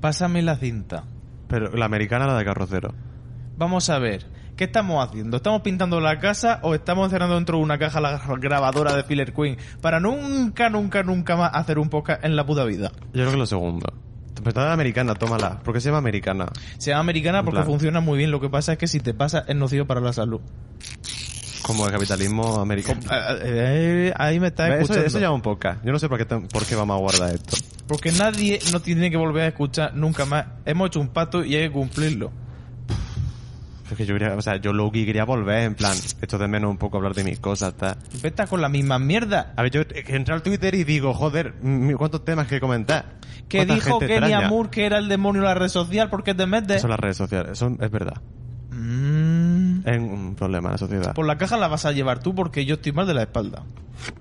Pásame la cinta. Pero la americana, la de carrocero. Vamos a ver, ¿qué estamos haciendo? ¿Estamos pintando la casa o estamos encerrando dentro de una caja la grabadora de Filler Queen para nunca, nunca, nunca más hacer un podcast en la puta vida? Yo creo que lo segundo. Pero está la americana, tómala. ¿Por qué se llama americana? Se llama americana En porque plan. funciona muy bien, lo que pasa es que si te pasa es nocivo para la salud. Como el capitalismo americano. Ah, eh, ahí me estás Eso, escuchando. eso ya un poca. Yo no sé por qué, te- por qué vamos a guardar esto. Porque nadie no tiene que volver a escuchar nunca más. Hemos hecho un pacto y hay que cumplirlo. Es que yo quería, o sea, yo lo que quería volver, en plan, esto de menos un poco hablar de mis cosas, tal. Vete con la misma mierda. A ver, yo eh, que entro al Twitter y digo, joder, mm, ¿cuántos temas que comentar? Que ¿Cuánta dijo gente Kenny extraña? Moore que era el demonio de la red social porque te metes. Eso en las redes sociales, eso es verdad. Mm. Es un problema en la sociedad. Por la caja la vas a llevar tú porque yo estoy mal de la espalda.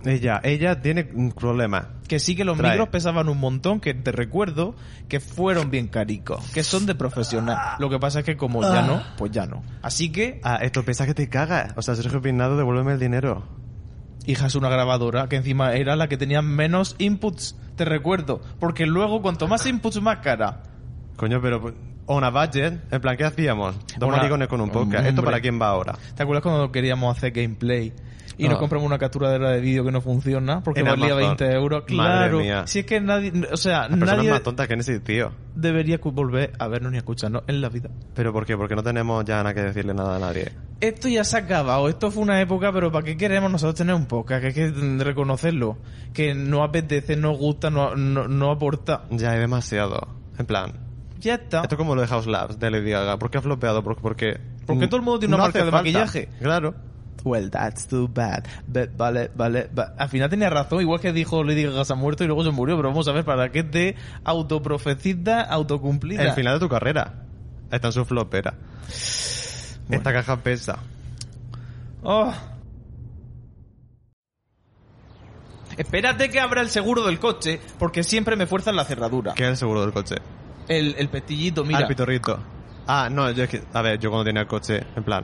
Ella, ella tiene un problema. Que sí que los Trae. micros pesaban un montón, que te recuerdo que fueron bien caricos, que son de profesional. Lo que pasa es que como ya no, pues ya no. Así que, Ah, esto piensa que te cagas. O sea, Sergio Pinado, devuélveme el dinero. hija, es una grabadora que encima era la que tenía menos inputs, te recuerdo. Porque luego cuanto más inputs, más cara. Coño, pero pues, on a budget, en plan, ¿qué hacíamos? Dos Una- maricones con un podcast. Hombre. ¿Esto para quién va ahora? ¿Te acuerdas cuando queríamos hacer gameplay y Ah. nos compramos una capturadora de vídeo que no funciona porque En valía Amazon. 20 euros? Madre Claro. mía. Si es que nadie, o sea, Las personas nadie más tontas que han existido. debería cu- volver a vernos ni a escucharnos en la vida. ¿Pero por qué? Porque no tenemos ya nada que decirle nada a nadie. Esto ya se ha acabado, esto fue una época, pero ¿para qué queremos nosotros tener un podcast? Que hay que mm, reconocerlo, que no apetece, no gusta, no, no, no aporta. Ya hay demasiado. En plan, Ya está. esto es como lo de House Labs de Lady Gaga. ¿Por qué ha flopeado? Por- Porque, Porque todo el mundo tiene una hace marca de falta. maquillaje. Claro. Well, that's too bad. But, vale, vale, va- Al final tenía razón, igual que dijo Lady Gaga se ha muerto y luego se murió, pero vamos a ver, ¿para qué te autoprofecita, autocumplida? El final de tu carrera. Está en su flopera. Esta caja pesa. Oh. Espérate que abra el seguro del coche, porque siempre me fuerzan la cerradura. ¿Qué es el seguro del coche? El, el pestillito, Ah, mira. el pitorrito. Ah, no, yo es que, a ver, yo cuando tenía el coche, en plan,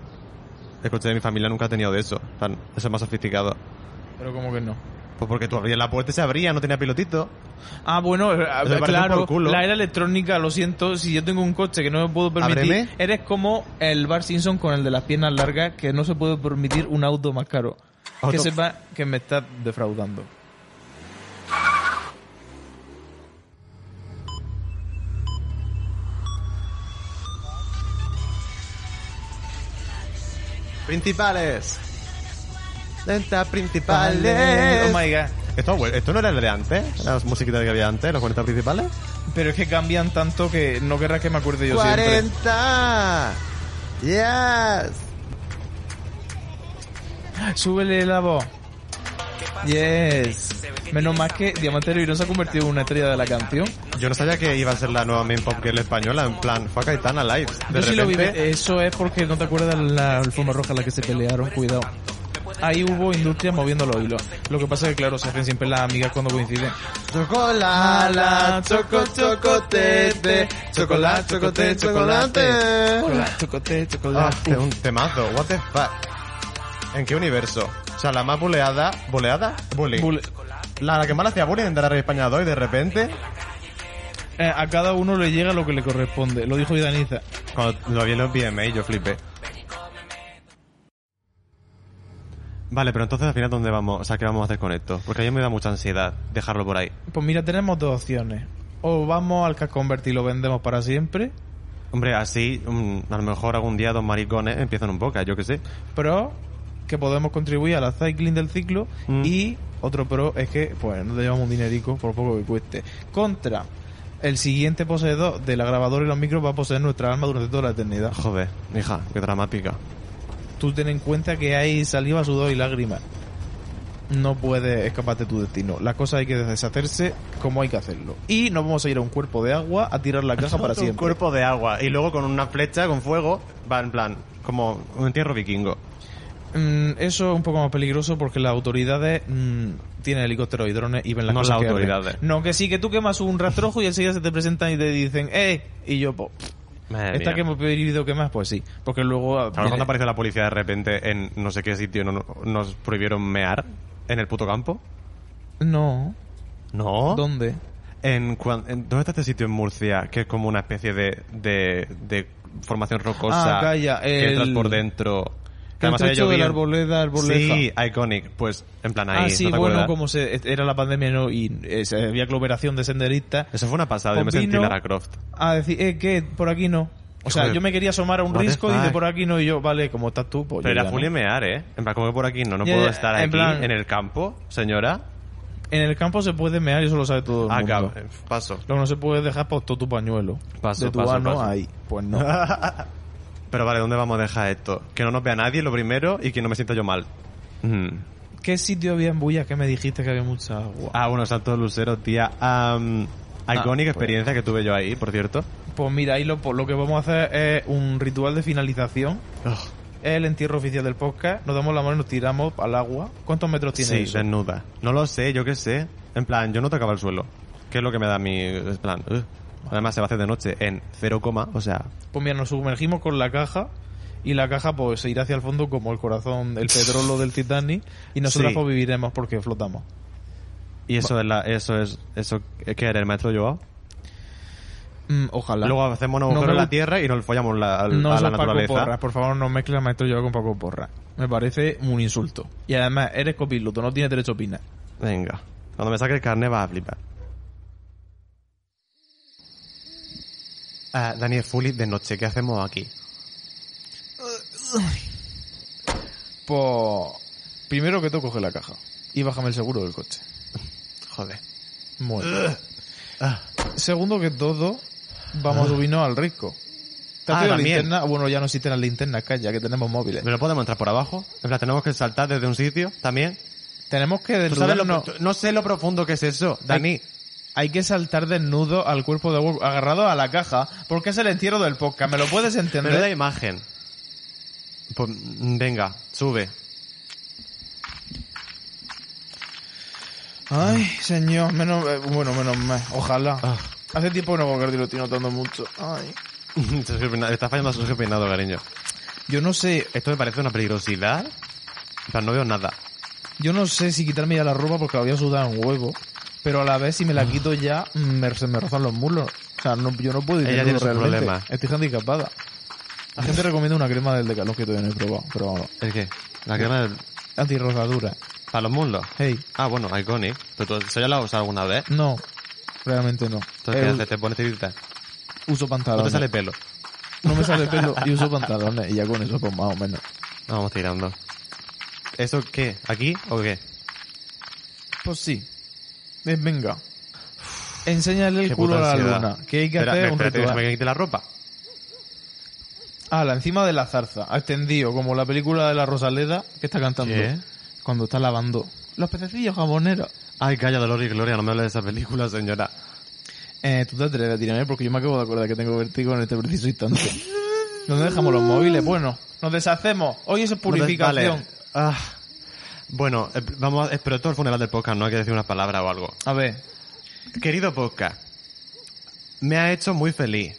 el coche de mi familia nunca ha tenido de eso. En plan, eso es más sofisticado. Pero como que no. Pues porque tú abrías la puerta y se abría, no tenía pilotito. Ah, bueno, eh, Eso me parece un claro, por culo. la era electrónica, lo siento, si yo tengo un coche que no me puedo permitir, Ábreme. eres como el Bar Simpson con el de las piernas largas, que no se puede permitir un auto más caro. Auto- Que sepa que me estás defraudando. Principales. Lenta Oh my god. Esto, bueno, esto no era el de antes, las musiquitas que había antes, los 40 principales. Pero es que cambian tanto que no querrás que me acuerde yo siempre. Yes. Súbele la voz. Yes. Menos mal que Diamantero Irón se ha convertido en una estrella de la canción. Yo no sabía que iba a ser la nueva main pop girl española, en plan, fue a Caetana Live. Yo De sí lo vi, eh. repente, Eso es porque no te acuerdas la alfombra roja en la que se pelearon, cuidado. Ahí hubo industria moviendo los hilos. Lo que pasa es que, claro, se hacen siempre las amigas cuando coinciden. Chocolala, choco, chocotete, chocolate, chocote, chocolate. Chocolate, chocolate, Ah, chocolate. es un temazo, what the fuck. ¿En qué universo? O sea, la más buleada, ¿buleada? Bullying. Bule- la, la que más le hacía bullying de la radio España 2 y de repente, Eh, a cada uno le llega lo que le corresponde. Lo dijo Idaniza. cuando lo vi en los BMA yo flipé. Vale, pero entonces al final ¿dónde vamos? O sea, ¿qué vamos a hacer con esto? Porque a mí me da mucha ansiedad dejarlo por ahí. Pues mira, tenemos dos opciones. O vamos al Casconvert y lo vendemos para siempre. Hombre, así, mm, a lo mejor algún día dos maricones empiezan un poco, yo qué sé. Pro, que podemos contribuir a la cycling del ciclo. Mm. Y otro pro es que, pues, no te llevamos un dinerico por poco que cueste. Contra, el siguiente poseedor de la grabadora y los micros va a poseer nuestra alma durante toda la eternidad. Joder, hija, qué dramática. Tú ten en cuenta que hay saliva, sudor y lágrimas. No puedes escaparte de tu destino. Las cosas hay que deshacerse como hay que hacerlo. Y nos vamos a ir a un cuerpo de agua a tirar la caja para Todo un siempre. cuerpo de agua y luego con una flecha con fuego va en plan como un entierro vikingo. Mm, eso es un poco más peligroso porque las autoridades mm, tienen helicópteros y drones y ven las No cosas las que hacen. autoridades. No, que sí, que tú quemas un rastrojo y enseguida se te presentan y te dicen, ¡eh! Y yo, po, Madre ¿esta que mía. hemos pedido quemar? Pues sí, porque luego... ah, A lo mejor viene- aparece la policía de repente en no sé qué sitio no- nos prohibieron mear en el puto campo. No, No. ¿dónde? En, cuan- en- ¿Dónde está este sitio en Murcia? Que es como una especie de, de, de formación rocosa Ah, calla, que entras el- por dentro. Que El además había trecho de la llovido. arboleda, arboleja. Sí, Iconic. Pues en plan ahí. ah, sí, ¿no te bueno, acuerdas? como se, era la pandemia ¿no? y eh, se- había aglomeración de senderistas. Eso fue una pasada. Yo me Combino- sentí Lara Croft. A decir, eh, ¿qué? Por aquí no. O sea, Joder. yo me quería asomar a un What the risco y de fuck? por aquí no. Y yo, vale, como estás tú, pues. Pero yo era ya Julia no. Mear, ¿eh? En plan, como que por aquí no, no Ya, puedo ya, estar en aquí plan- en el campo, señora. En el campo se puede mear y eso lo sabe todo el Ah, mundo. cab- eh, paso. Lo que no se puede dejar por todo tu pañuelo. Paso, de tu paso, ano paso. ahí. Pues no. Pero vale, ¿dónde vamos a dejar esto? Que no nos vea nadie, lo primero, y que no me sienta yo mal. Mm. ¿Qué sitio había en Buya que me dijiste que había mucha agua? Ah, bueno, salto de lucero, tía. Am, icónica pues. experiencia que tuve yo ahí, por cierto. Pues mira, ahí lo, pues lo que vamos a hacer es un ritual de finalización. Oh, Es el entierro oficial del podcast. Nos damos la mano y nos tiramos al agua. ¿Cuántos metros tiene sí, eso? desnuda. No lo sé, yo qué sé. En plan, yo no tocaba el suelo. Que es lo que me da mi... En plan, ugh. Además, se va a hacer de noche en cero coma, o sea... Pues mira, nos sumergimos con la caja y la caja pues se irá hacia el fondo como el corazón, el petróleo del Titanic y nosotros Sí. pues viviremos porque flotamos. Y eso es la... Eso es... Eso, ¿Qué era el maestro Joao? Mm, ojalá. Luego hacemos un No agujero me en la gu- tierra y nos follamos la, al- no a la sos Paco naturaleza. Porra, por favor no mezcles al maestro Joao con Paco Porra. Me parece un insulto. Y además eres copiloto, no tienes derecho a opinar. Venga. Cuando me saque el carne vas a flipar. Ah, Daniel Fuli de noche, ¿qué hacemos aquí? Pues primero que todo coge la caja y bájame el seguro del coche. Joder. Muy bien. Ah. Segundo que todo, vamos a subirnos al risco. ¿Te has pedido Ah, la también. linterna? Bueno, ya no existen las linternas, calla, que tenemos móviles. ¿Pero podemos entrar por abajo? En plan, tenemos que saltar desde un sitio también. Tenemos que ¿Tú sabes lo- desnudarnos. tú- no sé lo profundo que es eso, Dani. Hay que saltar desnudo al cuerpo de Wolf, agarrado a la caja, porque es el entierro del podcast. ¿Me lo puedes Me da entender? imagen. Pues, mm, venga, sube. Ay, señor, menos, eh, bueno, menos mal. Ojalá. Ah. Hace tiempo que no hago cardiolotino tanto mucho. Ay. Sergio Peinado- Está fallando a Sergio Peinado, cariño. Yo no sé, Esto me parece una peligrosidad. En plan, no veo nada. yo no sé si quitarme ya la ropa porque la voy a sudar un huevo, pero a la vez si me la quito ya, mm, me, se me rozan los muslos. O sea, no, yo no puedo ir Ella desnudo tiene sus realmente. problemas. Estoy handicapada. La gente recomienda una crema del Decathlon que todavía no he probado, pero vamos. ¿El qué? La crema del... Antirrozadura. para los muslos. Hey. Ah, bueno, Iconic. Pero tú, ¿eso ya lo has usado alguna vez? No, realmente no. Entonces, ¿qué El- haces? Te pones tirita. Uso No te pantalones. sale pelo. No me sale pelo y uso pantalones. Y ya con eso, pues más o menos. No, vamos tirando. ¿Eso qué? ¿Aquí o qué? Pues sí. Eh, venga. Enséñale el Qué culo puta a la ansiedad. luna. Que hay que Espera, hacer un espérate, déjame ritual. que quite la ropa. Ala, encima de la zarza. Extendido, como la película de la Rosaleda que está cantando. ¿Qué? Cuando está lavando. Los pececillos jaboneros. Ay, calla, Dolor y Gloria, no me hables de esa película, señora. Eh, tú te atreves a tirarme porque yo me acabo de acordar que tengo vértigo en este preciso instante. ¿Dónde dejamos los móviles? Bueno, nos deshacemos. Hoy eso es purificación. Vale. Ah. Bueno, eh, vamos a... eh, Pero esto es el funeral del podcast, no hay que decir unas palabras o algo. A ver. Querido podcast, me ha hecho muy feliz.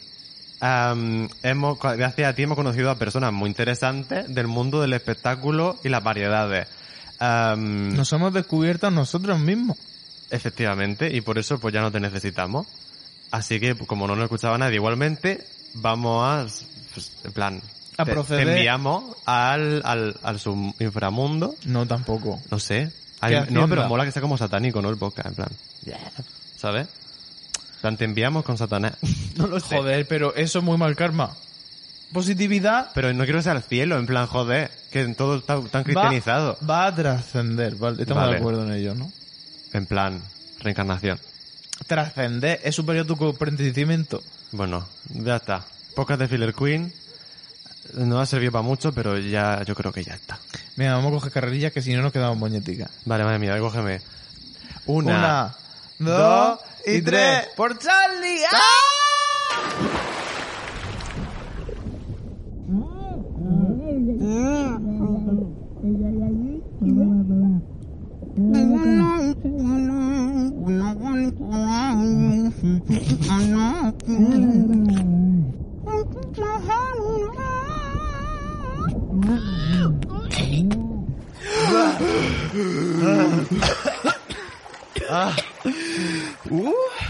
Am, hemos, gracias a ti hemos conocido a personas muy interesantes del mundo del espectáculo y las variedades. Am, Nos hemos descubierto a nosotros mismos. Efectivamente, y por eso pues ya no te necesitamos. Así que pues, como no nos escuchaba nadie igualmente, vamos a... pues, en plan... A te- te proceder. enviamos al, al, al sub- inframundo. No, tampoco. No sé. Hay- Que no, Hacienda. pero mola que sea como satánico, ¿no? El podcast, en plan... ¿Sabes? En plan, te enviamos con Satanás. no lo Joder, pero eso es muy mal karma. Positividad Pero no quiero ser al cielo, en plan, joder, que todo está tan va, cristianizado. va a trascender, ¿vale? Estamos Vale. de acuerdo en ello, ¿no? En plan, reencarnación. Trascender es superior a tu comprendimiento. Bueno, ya está. Podcast de Filler Queen. No ha servido para mucho, pero ya yo creo que ya está. Mira, vamos a coger carrerillas que si no nos quedamos moñeticas. Vale, madre mía, cógeme. Una. Una, dos y tres. ¡Por Charlie! ¡Ah!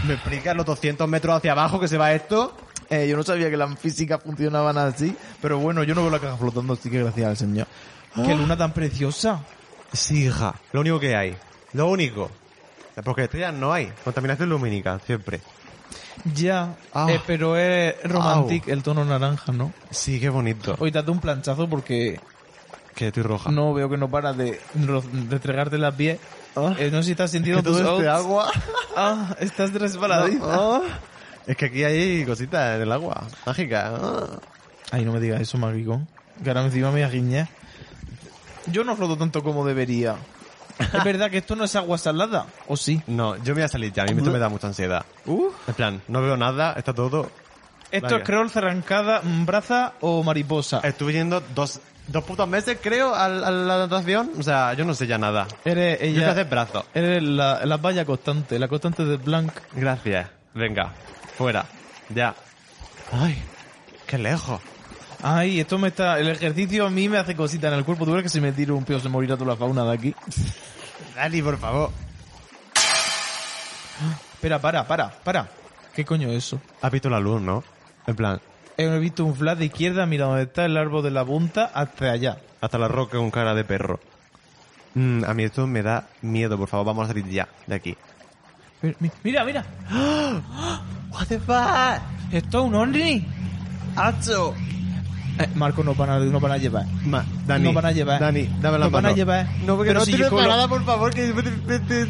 ¿Me explicas los 200 metros hacia abajo que se va esto? Eh, yo no sabía que las físicas funcionaban así, pero bueno, yo no veo la caja flotando, así que gracias al señor. Ah. ¡Qué luna tan preciosa! Sí, hija. Lo único que hay. Lo único. Porque estrellas no hay. Contaminación lumínica, siempre. Ya, Ah. eh, pero es romántico el tono naranja, ¿no? Sí, qué bonito. Hoy date un planchazo porque Que estoy roja. no veo que no paras de, ro- de entregarte las pies. Ah. Eh, no sé si estás sintiendo todo tus este oats. agua. Ah, estás resbaladiza. Ah. Es que aquí hay cositas en el agua. Mágica. Ah. Ay, no me digas eso, mágico. Que ahora encima me voy a guiñar. Yo no floto tanto como debería. es verdad que esto no es agua salada, ¿o sí? No, yo me voy a salir ya. A mí esto me da mucha ansiedad. Uh. En plan, no veo nada, está todo... Esto Vaya. es creol, zarrancada, mm, braza o mariposa. Estuve yendo dos, dos putos meses, creo, a, la- a la natación. O sea, yo no sé ya nada. Eres Yo te ella. haces brazo. Eres la, la valla constante, la constante de Blanc. Gracias. Venga, fuera. Ya. Ay, qué lejos. Ay, esto me está. El ejercicio a mí me hace cositas en el cuerpo. Tú crees que si me tiro un pío se morirá toda la fauna de aquí. Dani, por favor. Espera, para, para, para. ¿Qué coño es eso? Has visto la luz, ¿no? En plan, He visto un flash de izquierda, mira donde está el árbol de la punta, hasta allá. hasta la roca con cara de perro. Mm, a mí esto me da miedo, por favor, vamos a salir ya de aquí. Pero, mi- Mira, mira. What the fuck? Esto es un ovni. ¡Acho! Eh, Marco, no van a, no van a llevar. Ma, Dani, No van a llevar. Dani, dame la No van mano. a llevar. No, porque Pero no si tires yo colo- para nada, por favor, que me, me- me- que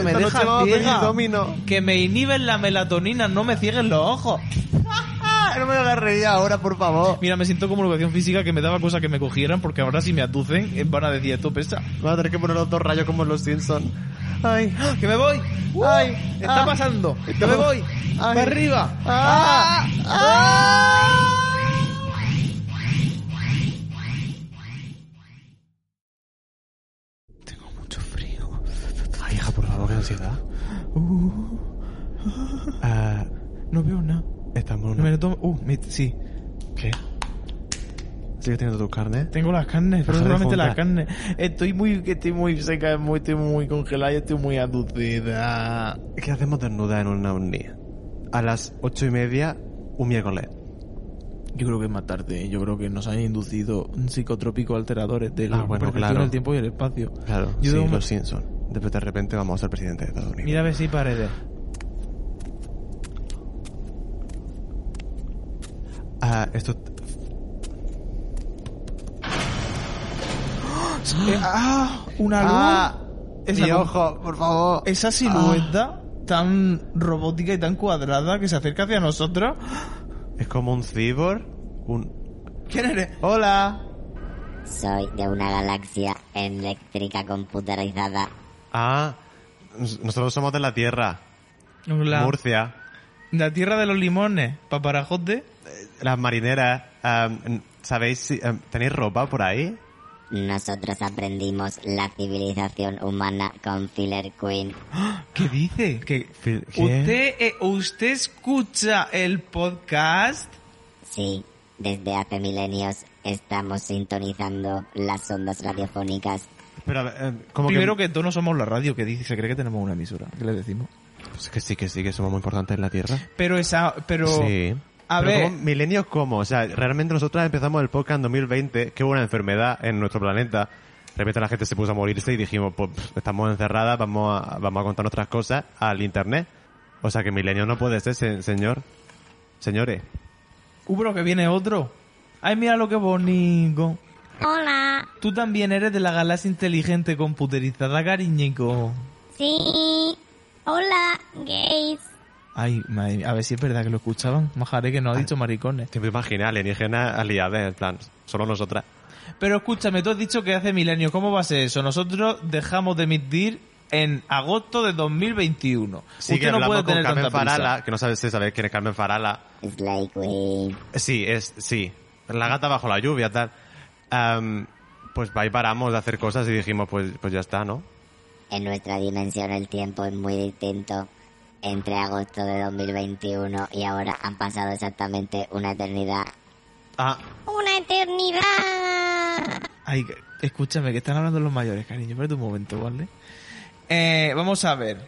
esta me noche dejas vamos a pedir ciega. domino. Que me inhiben la melatonina, no me cieguen los ojos. Ah, no me agarré ya ahora, por favor. Mira, me siento como educación física que me daba cosa que me cogieran porque ahora si me atucen eh, van a decir esto pesa. Vamos a tener que poner los dos rayos como en los Simpsons. Ay, ¡Ah, ¡Que me voy! ¡Ay! ¡Está ah, pasando! ¡Que está- me voy! ay. ¡Para arriba! ¡Ah! Tengo mucho frío. Ay, hija, por favor, qué ansiedad. Uh. Ah, no veo nada. estamos No me lo tomo. Uh, me- sí. ¿Qué? ¿Sigues teniendo tus carnes? Tengo las carnes, pero Deja de solamente juntar. las carnes. Estoy muy, estoy muy seca, muy, estoy muy congelada y estoy muy aducida. ¿Qué hacemos desnuda en una ovni? A las ocho y media, un miércoles. Yo creo que es más tarde. ¿eh? Yo creo que nos han inducido psicotrópicos alteradores de Ah, la bueno, percepción claro. del tiempo y el espacio. Claro, Yo sí, tengo- los Simpsons. Después de repente vamos a ser presidente de Estados Unidos. Mira a ver si hay paredes. Ah, esto... Eh, ¡Ah! Ah. ¡Una luz! Esa mi con- ojo, por favor. Esa silueta tan robótica y tan cuadrada que se acerca hacia nosotros. Es como un cyborg. Un... ¿Quién eres? ¡Hola! Soy de una galaxia eléctrica computerizada. Ah, nos- nosotros somos de la Tierra. La, Murcia. la tierra de los limones, paparajote. Las marineras. am, ¿Sabéis si... am, ¿Tenéis ropa por ahí? Nosotros aprendimos la civilización humana con Filler Queen. ¿Qué dice? ¿Qué? Fil- ¿qué? ¿Usted, eh, ¿Usted escucha el podcast? Sí, desde hace milenios estamos sintonizando las ondas radiofónicas. Pero, a ver, eh, como Primero que... todos no somos la radio que dice, se cree que tenemos una emisora. ¿Qué le decimos? Pues que sí, que sí, que somos muy importantes en la Tierra. Pero esa, pero... sí. a Pero ver. ¿cómo- ¿Milenios cómo? O sea, realmente nosotros empezamos el podcast en 2020, que hubo una enfermedad en nuestro planeta. De repente la gente se puso a morirse y dijimos, pues pff, estamos encerradas, vamos a, vamos a contar nuestras cosas al internet. O sea que milenio no puede ser, se- señor. Señores. Uh, pero que viene otro. Ay, mira lo que bonito. Hola, Tú también eres de la galaxia inteligente computerizada, cariñico. sí. Hola, gays. Ay, madre mía. A ver si es verdad que lo escuchaban. Majaré que no ha dicho maricones. Te puedes imaginar, alienígenas aliadas, en plan, solo nosotras. Pero escúchame, tú has dicho que hace milenios. ¿Cómo va a ser eso? Nosotros dejamos de emitir en agosto de 2021. Sí que Usted no hablamos puede con tener Carmen tanta prisa. Farala, que no sabes si sabes quién es Carmen Farala. Slay Queen. Sí, es, sí. La gata bajo la lluvia, tal. Am, pues ahí paramos de hacer cosas y dijimos, pues, pues ya está, ¿no? En nuestra dimensión el tiempo es muy distinto. Entre agosto de 2021 y ahora han pasado exactamente una eternidad. Ah, Una eternidad. Ay, que- escúchame, que están hablando los mayores, cariño. Espérate un momento, ¿vale? Eh, vamos a ver.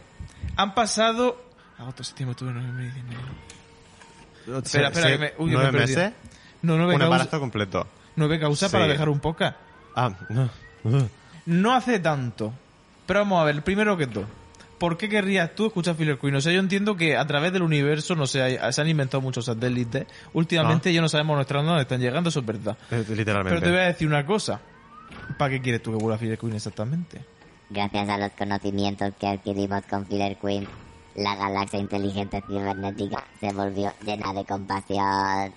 Han pasado Agosto, septiembre, octubre, noviembre, diciembre. Se- Espera, espera, se- que me, uy, que me ¿Nueve he perdido. meses? No, nueve Un causas embarazo completo. nueve causas Sí. para dejar un podcast. Ah, no. Uh. No hace tanto. Pero vamos a ver, primero que todo. ¿Por qué querrías tú escuchar Filler Queen? O sea, yo entiendo que a través del universo, no sé, hay- se han inventado muchos satélites. Últimamente ya no sabemos nuestras dónde están llegando, eso es verdad. Eh, Literalmente. Pero te voy a decir una cosa. ¿Para qué quieres tú que vuelva Filler Queen exactamente? Gracias a los conocimientos que adquirimos con Killer Queen, la galaxia inteligente cibernética se volvió llena de compasión.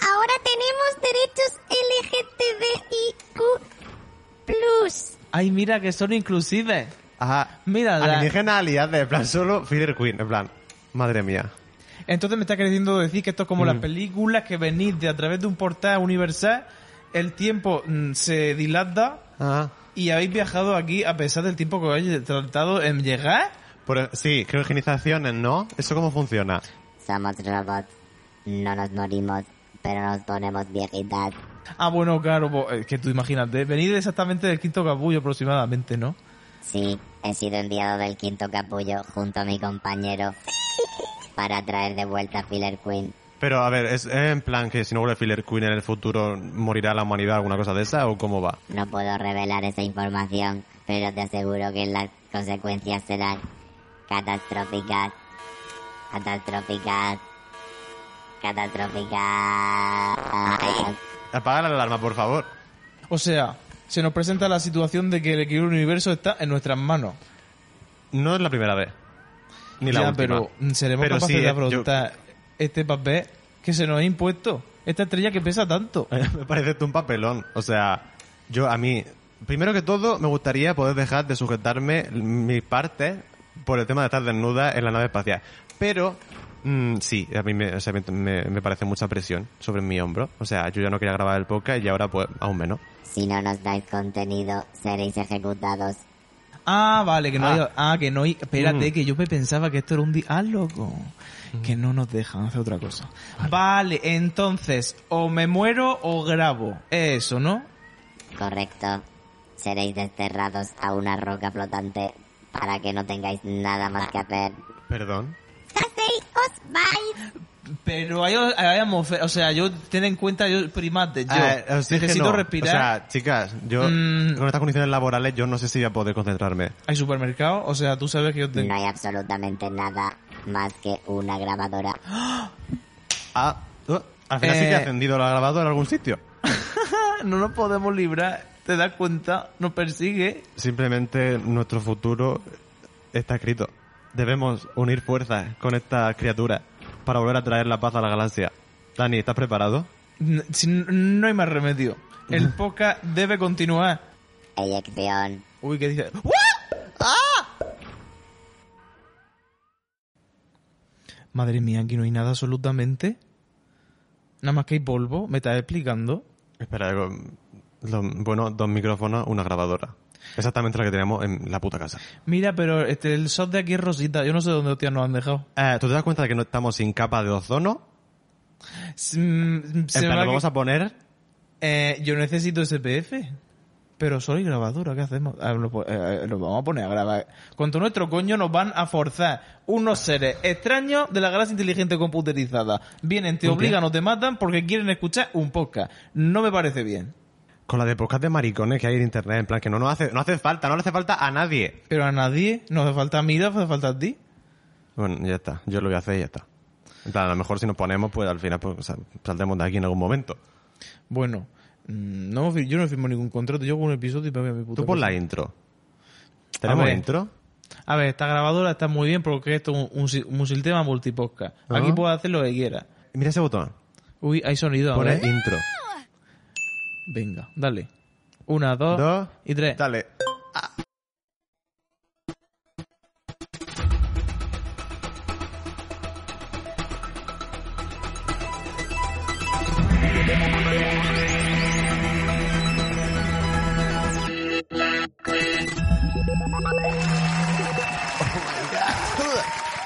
Ahora tenemos derechos LGTBIQ. Plus. Ay, mira que son inclusives. Ajá. Mira, la- Alienígena aliada, en plan solo Feeder Queen, en plan. Madre mía. Entonces me está queriendo decir que esto es como las películas que venís de a través de un portal universal, el tiempo mm, se dilata Ajá. y habéis viajado aquí a pesar del tiempo que habéis tratado en llegar. Por- sí, criogenizaciones, ¿no? ¿Eso cómo funciona? Somos robots, no nos morimos, pero nos ponemos viejitas. Ah, bueno, claro, po- es que tú imagínate, venid exactamente del quinto capullo aproximadamente, ¿no? Sí, he sido enviado del quinto capullo junto a mi compañero para traer de vuelta a Killer Queen. Pero a ver, ¿es en plan que si no vuelve Feeder Queen en el futuro morirá la humanidad, alguna cosa de esa, o cómo va? No puedo revelar esa información, pero te aseguro que las consecuencias serán catastróficas. Catastróficas. Catastróficas. Apaga la alarma, por favor. O sea, se nos presenta la situación de que el equilibrio del universo está en nuestras manos. No es la primera vez. Ni la Ya, última. pero mm, seremos Pero capaces sí, de eh, yo- afrontar este papel que se nos ha impuesto. Esta estrella que pesa tanto. Me parece esto un papelón. O sea, yo a mí, primero que todo, me gustaría poder dejar de sujetarme mi parte por el tema de estar desnuda en la nave espacial. Pero, mm, sí, a mí me, o sea, me- me- me parece mucha presión sobre mi hombro. O sea, yo ya no quería grabar el podcast y ahora pues aún menos. Si no nos dais contenido, seréis ejecutados. Ah, vale, que no Ah. hay... Ah, que no hay... Espérate, Mm. que yo me pensaba que esto era un día... Ah, loco. Que no nos dejan hacer otra cosa. Mm. Vale. entonces, o me muero o grabo. Eso, ¿no? Correcto. Seréis desterrados a una roca flotante para que no tengáis nada más que hacer. Perdón. Casi os vais. Pero hay, hay atmósfera- o sea, yo ten en cuenta yo primate, yo Ah, oxígeno. necesito respirar. O sea, chicas, yo Mm. con estas condiciones laborales yo no sé si voy a poder concentrarme. hay supermercado, o sea, tú sabes que yo tengo No hay absolutamente nada más que una grabadora. Ah, uh, al final sí Eh. que ha encendido la grabadora en algún sitio. Ah, no nos podemos librar, ¿te das cuenta? Nos persigue. Simplemente nuestro futuro está escrito. Debemos unir fuerzas con esta criatura para volver a traer la paz a la galaxia. Dani, ¿estás preparado? N- si- No hay más remedio. El podcast debe continuar. Eyección. Uy, ¿qué dice? ¡Uah! ¡Ah! Madre mía, aquí no hay nada absolutamente. Nada más que hay polvo, me estás explicando. Espera, digo, dos- bueno, dos micrófonos, una grabadora. Exactamente lo que teníamos en la puta casa. Mira, pero este, el shot de aquí es rosita. Yo no sé dónde hostias nos han dejado. Eh, ¿Tú te das cuenta de que no estamos sin capa de ozono? S- mm, se en me plan, va lo vamos que- a poner... Eh, yo necesito SPF. Pero soy grabadora, ¿qué hacemos? Ah, lo, po- eh, lo vamos a poner a grabar. Contra nuestro coño nos van a forzar unos seres extraños de la galaxia inteligente computerizada. Vienen, te ¿Un qué? obligan o te matan porque quieren escuchar un podcast. No me parece bien. Con la de podcast de maricones que hay en internet, en plan, que no nos hace, no hace falta, no le hace falta a nadie. Pero a nadie, no hace falta a mí, no hace falta a ti. Bueno, ya está. Yo lo voy a hacer y ya está. En plan, a lo mejor si nos ponemos, pues al final pues, sal- saldremos de aquí en algún momento. Bueno, mm, no, fir- yo no firmo ningún contrato, yo hago un episodio y me voy a mi puta Tú pon casa. la intro. ¿Tenemos A ver. intro? A ver, esta grabadora está muy bien porque esto es un, un, si- un sistema multipodcast. Aquí Ajá. puedes hacer lo que quieras. Mira ese botón. Uy, hay sonido ahora. Pone ¿eh? intro. Venga, dale. Una, dos, Dos, y tres. Dale.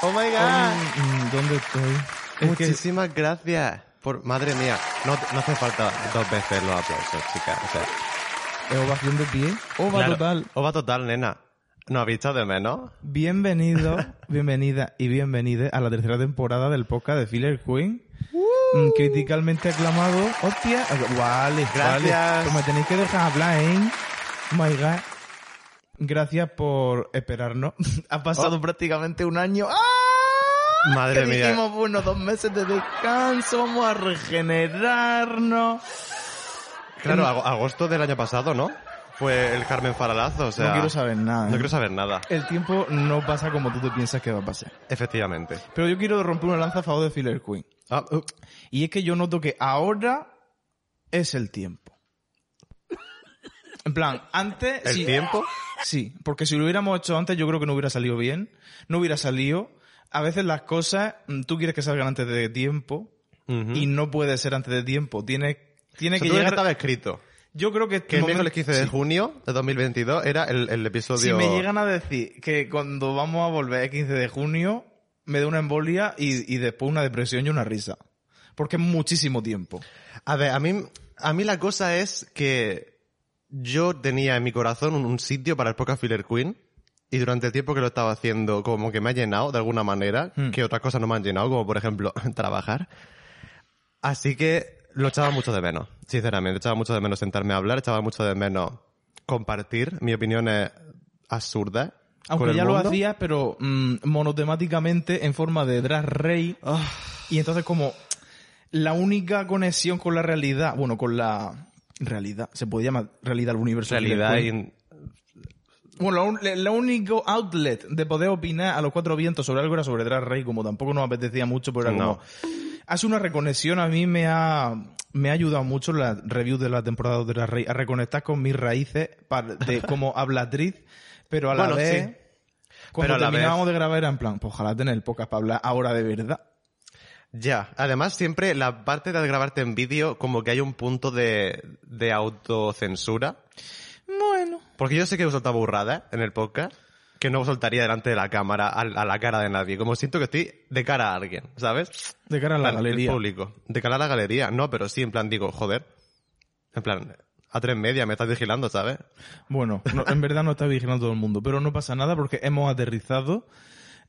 Oh my god. Mm, mm, ¿Dónde estoy? Es que- Muchísimas gracias. Por, madre mía, no, no hace falta dos veces los aplausos, chicas. O sea, es ovación de pie. Ova Claro, total. Ova total, nena. ¿No has visto de menos? Bienvenido, bienvenida y bienvenide a la tercera temporada del podcast de Filler Queen. Mm, Criticalmente aclamado. Hostia, vale, vale. Gracias. Pues me tenéis que dejar hablar, ¿eh? My God. Gracias por esperarnos. Ha pasado prácticamente un año. ¡Ah! Oh. Madre Que mía. Dijimos, bueno, dos meses de descanso, vamos a regenerarnos. Claro, ag- agosto del año pasado, ¿no? Fue el Carmen Faralazo, o sea... no quiero saber nada. No ¿eh? quiero saber nada. El tiempo no pasa como tú te piensas que va a pasar. Efectivamente. Pero yo quiero romper una lanza a favor de Filler Queen. Ah, uh, Y es que yo noto que ahora es el tiempo. En plan, antes... ¿El si- tiempo? Sí, porque si lo hubiéramos hecho antes yo creo que no hubiera salido bien, no hubiera salido. A veces las cosas, mm, tú quieres que salgan antes de tiempo Ujú. y no puede ser antes de tiempo. Tiene, tiene O sea, que tú ves que llegar... estaba escrito. Yo creo que... este Que el momento- miércoles 15 de Sí. junio de 2022 era el, el Si episodio... me llegan a decir que cuando vamos a volver el 15 de junio, me da una embolia y, y después una depresión y una risa. Porque es muchísimo tiempo. A ver, a mí, a mí la cosa es que yo tenía en mi corazón un, un sitio para el podcast Filler Queen y durante el tiempo que lo estaba haciendo como que me ha llenado de alguna manera, Hmm. que otras cosas no me han llenado, como por ejemplo trabajar. Así que lo echaba mucho de menos, sinceramente. Echaba mucho de menos sentarme a hablar, echaba mucho de menos compartir mis opiniones absurdas. con Aunque el ya lo mundo. hacía, pero mm, monotemáticamente en forma de drag rey. Ah. Y entonces como la única conexión con la realidad, bueno, con la realidad, se puede llamar realidad al universo. Realidad Filler Queen. in- Bueno, la un- la- la único outlet de poder opinar a los cuatro vientos sobre algo era sobre drag rey, como tampoco nos apetecía mucho, pero era No. como... Hace una reconexión, a mí me ha, me ha ayudado mucho la review de la temporada de Drag Rey a reconectar con mis raíces para- de como hablatriz, pero a la Bueno, vez... sí. Cuando Pero a la terminábamos de grabar era en plan, pues ojalá tener el podcast para hablar ahora de verdad. Ya, además siempre la parte de grabarte en vídeo como que hay un punto de, de autocensura. Bueno. Porque yo sé que he soltado burradas en el podcast que no soltaría delante de la cámara al- a, la cara de nadie. Como siento que estoy de cara a alguien, ¿sabes? De cara a la En plan, el galería. público. De cara a la galería. No, pero sí, en plan digo, joder. En plan, a tres media me estás vigilando, ¿sabes? Bueno, no, en verdad no está vigilando todo el mundo, pero no pasa nada porque hemos aterrizado,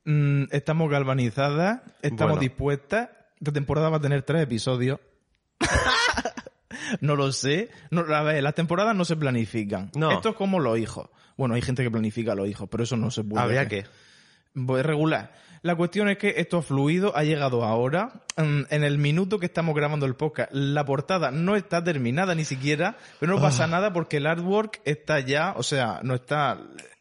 mm, estamos galvanizadas, estamos Bueno. dispuestas. Esta temporada va a tener tres episodios. no lo sé. No, a ver, las temporadas no se planifican. No. Esto es como los hijos. Bueno, hay gente que planifica a los hijos, pero eso no se puede. Habría hacer. que. Pues regular. La cuestión es que esto ha fluido, ha llegado ahora. Mm, En el minuto que estamos grabando el podcast, la portada no está terminada ni siquiera, pero Ah. no pasa nada porque el artwork está ya, o sea, no está.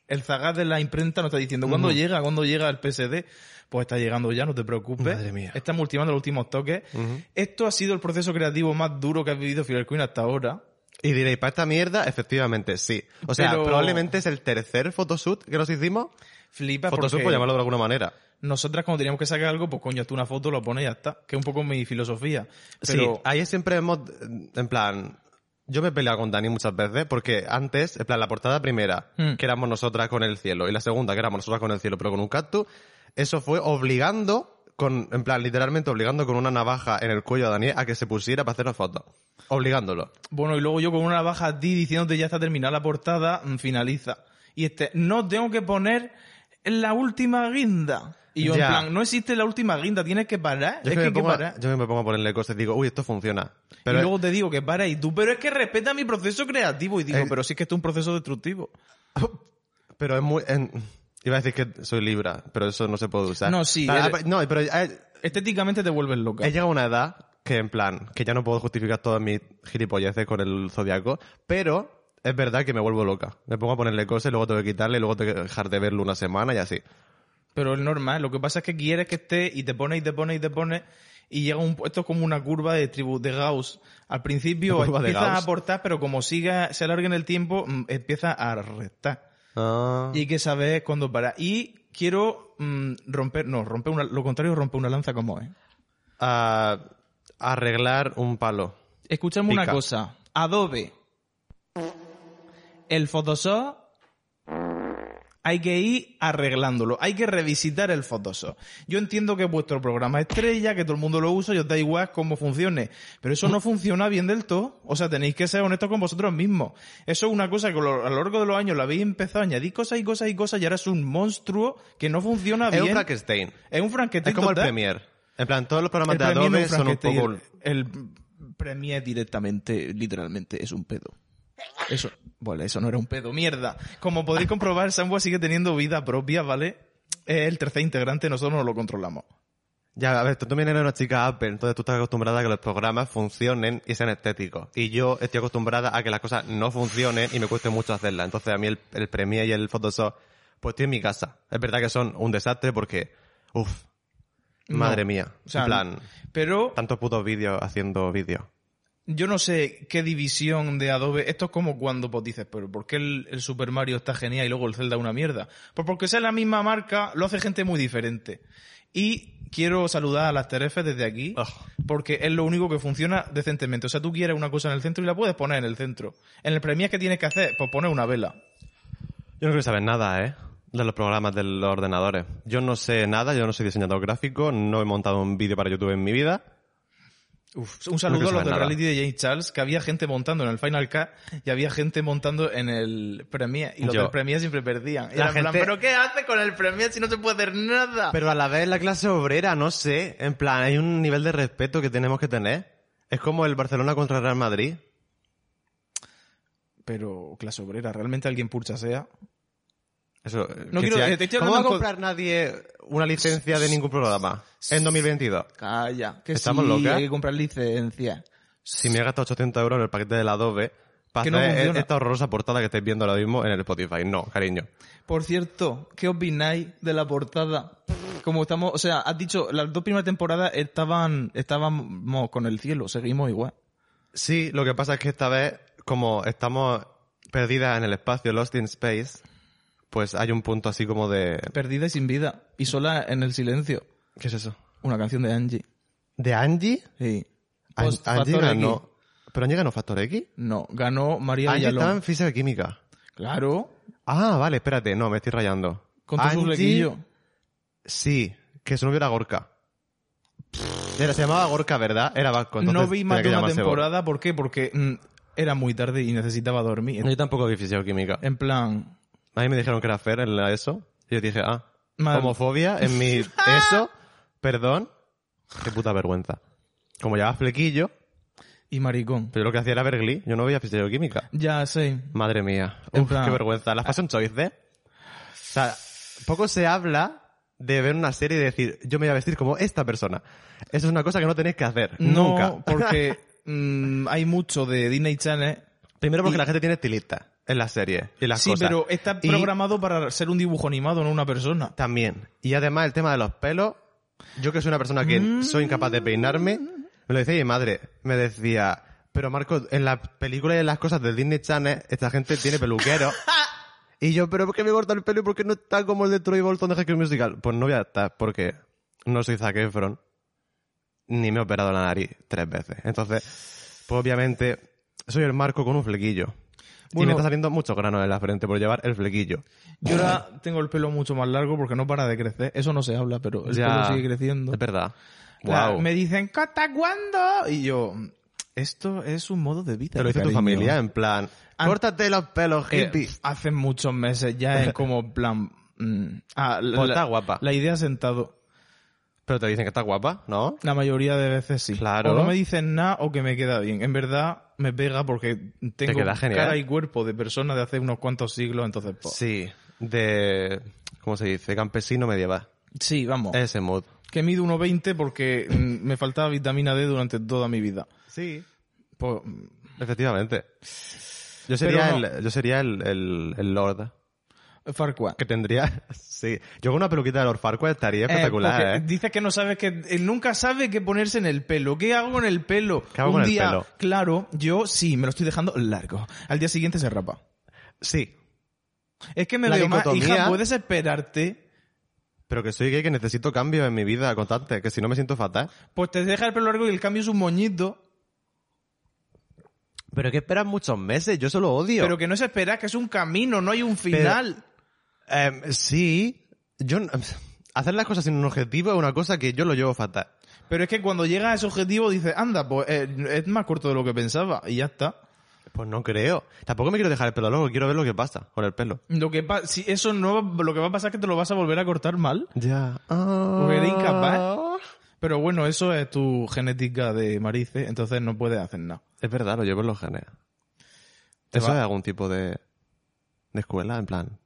El zagal de la imprenta no está diciendo cuándo llega, cuándo llega el PSD. Pues está llegando ya, no te preocupes. Madre mía. Mm. Estamos ultimando los últimos toques. Ujú. Esto ha sido el proceso creativo más duro que ha vivido Filler Queen hasta ahora. Y diréis, ¿para esta mierda? Efectivamente, sí. O sea, Pero- probablemente es el tercer photoshoot que nos hicimos. Flipa Photoshoot, porque por llamarlo de alguna manera. nosotras cuando teníamos que sacar algo, pues coño, hasta una foto, lo pones y ya está. Que es un poco mi filosofía. Pero... sí, ahí siempre hemos, en plan, yo me he peleado con Dani muchas veces porque antes, en plan, la portada primera, Mm. que éramos nosotras con el cielo, y la segunda, que éramos nosotras con el cielo, pero con un cactus, eso fue obligando, con, en plan, literalmente obligando con una navaja en el cuello a Dani a que se pusiera para hacernos fotos. Obligándolo. Bueno, y luego yo con una navaja a ti diciéndote ya está terminada la portada, mm, finaliza. Y este, no tengo que poner la última guinda. Y yo Ya. en plan, no existe la última guinda, tienes que parar. es que Yo es que hay me que pongo, parar. a- yo me pongo a ponerle cosas y digo, uy, esto funciona. Pero y luego te digo que para y tú, pero es que respeta mi proceso creativo. Y digo, Eh, pero sí que esto es un proceso destructivo. Pero es muy... en- iba a decir que soy libra, pero eso no se puede usar. No, sí, Ah, eres- No, pero... eh, Estéticamente te vuelves loca. He llegado a una edad que, en plan, que ya no puedo justificar todas mis gilipolleces con el zodiaco, pero es verdad que me vuelvo loca. Me pongo a ponerle cosas, y luego tengo que quitarle, y luego tengo que dejar de verlo una semana y así. Pero es normal, lo que pasa es que quieres que esté y te pones y te pones y te pones y llega un puesto como una curva de tribu de Gauss. Al principio Una curva de empiezas a Gauss. aportar, pero como siga, se alarga en el tiempo, mm, empieza a restar. Ah. Y hay que saber cuándo parar. Y quiero mm, romper, no, romper una, lo contrario, romper una lanza como es. Ah, arreglar un palo. Escuchadme una Pica. cosa. Adobe. El Photoshop. Hay que ir arreglándolo. Hay que revisitar el Photoshop. Yo entiendo que es vuestro programa estrella, que todo el mundo lo usa y os da igual cómo funcione. Pero eso no funciona bien del todo. O sea, tenéis que ser honestos con vosotros mismos. Eso es una cosa que a lo a lo largo de los años lo habéis empezado a añadir cosas y cosas y cosas y ahora es un monstruo que no funciona Es bien. un Frankenstein. Es un Frankenstein Es como el total. Premier. En plan, todos los programas El de Premier Adobe es un son un Frankenstein, poco... El el Premier directamente, literalmente, es un pedo. Eso, vale, eso no era un pedo, mierda. Como podéis comprobar, Samwa sigue teniendo vida propia, ¿vale? Es el tercer integrante, nosotros no lo controlamos. Ya, a ver, tú también eres una chica Apple, entonces tú estás acostumbrada a que los programas funcionen y sean estéticos. Y yo estoy acostumbrada a que las cosas no funcionen y me cueste mucho hacerlas. Entonces a mí el, el Premiere y el Photoshop, pues estoy en mi casa. Es verdad que son un desastre porque, uff, madre No. mía. O sea, en plan, Pero tantos putos vídeos haciendo vídeos. yo no sé qué división de Adobe. Esto es como cuando pues, dices, pero ¿por qué el, el Super Mario está genial y luego el Zelda una mierda? Pues porque sea la misma marca, lo hace gente muy diferente. Y quiero saludar a las Terefes desde aquí. porque es lo único que funciona decentemente. O sea, tú quieres una cosa en el centro y la puedes poner en el centro. En el Premiere, ¿qué tienes que hacer? Pues poner una vela. Yo no quiero saber nada, ¿eh? De los programas de los ordenadores. Yo no sé nada, yo no soy diseñador gráfico, no he montado un vídeo para YouTube en mi vida. Un saludo No a quiero los saber de nada. Reality de James Charles, que había gente montando en el Final Cut y había gente montando en el Premiere. Y los Yo. del Premiere siempre perdían. Y La era en plan, gente- ¿pero qué hace con el Premiere si no se puede hacer nada? Pero a la vez la clase obrera, no sé, en plan, hay un nivel de respeto que tenemos que tener. Es como el Barcelona contra el Real Madrid. Pero, clase obrera, ¿realmente alguien purcha sea? Eso, No que quiero- sea- eh, te estoy ¿Cómo va a hablando con- comprar nadie una licencia de ningún programa en 2022? Calla, que ¿Estamos sí, locas? hay que comprar licencia. Si me he gastado 800 euros en el paquete del Adobe para Que no hacer funciona. esta horrorosa portada que estáis viendo ahora mismo en el Spotify. No, cariño. Por cierto, ¿qué opináis de la portada? Como estamos, o sea, has dicho, las dos primeras temporadas estaban, estábamos con el cielo, seguimos igual. Sí, lo que pasa es que esta vez, como estamos perdidas en el espacio, lost in space, pues hay un punto así como de... Perdida y sin vida, y sola en el silencio. ¿Qué es eso? Una canción de Angie. ¿De Angie? Sí. An- Post- Angie Pues Factor X. ganó... ¿Pero Angie ganó Factor X? No, ganó María Angie estaba Villalón. en física y química. Claro, Ah, vale, espérate, no, me estoy rayando. con tu Angie, sublequillo. sí, que su novio era Gorka. Era- se llamaba Gorka, ¿verdad? Era Vasco. No Pues entonces vi tenía más que de una llamarse temporada, ¿por qué? Porque mm, era muy tarde y necesitaba dormir. Gorka. Yo tampoco vi física y química. En plan, A mí me dijeron que era Fer en la ESO. Y yo dije, ah, Madre- homofobia en mi ESO. Perdón. Qué puta vergüenza. Como llevaba flequillo, y maricón. pero yo lo que hacía era ver Glee. Yo no veía física y química. Ya sé. Madre mía. En Uf, plan- qué vergüenza. Las fashion choice, ¿eh? O sea, poco se habla de ver una serie y decir, yo me voy a vestir como esta persona. Eso es una cosa que no tenéis que hacer. No, nunca. porque mm, hay mucho de Disney Channel. Primero porque y- la gente tiene estilista en la serie y las sí, cosas. pero está Y programado para ser un dibujo animado, no una persona. También. Y además el tema de los pelos. Yo que soy una persona que soy incapaz de peinarme, me lo decía mi madre. Me decía, pero Marco, en las películas y en las cosas del Disney Channel, esta gente tiene peluquero. y yo, pero ¿por qué me corta el pelo y por qué no está como el de Troy Bolton de High School Musical? Pues no voy a estar porque no soy Zac Efron. Ni me he operado la nariz tres veces. Entonces, pues obviamente, soy el Marco con un flequillo. y Bueno. me está saliendo muchos granos en la frente por llevar el flequillo. Yo ahora tengo el pelo mucho más largo porque no para de crecer. Eso no se habla, pero el Ya. pelo sigue creciendo. Es verdad. Claro, Guau. Me dicen, ¿hasta cuándo? Y yo, esto es un modo de vida. Te lo dice tu cariño. familia, en plan, An- córtate los pelos, Eh, hippie. hace muchos meses ya es como plan... mm, ah, la, Pues está la- guapa. la idea sentado. Pero te dicen que estás guapa, ¿no? La mayoría de veces sí. Claro. O no me dicen nada o que me queda bien. En verdad me pega porque tengo queda genial. cara y cuerpo de persona de hace unos cuantos siglos, entonces... pues, Sí, de... ¿Cómo se dice? Campesino medieval. sí, vamos. Ese mood. que mido 1,20 porque mm, me faltaba vitamina D durante toda mi vida. Sí. Pues, mm, Efectivamente. Yo sería, no. el, yo sería el, el, el Lord. Farquaad. Que tendría... Sí. Yo con una peluquita de Lord Farquaad estaría espectacular, porque ¿eh? Dices que no sabes que él nunca sabe qué ponerse en el pelo. ¿Qué hago en el pelo? ¿Qué hago Un con el día, pelo? claro, yo sí, me lo estoy dejando largo. Al día siguiente se rapa. ¿eh? Sí. Es que me La veo más, dicotomía- hija, puedes esperarte. Pero que soy gay, que necesito cambios en mi vida constante, que si no me siento fatal. Pues te deja el pelo largo y el cambio es un moñito. Pero que esperan muchos meses, yo eso lo odio. Pero que no es esperar, que es un camino, no hay un final. Em, sí, yo... n- Hacer las cosas sin un objetivo es una cosa que yo lo llevo fatal. Pero es que cuando llega a ese objetivo dices, anda, pues eh, es más corto de lo que pensaba y ya está. Pues no creo. Tampoco me quiero dejar el pelo largo, quiero ver lo que pasa con el pelo. Lo que pa- si eso no, lo que va a pasar es que te lo vas a volver a cortar mal. Ya. ah. Porque eres incapaz. Pero bueno, eso es tu genética de marices, entonces no puedes hacer nada. Es verdad, lo llevo en los genes. Te ¿Eso va- es algún tipo de, de escuela? En plan...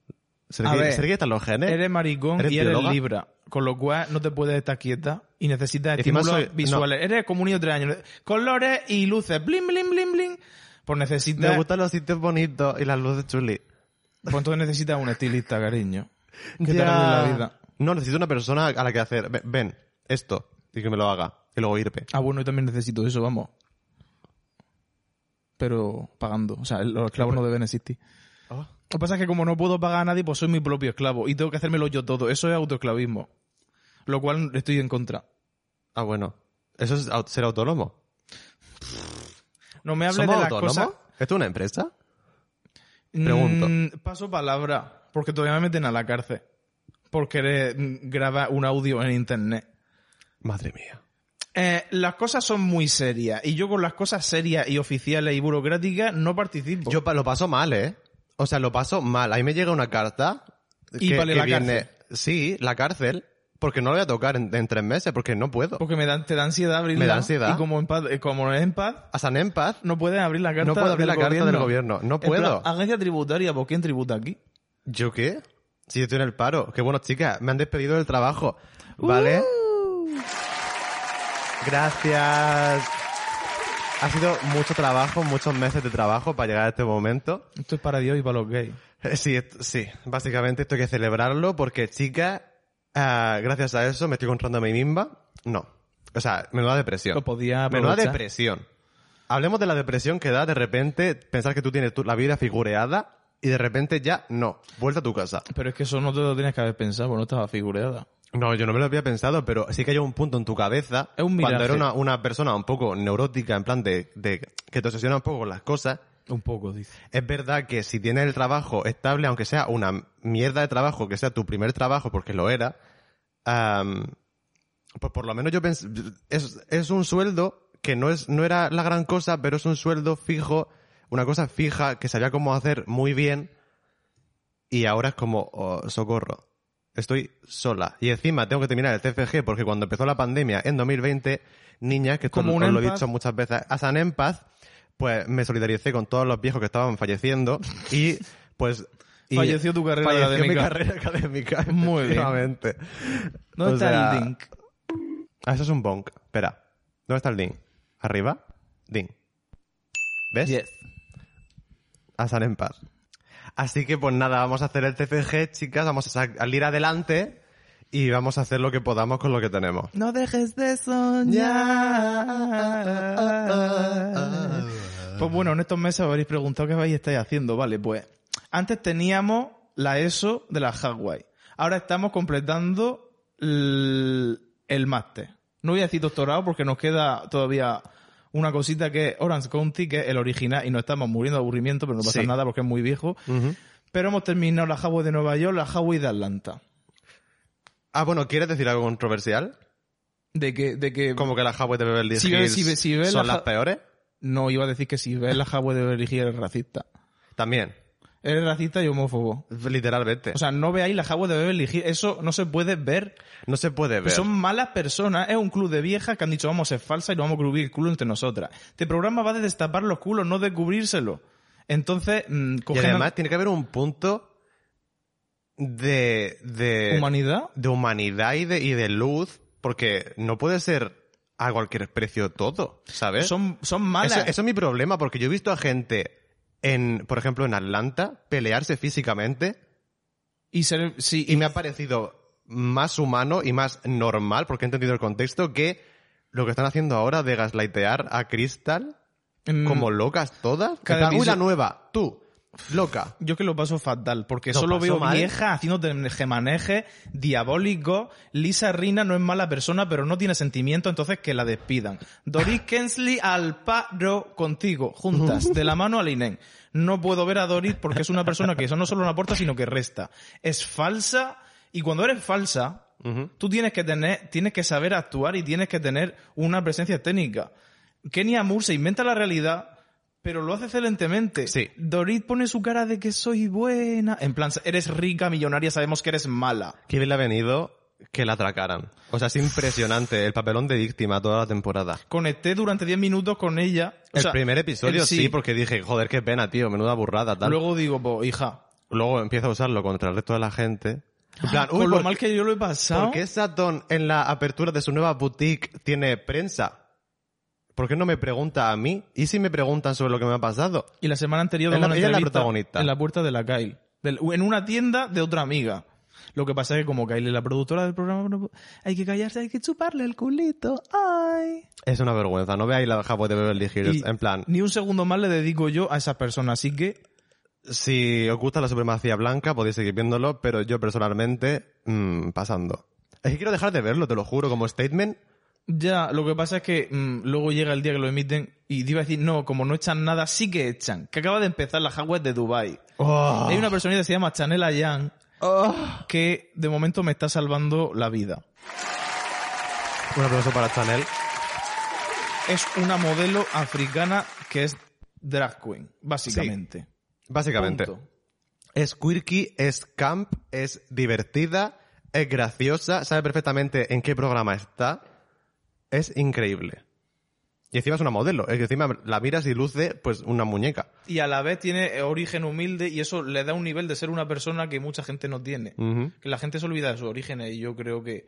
¿Será A que, ver, será que están los genes? Eres maricón ¿Eres y eres bióloga? libra, con lo cual no te puedes estar quieta y necesitas Encima estímulos soy- visuales. Eres como un niño de tres años. Colores y luces, blin, blin, blin, blin. Pues Me necesitas, gustan los sitios bonitos y las luces chulis. pues entonces necesitas un estilista, cariño. Que te Ya. arregle la vida. No, necesito una persona a la que hacer, "Ve- ven, esto, y que me lo haga, y luego irte. Ah, bueno, yo también necesito eso, vamos. Pero pagando. O sea, los esclavos no deben existir. Lo que pasa es que como no puedo pagar a nadie, pues soy mi propio esclavo y tengo que hacérmelo yo todo. Eso es autoesclavismo. Lo cual estoy en contra. Ah, bueno. ¿Eso es au- ser autónomo? No me hables ¿Somos de las autónomos? cosas... ¿Esto es una empresa? Mm, Pregunto. paso palabra, porque todavía me meten a la cárcel. Por querer mm, grabar un audio en internet. Madre mía. Eh, las cosas son muy serias y yo con las cosas serias y oficiales y burocráticas no participo. Yo pa- lo paso mal, ¿eh? O sea, lo paso mal. Ahí me llega una carta Y vale la Sí, la cárcel. Porque no la voy a tocar en, en tres meses, porque no puedo. porque me dan, te da ansiedad abrirla. Me da ansiedad. Y como, en paz- eh, como no es en paz, A San en paz, no puedes abrir la carta no puedo abrir del la carta gobierno. del gobierno. No En plan, puedo. agencia tributaria, ¿por quién tributa aquí? ¿Yo qué? Si yo estoy en el paro. Qué bueno, chicas, me han despedido del trabajo. ¿Vale? Uh. Gracias. Ha sido mucho trabajo, muchos meses de trabajo para llegar a este momento. Esto es para Dios y para los gays. Eh, Sí, est- sí. Básicamente esto hay que celebrarlo porque, chicas, ah, gracias a eso me estoy encontrando a mí misma. No. O sea, menuda depresión. Lo podía Menuda aprovechar. depresión. Hablemos de la depresión que da de repente pensar que tú tienes tu- la vida figureada y de repente ya no. Vuelta a tu casa. Pero es que eso no te lo tienes que haber pensado, porque no estaba figureada. No, yo no me lo había pensado, pero sí que hay un punto en tu cabeza Es un cuando miraje. eres una, una persona un poco neurótica, en plan de, de que te obsesiona un poco con las cosas. Un poco, dice. Es verdad que si tienes el trabajo estable, aunque sea una mierda de trabajo, que sea tu primer trabajo, porque lo era, am, pues por lo menos yo pensé, es, es un sueldo que no es, no era la gran cosa, pero es un sueldo fijo, una cosa fija que sabía cómo hacer muy bien, y ahora es como, oh, socorro. Estoy sola. Y encima tengo que terminar el TFG porque cuando empezó la pandemia en 2020, niñas, que esto Como un os lo he empaz. dicho muchas veces, a San en paz, pues me solidaricé con todos los viejos que estaban falleciendo y pues... y Falleció tu carrera falleció mi académica. carrera académica. Muy bien. efectivamente. ¿Dónde O está sea, el link? Ah, eso es un bonk. Espera. ¿Dónde está el link? ¿Arriba? Ding. ¿Ves? a estar en paz. Así que pues nada, vamos a hacer el TCG, chicas, vamos a sa- al ir adelante y vamos a hacer lo que podamos con lo que tenemos. No dejes de soñar. Pues bueno, en estos meses habréis preguntado qué vais estáis haciendo. Vale, pues antes teníamos la ESO de la Hawaii. Ahora estamos completando l- el máster. No voy a decir doctorado porque nos queda todavía una cosita que es Orange County, que es el original, y nos estamos muriendo de aburrimiento, pero no pasa Sí. nada porque es muy viejo. Pero hemos terminado la Hawaii de Nueva York, la Hawaii de Atlanta. Ah, bueno, ¿quieres decir algo controversial? De que, de que Como que las Huawei de Beverly Si ve- Hills si ve- si ve son la las ja- peores. No, iba a decir que si ves la Hawaii de Beverly Hills eres racista. También, Eres racista y homófobo. literalmente. O sea, no veáis la Hawaii de Beverly Hills. Eso no se puede ver. no se puede ver. pues Son malas personas. Es un club de viejas que han dicho vamos a ser falsa y nos vamos a cubrir el culo entre nosotras. Este programa va de destapar los culos, no de cubrírselo. Entonces, mm, y cogen además tiene que haber un punto de... de humanidad. de humanidad y de, y de luz, porque no puede ser a cualquier precio todo, ¿sabes? Son, son malas. ¿Eh? Eso, eso es mi problema, porque yo he visto a gente en, por ejemplo, en Atlanta, pelearse físicamente Y ser- sí, y me ha parecido más humano y más normal, porque he entendido el contexto, que lo que están haciendo ahora de gaslightear a Crystal mm, como locas todas. Cada Cada una episo- nueva, tú. Loca. Yo que lo paso fatal, porque Lo solo paso veo mal. vieja haciendo maneje diabólico. Lisa Rina no es mala persona, pero no tiene sentimiento, entonces que la despidan. Doris Kensley al paro contigo, juntas, de la mano al INEN. No puedo ver a Doris porque es una persona que eso no solo no aporta, sino que resta. Es falsa, y cuando eres falsa, Ujú. tú tienes que tener, tienes que saber actuar y tienes que tener una presencia técnica. Kenya Moore se inventa la realidad, pero lo hace excelentemente. Sí. Dorit pone su cara de que soy buena. En plan, eres rica, millonaria, sabemos que eres mala. Qué bien le ha venido que la atracaran. O sea, es impresionante el papelón de víctima toda la temporada. Conecté durante 10 minutos con ella. O el sea, primer episodio el sí. porque dije, joder, qué pena, tío, menuda burrada, tal. Luego, Luego digo, pues, hija, empiezo a usarlo contra el resto de la gente. En plan, uy, Ah, con lo ¿por, mal que yo lo he pasado. ¿por qué Saturn en la apertura de su nueva boutique tiene prensa? ¿Por qué no me pregunta a mí? ¿Y si me preguntan sobre lo que me ha pasado? Y la semana anterior Es daba la- una ella es la entrevista protagonista. en la puerta de la Kyle. Del- en una tienda de otra amiga. Lo que pasa es que como Kyle es la productora del programa, no pu- hay que callarse, hay que chuparle el culito. Ay. Es una vergüenza. No veáis la Japón de Beverly Hills. Y en plan, Ni un segundo más le dedico yo a esa persona, así que si os gusta la supremacía blanca, podéis seguir viéndolo, pero yo personalmente, mm, pasando. Es que quiero dejar de verlo, te lo juro, como statement. ya, lo que pasa es que mm, luego llega el día que lo emiten y te iba a decir, no, como no echan nada, sí que echan. Que acaba de empezar la Hardware de Dubai Oh. Hay una personita que se llama Chanel Ayan que de momento me está salvando la vida. Un aplauso para Chanel. es una modelo africana que es drag queen, básicamente. Básicamente. Punto. Es quirky, es camp, es divertida, es graciosa, sabe perfectamente en qué programa está. Es increíble. Y encima es una modelo. Es que encima la miras y luce, pues, una muñeca. Y a la vez tiene eh, origen humilde y eso le da un nivel de ser una persona que mucha gente no tiene. Ujú. Que la gente se olvida de sus orígenes y yo creo que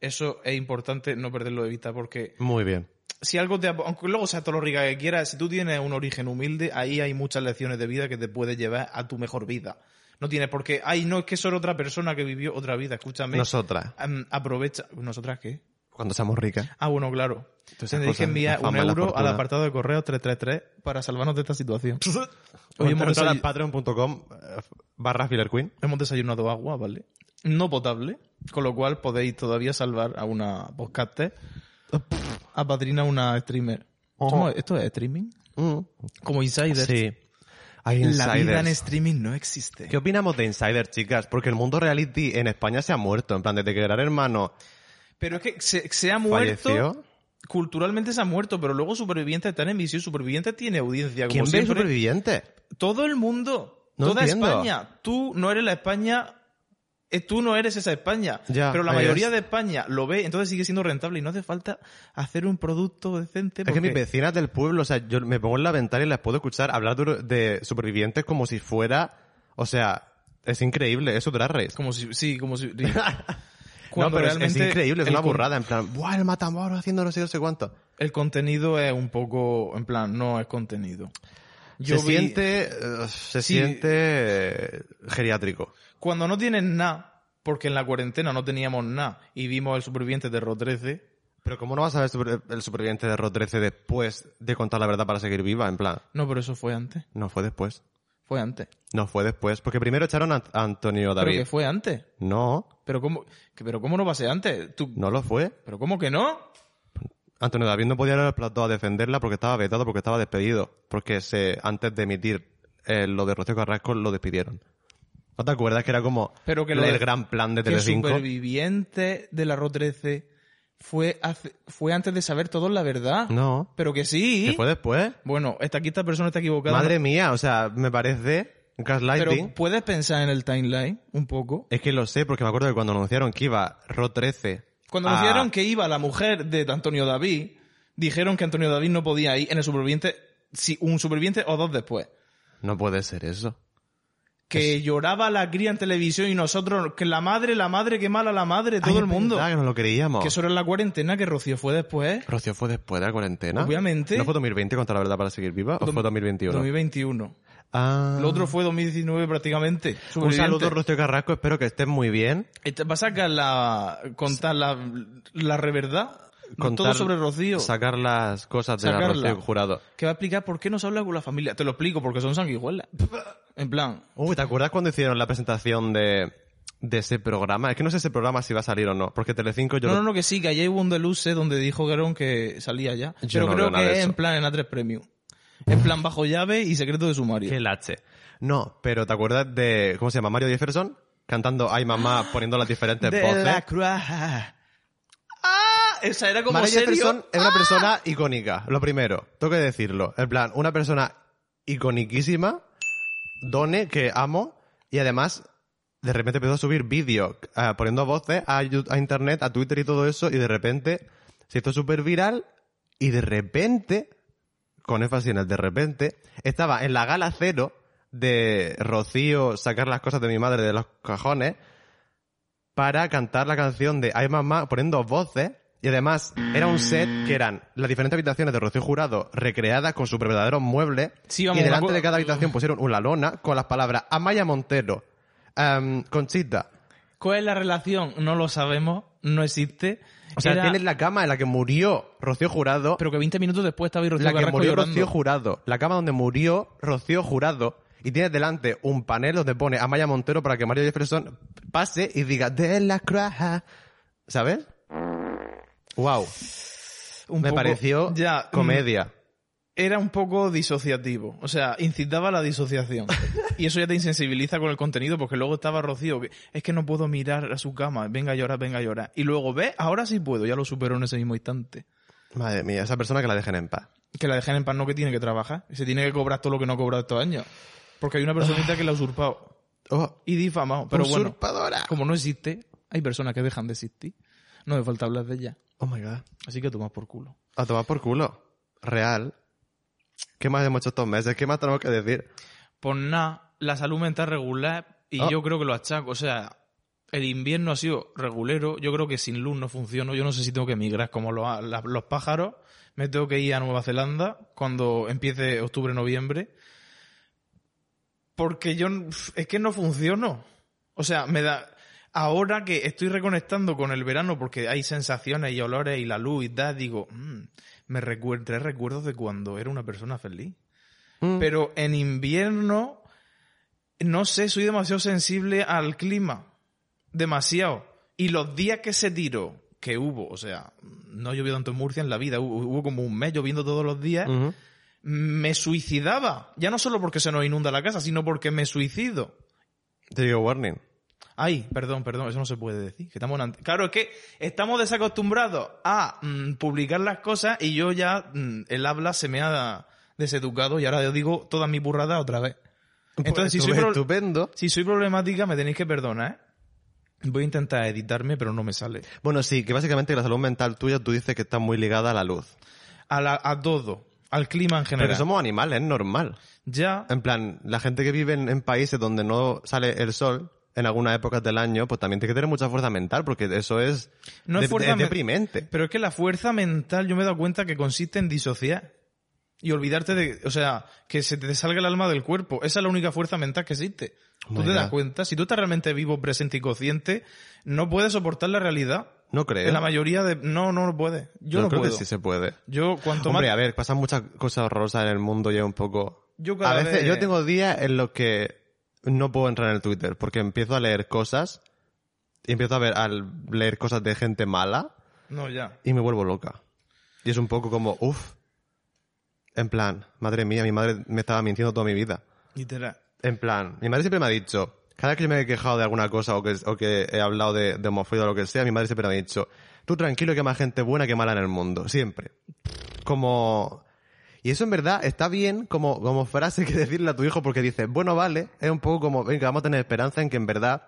eso es importante no perderlo de vista porque Muy bien. si algo te... ap- Aunque luego sea todo lo rica que quieras, si tú tienes un origen humilde, ahí hay muchas lecciones de vida que te puede llevar a tu mejor vida. No tienes porque, ay, no, es que soy otra persona que vivió otra vida, escúchame. Nosotras, Am, aprovecha... ¿Nosotras qué? cuando seamos ricas. Ah, bueno, claro. Todas esas Tendréis que cosas, enviar la un fama, la euro al fortuna. apartado de correo 333 para salvarnos de esta situación. Hoy hemos, Entrad desay- en patreon.com eh, barra Filler Queen. hemos desayunado agua, ¿vale? No potable, con lo cual podéis todavía salvar a una podcaster, a padrina una streamer. Ojo. ¿Cómo es? ¿Esto es streaming? Como insider. Sí. Hay La vida en este- insiders. streaming no existe. ¿Qué opinamos de Insider, chicas? Porque el mundo reality en España se ha muerto. En plan, desde que Gran Hermano Pero es que se, se ha muerto. falleció. Culturalmente se ha muerto, pero luego Supervivientes está en emisión. Supervivientes tiene audiencia. Como ¿Quién ve siempre. Superviviente? Todo el mundo. No toda entiendo. España. Tú no eres la España. eh, Tú no eres esa España. Ya, pero la eres- mayoría de España lo ve, entonces sigue siendo rentable y no hace falta hacer un producto decente. Es que porque- mis vecinas del pueblo, o sea, yo me pongo en la ventana y las puedo escuchar hablar de, de Supervivientes como si fuera... O sea, es increíble. Es su drag race. Como si, sí, como si. No, Cuando pero es- es, realmente increíble. Es el una con- burrada. En plan, ¡buah, el Matamoros haciendo no sé, no sé cuánto! El contenido es un poco, en plan, no es contenido. Yo se vi- siente, eh, se Sí. siente eh, geriátrico. Cuando no tienes nada, porque en la cuarentena no teníamos nada y vimos el superviviente de Ro 13, Pero ¿cómo no vas a ver sobre- el superviviente de Rod 13 después de contar la verdad para seguir viva? En plan, no, pero eso fue antes. no fue después. Fue antes. No fue después. Porque primero echaron a a Antonio Pero que David. fue antes. No, Pero cómo, que- pero cómo no va a ser antes. Tú, no lo fue. pero cómo que no. Antonio David no podía ir al plató a defenderla porque estaba vetado, porque estaba despedido. Porque se, antes de emitir eh, lo de Rocío Carrasco, lo despidieron. ¿No te acuerdas que era como Pero que el lo de- gran plan de Que el Telecinco? superviviente de la Ro 13 fue hace- fue antes de saber todos la verdad. No, Pero que sí. que fue después. Bueno, esta aquí esta persona está equivocada. Madre mía, o sea, me parece gaslighting. pero puedes pensar en el timeline un poco. Es que lo sé, porque me acuerdo que cuando anunciaron que iba Ro 13. Cuando a- anunciaron que iba la mujer de Antonio David, dijeron que Antonio David no podía ir en el superviviente, si un superviviente o dos después. No puede ser eso. Que lloraba la cría en televisión y nosotros, que la madre, la madre, que mala la madre, todo Ay, el es mundo. verdad, que no lo creíamos. Que eso era en la cuarentena, que Rocío fue después. ¿eh? Rocío fue después de la cuarentena. Obviamente. ¿No fue 2020 contra la verdad para seguir viva? ¿O Dom- fue 2021? 2021. Ah. Lo otro fue 2019 prácticamente. Eh, Un saludo, Superviviente. Rocío Carrasco. Espero que estés muy bien. Este, ¿Vas a sacar la, contar la, la reverdad? No todo sobre Rocío. Sacar las cosas de la Sacarla. Rocío Jurado. Que va a explicar por qué no se habla con la familia. Te lo explico, porque son sanguijuelas. En plan, Uy, ¿te acuerdas cuando hicieron la presentación de, de ese programa? Es que no sé ese programa si va a salir o no, porque Telecinco yo no, lo- no, no, que sí, que allí hubo un deluxe donde dijo Gerón que salía ya. Pero Yo no veo creo nada de que es eso. en plan en A3 Premium. En plan bajo llave y secreto de sumario. Qué lache. No, pero ¿te acuerdas de, ¿cómo se llama? Mario Jefferson cantando Ay Mamá, poniendo las diferentes voces. cruz. ¡Ah! Esa era como Mario serio. ¡Ah! Jefferson es una persona icónica, lo primero, tengo que decirlo. En plan, una persona iconiquísima, Done, que amo, y además de repente empezó a subir vídeos ah, poniendo voces a, Yu- a internet, a Twitter y todo eso, y de repente se hizo súper viral, y de repente, con énfasis en el de repente, estaba en la gala cero de Rocío sacar las cosas de mi madre de los cajones, para cantar la canción de Ay Mamá poniendo voces. Y además era un set que eran las diferentes habitaciones de Rocío Jurado recreadas con sus verdaderos muebles. Sí, vamos, y me delante acu- de cada habitación pusieron una lona con las palabras Amaya Montero, em, Conchita. ¿Cuál es la relación? No lo sabemos, no existe. O sea, Era- tienes la cama en la que murió Rocío Jurado, Pero que 20 minutos después estaba ahí Rocío la que Carrasco murió llorando. Rocío Jurado, la cama donde murió Rocío Jurado. Y tienes delante un panel donde pone Amaya Montero para que Mario Jefferson pase y diga de la craja. ¿Sabes? Wow. Un me poco- pareció ya, comedia. mm, Era un poco disociativo. O sea, incitaba a la disociación. y eso ya te insensibiliza con el contenido porque luego estaba Rocío que es que no puedo mirar a su cama. Venga a llorar, venga a llorar. Y luego, ve, ahora sí puedo. Ya lo superó en ese mismo instante. Madre mía, esa persona que la dejen en paz. Que la dejen en paz, no que tiene que trabajar. Se tiene que cobrar todo lo que no ha cobrado estos años. Porque hay una personita que la ha usurpado. Oh, Y difamado. Pero bueno, usurpadora. como no existe, hay personas que dejan de existir. No me falta hablar de ella. Oh my god. Así que toma por culo. A tomar por culo. Real. ¿Qué más hemos hecho estos meses? ¿Qué más tenemos que decir? Pues nada, la salud mental regular y Ah. yo creo que lo achaco. O sea, el invierno ha sido regulero. Yo creo que sin luz no funciono. Yo no sé si tengo que emigrar como los, a- la- los pájaros. Me tengo que ir a Nueva Zelanda cuando empiece octubre, noviembre. Porque yo n- pf, es que no funciono. O sea, me da... Ahora que estoy reconectando con el verano porque hay sensaciones y olores y la luz y tal, digo, "Mm, me recuerda recuerdos de cuando era una persona feliz. Mm. Pero en invierno, no sé, soy demasiado sensible al clima. Demasiado. Y los días que se tiró, que hubo, o sea, no llovió tanto en Murcia en la vida, hubo, hubo como un mes lloviendo todos los días, Ujú. me suicidaba. Ya no solo porque se nos inunda la casa, sino porque me suicido. Te digo warning. Ay, perdón, perdón, eso no se puede decir. Que estamos en ante- Claro, es que estamos desacostumbrados a mm, publicar las cosas y yo ya mm, el habla se me ha deseducado y ahora yo digo toda mi burrada otra vez. Entonces, si soy, pro- estupendo. si soy problemática, me tenéis que perdonar. ¿eh? Voy a intentar editarme, pero no me sale. Bueno, sí, que básicamente la salud mental tuya tú dices que está muy ligada a la luz. A, la- a todo, al clima en general. Pero que somos animales, es normal. Ya, En plan, la gente que vive en, en países donde no sale el sol en algunas épocas del año, pues también tiene que tener mucha fuerza mental, porque eso es, No es de- fuerza es men- deprimente. pero es que la fuerza mental yo me he dado cuenta que consiste en disociar. Y olvidarte de, o sea, que se te salga el alma del cuerpo. Esa es la única fuerza mental que existe. Oh tú my te das God. cuenta, si tú estás realmente vivo, presente y consciente, no puedes soportar la realidad. No creo. En la mayoría de... No, no lo puedes. Yo no Eh. creo puedo. que sí se puede. Yo cuanto Hombre, más... a ver, pasan muchas cosas horrorosas en el mundo y es un poco... Yo cada A veces vez- yo tengo días en los que no puedo entrar en el Twitter porque empiezo a leer cosas y empiezo a ver al leer cosas de gente mala No, ya. y me vuelvo loca. Y es un poco como, uff, en plan, madre mía, mi madre me estaba mintiendo toda mi vida. Literal. En plan, mi madre siempre me ha dicho, cada vez que yo me he quejado de alguna cosa o que, o que he hablado de, de homofobia o lo que sea, mi madre siempre me ha dicho, tú tranquilo que hay más gente buena que mala en el mundo, siempre. Como... Y eso en verdad está bien como, como frase que decirle a tu hijo porque dices, bueno, vale, es un poco como, venga, vamos a tener esperanza en que en verdad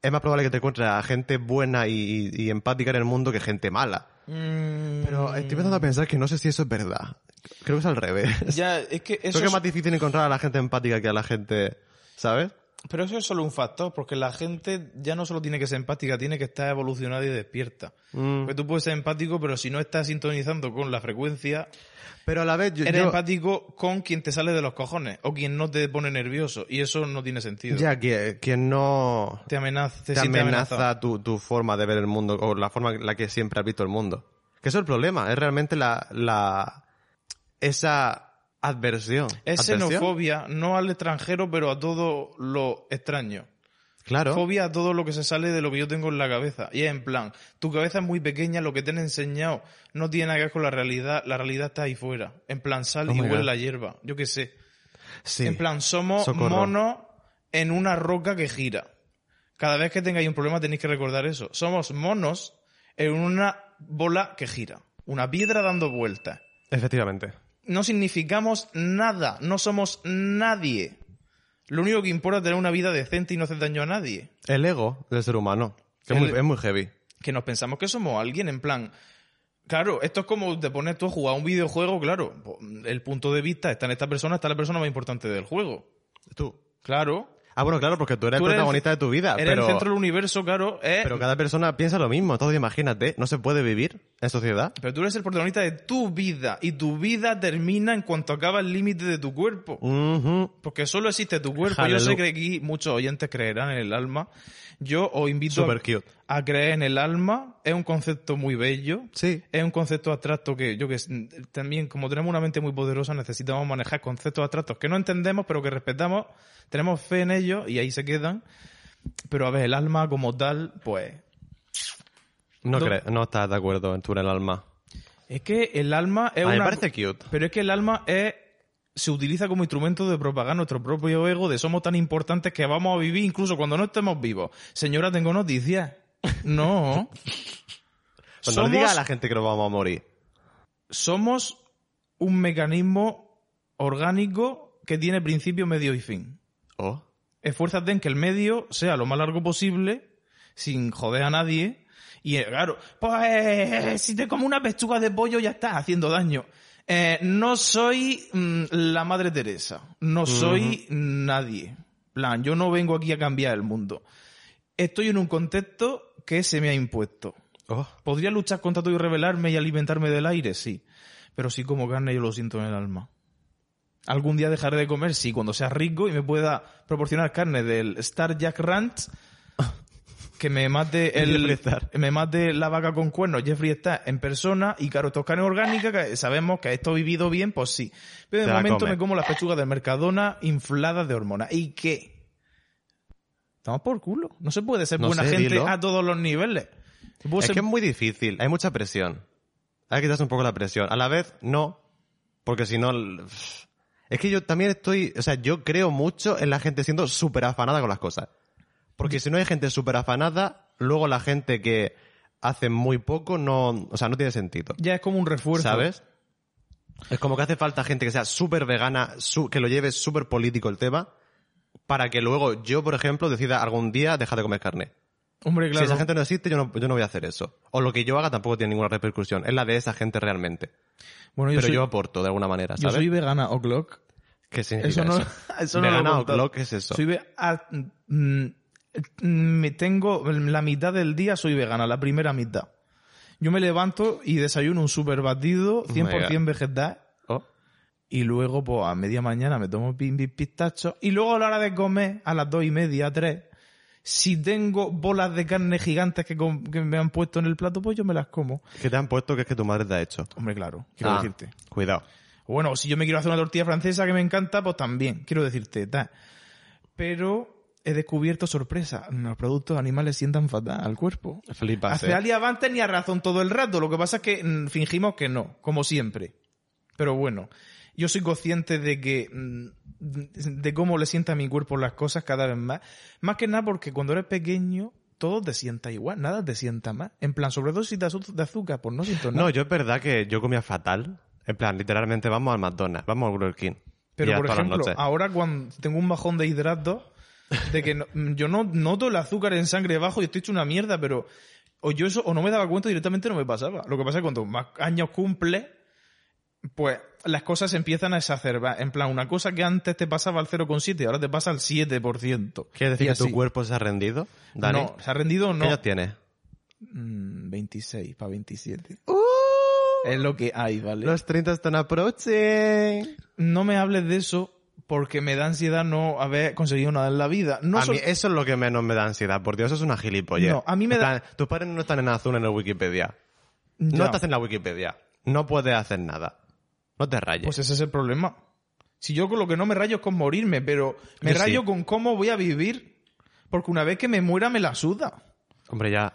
es más probable que te encuentres a gente buena y, y- y empática en el mundo que gente mala. Mm. Pero estoy empezando a pensar que no sé si eso es verdad. Creo que es al revés. Ya, es que eso Creo que es- es más difícil encontrar a la gente empática que a la gente, ¿sabes? Pero eso es solo un factor, porque la gente ya no solo tiene que ser empática, tiene que estar evolucionada y despierta. Mm. Porque tú puedes ser empático, pero si no estás sintonizando con la frecuencia, Pero a la vez yo, eres yo- empático con quien te sale de los cojones o quien no te pone nervioso. Y eso no tiene sentido. ya que, que no Te amenaza, te, te sientes amenaza amenazado. tu, tu forma de ver el mundo o la forma en la que siempre has visto el mundo. Que eso es el problema, es realmente la, la esa adversión. Es ¿Adversión? xenofobia, no al extranjero, pero a todo lo extraño. Claro. Fobia a todo lo que se sale de lo que yo tengo en la cabeza. Y es en plan, tu cabeza es muy pequeña, lo que te han enseñado no tiene nada que ver con la realidad, la realidad está ahí fuera. En plan, sal Oh y my huele God. la hierba, yo qué sé. Sí. En plan, somos Socorro. monos en una roca que gira. Cada vez que tengáis un problema tenéis que recordar eso. Somos monos en una bola que gira. Una piedra dando vueltas. Efectivamente. No significamos nada. No somos nadie. Lo único que importa es tener una vida decente y no hacer daño a nadie. El ego del ser humano. Que es, El- muy, es muy heavy. Que nos pensamos que somos alguien, en plan... Claro, esto es como te pones tú a jugar a un videojuego, claro. El punto de vista está en esta persona, está la persona más importante del juego. Tú. Claro. Ah, bueno, claro, porque tú eres Tú el eres el- protagonista de tu vida. Eres pero, el centro del universo, claro. eh, es- pero cada persona piensa lo mismo. Entonces imagínate, no se puede vivir en sociedad. Pero tú eres el protagonista de tu vida y tu vida termina en cuanto acaba el límite de tu cuerpo. Ujú. Porque solo existe tu cuerpo. Hallelu- Yo sé que aquí muchos oyentes creerán en el alma. Yo os invito Super a, cute. a creer en el alma. Es un concepto muy bello. Sí. Es un concepto abstracto que yo que s- también, como tenemos una mente muy poderosa, necesitamos manejar conceptos abstractos que no entendemos, pero que respetamos. Tenemos fe en ellos y ahí se quedan. Pero a ver, el alma como tal, pues No, Do- cre- no estás de acuerdo en tú en el alma. Es que el alma es A mí me una... parece cute. Pero es que el alma es... Se utiliza como instrumento de propagar nuestro propio ego de somos tan importantes que vamos a vivir incluso cuando no estemos vivos. Señora, tengo noticias. No. Pues somos, No le digas a la gente que nos vamos a morir. somos un mecanismo orgánico que tiene principio, medio y fin. Oh. Esfuérzate en que el medio sea lo más largo posible, sin joder a nadie. Y eh, claro, pues eh, si te como una pechuga de pollo ya estás haciendo daño. Eh, no soy mm, la madre Teresa, no soy nadie. Plan, yo no vengo aquí a cambiar el mundo. Estoy en un contexto que se me ha impuesto. Oh. ¿Podría luchar contra todo y rebelarme y alimentarme del aire? Sí. Pero sí como carne yo lo siento en el alma. ¿Algún día dejaré de comer? Sí, cuando sea rico y me pueda proporcionar carne del Star Jack Ranch que me mate Jeffree el Star. me mate la vaca con cuernos Jeffrey está en persona y claro, esto es carne orgánica que sabemos que esto vivido bien, pues sí. Pero Te de la momento comes. me como las pechugas del Mercadona infladas de hormonas. ¿Y qué? Estamos por culo. No se puede ser No buena sé, gente dilo. a todos los niveles. No puedo Es ser que es muy difícil, hay mucha presión. Hay que quitarse un poco la presión. A la vez, no, porque si no... l- Es que yo también estoy... O sea, yo creo mucho en la gente siendo súper afanada con las cosas. Porque si no hay gente súper afanada, luego la gente que hace muy poco no... O sea, no tiene sentido. ya es como un refuerzo. ¿Sabes? Es como que hace falta gente que sea súper vegana, su- que lo lleve súper político el tema, para que luego yo, por ejemplo, decida algún día dejar de comer carne. Hombre, claro. Si esa gente no existe, yo no, yo no voy a hacer eso. O lo que yo haga tampoco tiene ninguna repercusión. Es la de esa gente realmente. bueno, yo Pero soy, yo aporto de alguna manera, yo ¿sabes? soy vegana o clock. ¿Qué significa Eso no, eso? eso no lo he Vegana o contado. clock, ¿qué es eso? Soy ve- ah, mm, mm, me tengo la mitad del día soy vegana, la primera mitad. Yo me levanto y desayuno un super batido, my 100% God. vegetal, Oh, y luego pues a media mañana me tomo pin pin pistachos, y luego a la hora de comer, a las dos y media, tres, si tengo bolas de carne gigantes que, com- que me han puesto en el plato, pues yo me las como. ¿Qué te han puesto que es que tu madre te ha hecho? Hombre, claro, quiero Ah, decirte. Cuidado. Bueno, si yo me quiero hacer una tortilla francesa que me encanta, pues también, quiero decirte, tal. Pero he descubierto sorpresa, los productos animales sientan fatal al cuerpo. Flipas, eh. Azteal y Avant tenía razón todo el rato, lo que pasa es que mm, fingimos que no, como siempre. Pero bueno, yo soy consciente de que mm, de cómo le sienta a mi cuerpo las cosas cada vez más. Más que nada porque cuando eres pequeño todo te sienta igual, nada te sienta más. En plan, sobre todo si te azu- de azúcar, pues no siento nada. No, yo es verdad que yo comía fatal. En plan, literalmente, vamos al McDonald's, vamos al Burger King. Pero Ya por todas las ejemplo, noches. ahora cuando tengo un bajón de hidratos, de que no- yo no noto el azúcar en sangre bajo y estoy hecho una mierda, pero o yo eso o no me daba cuenta directamente no me pasaba. Lo que pasa es que cuando más años cumple, pues las cosas se empiezan a exacerbar. En plan, una cosa que antes te pasaba al 0,7 ahora te pasa al 7%. ¿Quieres decir Y que así. tu cuerpo se ha rendido, Dani? No, se ha rendido o ¿Qué no. edad tienes? Mm, 26 para 27. Es lo que hay, ¿vale? Los 30 están approaching. No me hables de eso porque me da ansiedad no haber conseguido nada en la vida. No a sol- mí eso es lo que menos me da ansiedad, por Dios, eso es una gilipollez. No, a mí me En da- plan, Tus padres no están en azul en el Wikipedia. No Ya. estás en la Wikipedia. No puedes hacer nada. No te rayes. Pues ese es el problema. Si yo con lo que no me rayo es con morirme, pero me Yo sí. rayo con cómo voy a vivir. Porque una vez que me muera me la suda. Hombre, ya.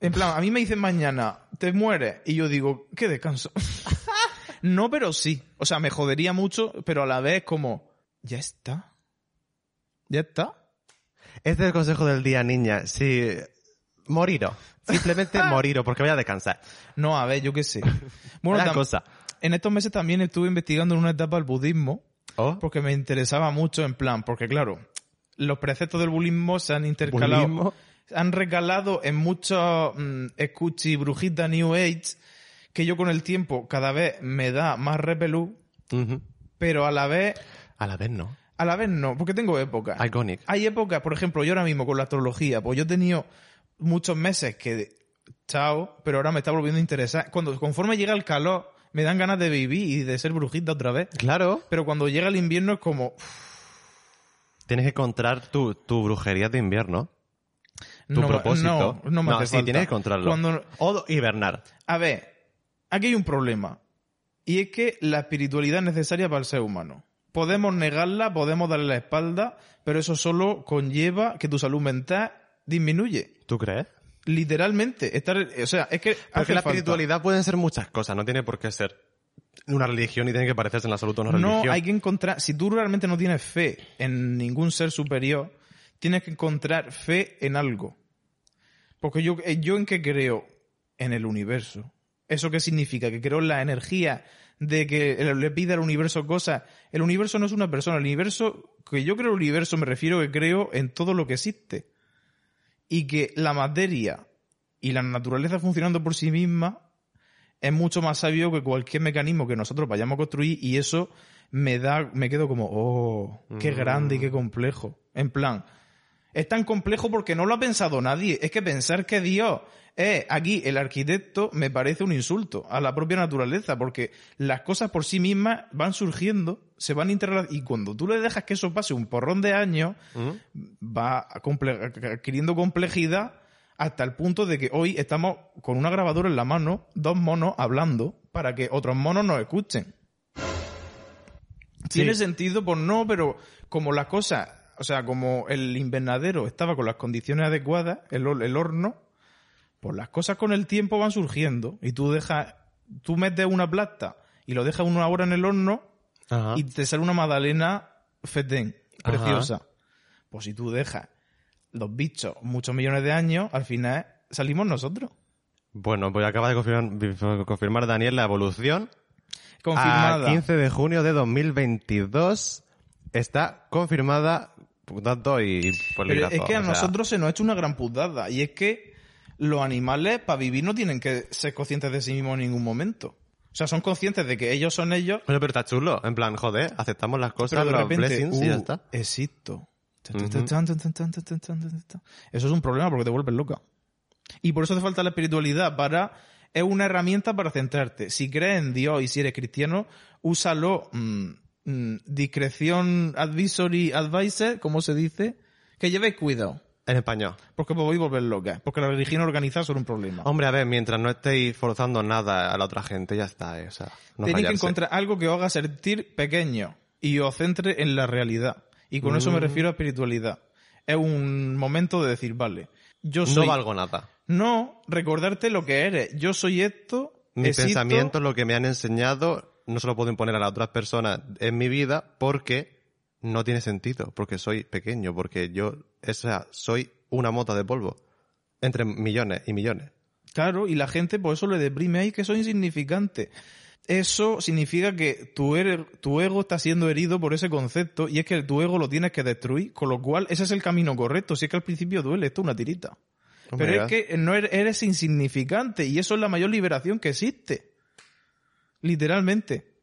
En plan, a mí me dicen mañana, te mueres. Y yo digo, qué descanso. no, pero sí. O sea, me jodería mucho, pero a la vez como, ya está. Ya está. Este es el consejo del día, niña. Sí. Moriros. Simplemente moriros, porque voy a descansar. No, a ver, yo qué sé. Bueno, Una tam- cosa. en estos meses también estuve investigando en una etapa el budismo. Oh, porque me interesaba mucho en plan, porque claro, los preceptos del budismo se han intercalado, budismo. han regalado en muchos mm, escuchi brujita New Age que yo con el tiempo cada vez me da más repelú, Ujú. pero a la vez, A la vez no. a la vez no, porque tengo épocas. Iconic. Hay épocas, por ejemplo, yo ahora mismo con la astrología, pues yo he tenido muchos meses que chao, pero ahora me está volviendo a interesar. Cuando conforme llega el calor, me dan ganas de vivir y de ser brujita otra vez. Claro. Pero cuando llega el invierno es como, Tienes que encontrar tu, tu brujería de invierno. Tu me- propósito. No, no me hace sí, falta. tienes que encontrarlo. Cuando- O hibernar. a ver, aquí hay un problema. Y es que la espiritualidad es necesaria para el ser humano. Podemos negarla, podemos darle la espalda, pero eso solo conlleva que tu salud mental disminuye. ¿Tú crees? Literalmente. Estar, o sea, es que... hace Porque la falta. espiritualidad pueden ser muchas cosas, no tiene por qué ser una religión y tiene que parecerse en absoluto a una No, religión. hay que encontrar... Si tú realmente no tienes fe en ningún ser superior, tienes que encontrar fe en algo. Porque yo, eh, yo en qué creo? En el universo. ¿Eso qué significa? Que creo en la energía de que el- le pida al universo cosas. El universo no es una persona. El universo, que yo creo en el universo, me refiero que creo en todo lo que existe. Y que la materia y la naturaleza funcionando por sí misma es mucho más sabio que cualquier mecanismo que nosotros vayamos a construir y eso me da, me quedo como, oh, qué Mm. grande y qué complejo. En plan, es tan complejo porque no lo ha pensado nadie. Es que pensar que Dios es aquí el arquitecto me parece un insulto a la propia naturaleza, porque las cosas por sí mismas van surgiendo, se van interrelacionando, y cuando tú le dejas que eso pase un porrón de años, ¿Mm? va a comple- adquiriendo complejidad hasta el punto de que hoy estamos con una grabadora en la mano, dos monos hablando para que otros monos nos escuchen. Sí. Tiene sentido, pues no, pero como las cosas, o sea, como el invernadero estaba con las condiciones adecuadas, el, hor- el horno, pues las cosas con el tiempo van surgiendo y tú dejas, tú metes una plasta y lo dejas una hora en el horno Ajá. y te sale una magdalena fetén, Ajá. preciosa. Pues si tú dejas los bichos muchos millones de años, al final salimos nosotros. Bueno, pues acaba de confirmar, confirmar Daniel la evolución. Confirmada. A 15 de junio de 2022 está confirmada pues, dato y Pero polígrafo. es que a o sea, nosotros se nos ha hecho una gran putada. Y es que los animales, para vivir, no tienen que ser conscientes de sí mismos en ningún momento. O sea, son conscientes de que ellos son ellos, Oye, pero está chulo. En plan, joder, aceptamos las cosas, pero de los repente, blessings y ya "Uh, está. existo. Tan, Ujú. tan, tan, tan, tan, tan, tan, tan, tan, tan. Eso es un problema porque te vuelves loca. Y por eso hace falta la espiritualidad para es una herramienta para centrarte. Si crees en Dios y si eres cristiano, úsalo mm, mm, discreción advisory advisor, como se dice, que lleves cuidado, En español. porque me voy a volver loca, porque la religión organizada es un problema. Hombre, a ver, mientras no estéis forzando nada a la otra gente, ya está. eh, O sea, no Tenéis que rayarse. encontrar algo que os haga sentir pequeño y os centre en la realidad. Y con eso me Mm. refiero a espiritualidad. Es un momento de decir, vale, yo soy... No valgo nada. No, recordarte lo que eres. Yo soy esto, Mis existo, pensamientos, lo que me han enseñado, no se lo puedo imponer a las otras personas en mi vida porque no tiene sentido, porque soy pequeño, porque yo o sea, soy una mota de polvo entre millones y millones. Claro, y la gente por eso le deprime ahí que soy insignificante. Eso significa que tu, er- tu ego está siendo herido por ese concepto y es que tu ego lo tienes que destruir, con lo cual ese es el camino correcto. Si es que al principio duele, esto es una tirita. Hombre, Pero ya. es que no er- eres, insignificante y eso es la mayor liberación que existe. Literalmente.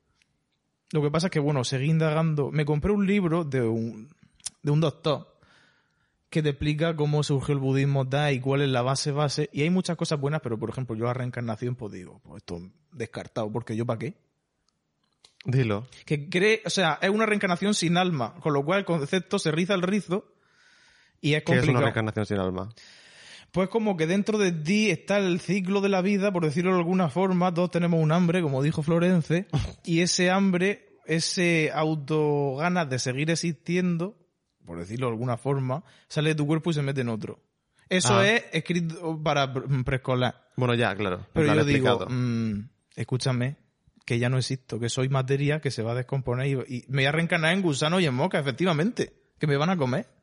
Lo que pasa es que, bueno, seguí indagando. Me compré un libro de un, de un doctor que te explica cómo surgió el budismo da y cuál es la base base. Y hay muchas cosas buenas, pero por ejemplo, yo la reencarnación, pues digo, pues esto descartado, porque yo para qué. Dilo. Que cree, o sea, es una reencarnación sin alma, con lo cual el concepto se riza el rizo y es Que es una complicado. reencarnación sin alma. pues como que dentro de ti está el ciclo de la vida, por decirlo de alguna forma, todos tenemos un hambre, como dijo Florence, y ese hambre, ese auto ganas de seguir existiendo, por decirlo de alguna forma, sale de tu cuerpo y se mete en otro. Eso Ah. es escrito para pre- preescolar. Bueno, ya, claro. Pero Lo yo han digo, explicado. mm, escúchame, que ya no existo, que soy materia que se va a descomponer y, y me voy a reencarnar en gusano y en mosca, efectivamente, que me van a comer.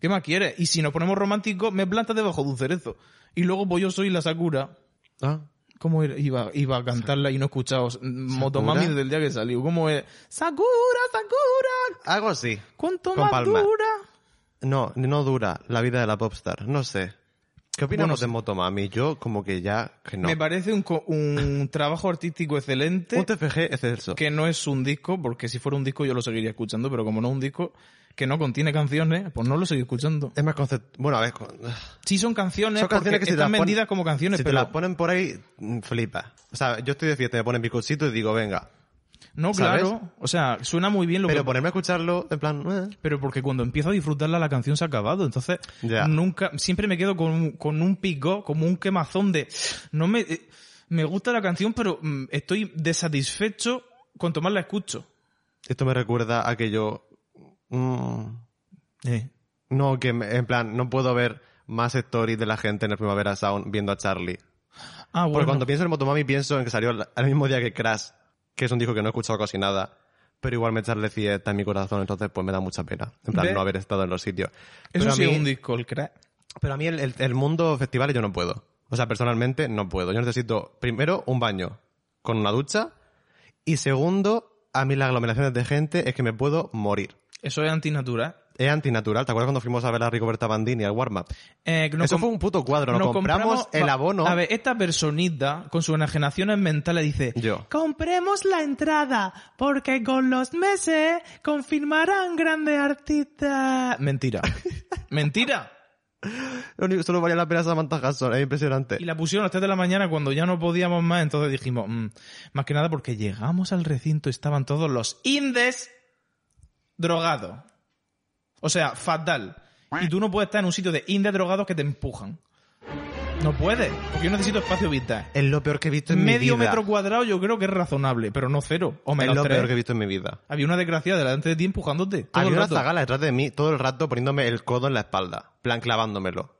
¿Qué más quieres? Y si nos ponemos románticos, me plantas debajo de un cerezo. Y luego pues yo soy la Sakura. Ah, ¿Cómo era? Iba, iba a cantarla y no he escuchado mm, Motomami desde el día que salió. ¿Cómo es? Sakura, Sakura, Algo así. ¿cuánto Con más palma. dura? No, no dura la vida de la popstar. No sé. ¿Qué opinamos Bueno, de Motomami? Yo como que ya que no. Me parece un, co- un trabajo artístico excelente. Un TFG excelso. que no es un disco, porque si fuera un disco yo lo seguiría escuchando, pero como no es un disco que no contiene canciones, pues no lo seguiré escuchando. Es más concept... Bueno, a ver... con- Sí son canciones, Son canciones porque que si te están las pon- vendidas como canciones, Si te pero las ponen por ahí, mm, flipa. O sea, yo estoy de fiesta, me ponen bizcochito y digo, venga. no, ¿sabes? claro, o sea, suena muy bien lo Pero que- ponerme a escucharlo, en plan... eh. pero porque cuando empiezo a disfrutarla la canción se ha acabado, entonces Ya. nunca siempre me quedo con, un- con un pico, como un quemazón de no me eh, me gusta la canción, pero mm, estoy desatisfecho cuanto más la escucho. Esto me recuerda a que yo... mm, Eh, no, que me- en plan, no puedo ver más stories de la gente en el Primavera Sound viendo a Charlie. Ah, Porque bueno. cuando pienso en Motomami pienso en que salió al al mismo día que Crash, que es un disco que no he escuchado casi nada. Pero igual me Charlie decía está en mi corazón, entonces pues me da mucha pena. En plan, ¿Ves? no haber estado en los sitios. Eso pero a sí mí- es un disco, el crack. Pero a mí el, el- el mundo festivales yo no puedo. O sea, personalmente no puedo. Yo necesito, primero, un baño con una ducha. Y segundo, a mí las aglomeraciones de gente es que me puedo morir. Eso es antinatural. Es antinatural. ¿Te acuerdas cuando fuimos a ver a Ricoberta Bandini al warm-up? Eh, que no Eso com- fue un puto cuadro. Nos, Nos compramos, el va- abono. A ver, esta personita con sus enajenaciones mentales dice, Yo. compremos la entrada porque con los meses confirmarán grandes artistas. Mentira. Mentira. Lo único- Solo valía la pena Samantha Hudson. Es impresionante. Y la pusieron a las 3 de la mañana cuando ya no podíamos más, entonces dijimos, "Mm". más que nada porque llegamos al recinto, estaban todos los indes drogados. O sea, fatal. Y tú no puedes estar en un sitio de indes drogados que te empujan. No puedes, porque yo necesito espacio vital. Es lo peor que he visto en mi vida. medio metro cuadrado yo creo que es razonable, pero no cero. O Es menos lo tres. peor que he visto en mi vida. Había una desgraciada delante de ti empujándote. Todo Había el una rato. zagala detrás de mí todo el rato poniéndome el codo en la espalda, en plan clavándomelo.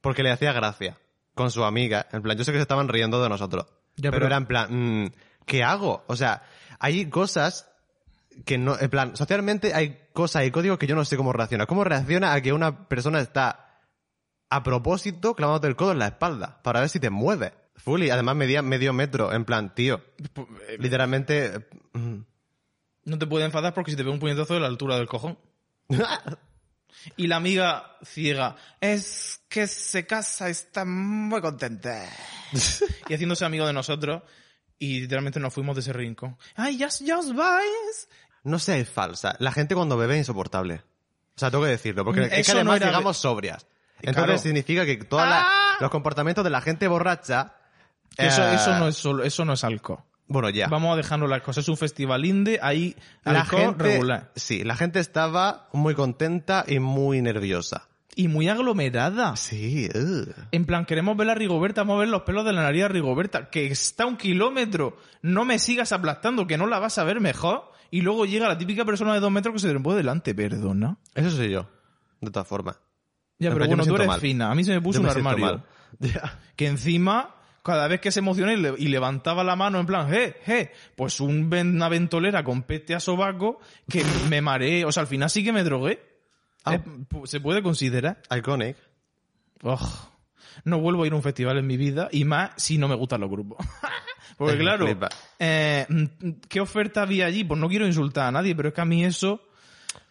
Porque le hacía gracia con su amiga, en plan, yo sé que se estaban riendo de nosotros. Ya, pero, pero- era en plan, mm, ¿qué hago? O sea, hay cosas que no, en plan, socialmente hay cosas y códigos que yo no sé cómo reacciona. ¿Cómo reacciona a que una persona está a propósito clavándote el codo en la espalda para ver si te mueve? Fully, además medía medio metro, en plan, tío, literalmente... mm, No te puede enfadar porque si te ve un puñetazo de la altura del cojón. y la amiga ciega, es que se casa, está muy contenta. y haciéndose amigo de nosotros. Y literalmente nos fuimos de ese rincón. ¡Ay, ya, ya os vais! No seáis falsa. La gente cuando bebe es insoportable. O sea, tengo que decirlo, porque Mm, es que eso además no era- llegamos sobrias. Entonces Claro. significa que todos ¡Ah! los comportamientos de la gente borracha... Que Eso, eh, eso no es solo, eso no es alcohol. Bueno, ya. Vamos a dejarnos las cosas. Es un festival indie, ahí la alcohol gente, regular. Sí, la gente estaba muy contenta y muy nerviosa. Y muy aglomerada. Sí, uh, ugh. En plan, queremos ver a Rigoberta, vamos a ver los pelos de la nariz de Rigoberta, que está a un kilómetro. No me sigas aplastando, que no la vas a ver mejor. Y luego llega la típica persona de dos metros que se te pone delante, perdona. Eso soy yo, de todas formas. Ya, En pero plan, yo bueno, me tú siento eres mal. fina. A mí se me puso Yo me un siento armario. mal. Ya. Que encima, cada vez que se emocionó y, le- y levantaba la mano en plan, ¡eh, eh! Pues un, ven- una ventolera con peste a sobaco que me mareé. O sea, al final sí que me drogué. Ah. Eh, pu- se puede considerar. Iconic. Ugh. no vuelvo a ir a un festival en mi vida y más si no me gustan los grupos. Porque pues Me claro, flipa. eh, mm, ¿qué oferta había allí? Pues no quiero insultar a nadie, pero es que a mí eso,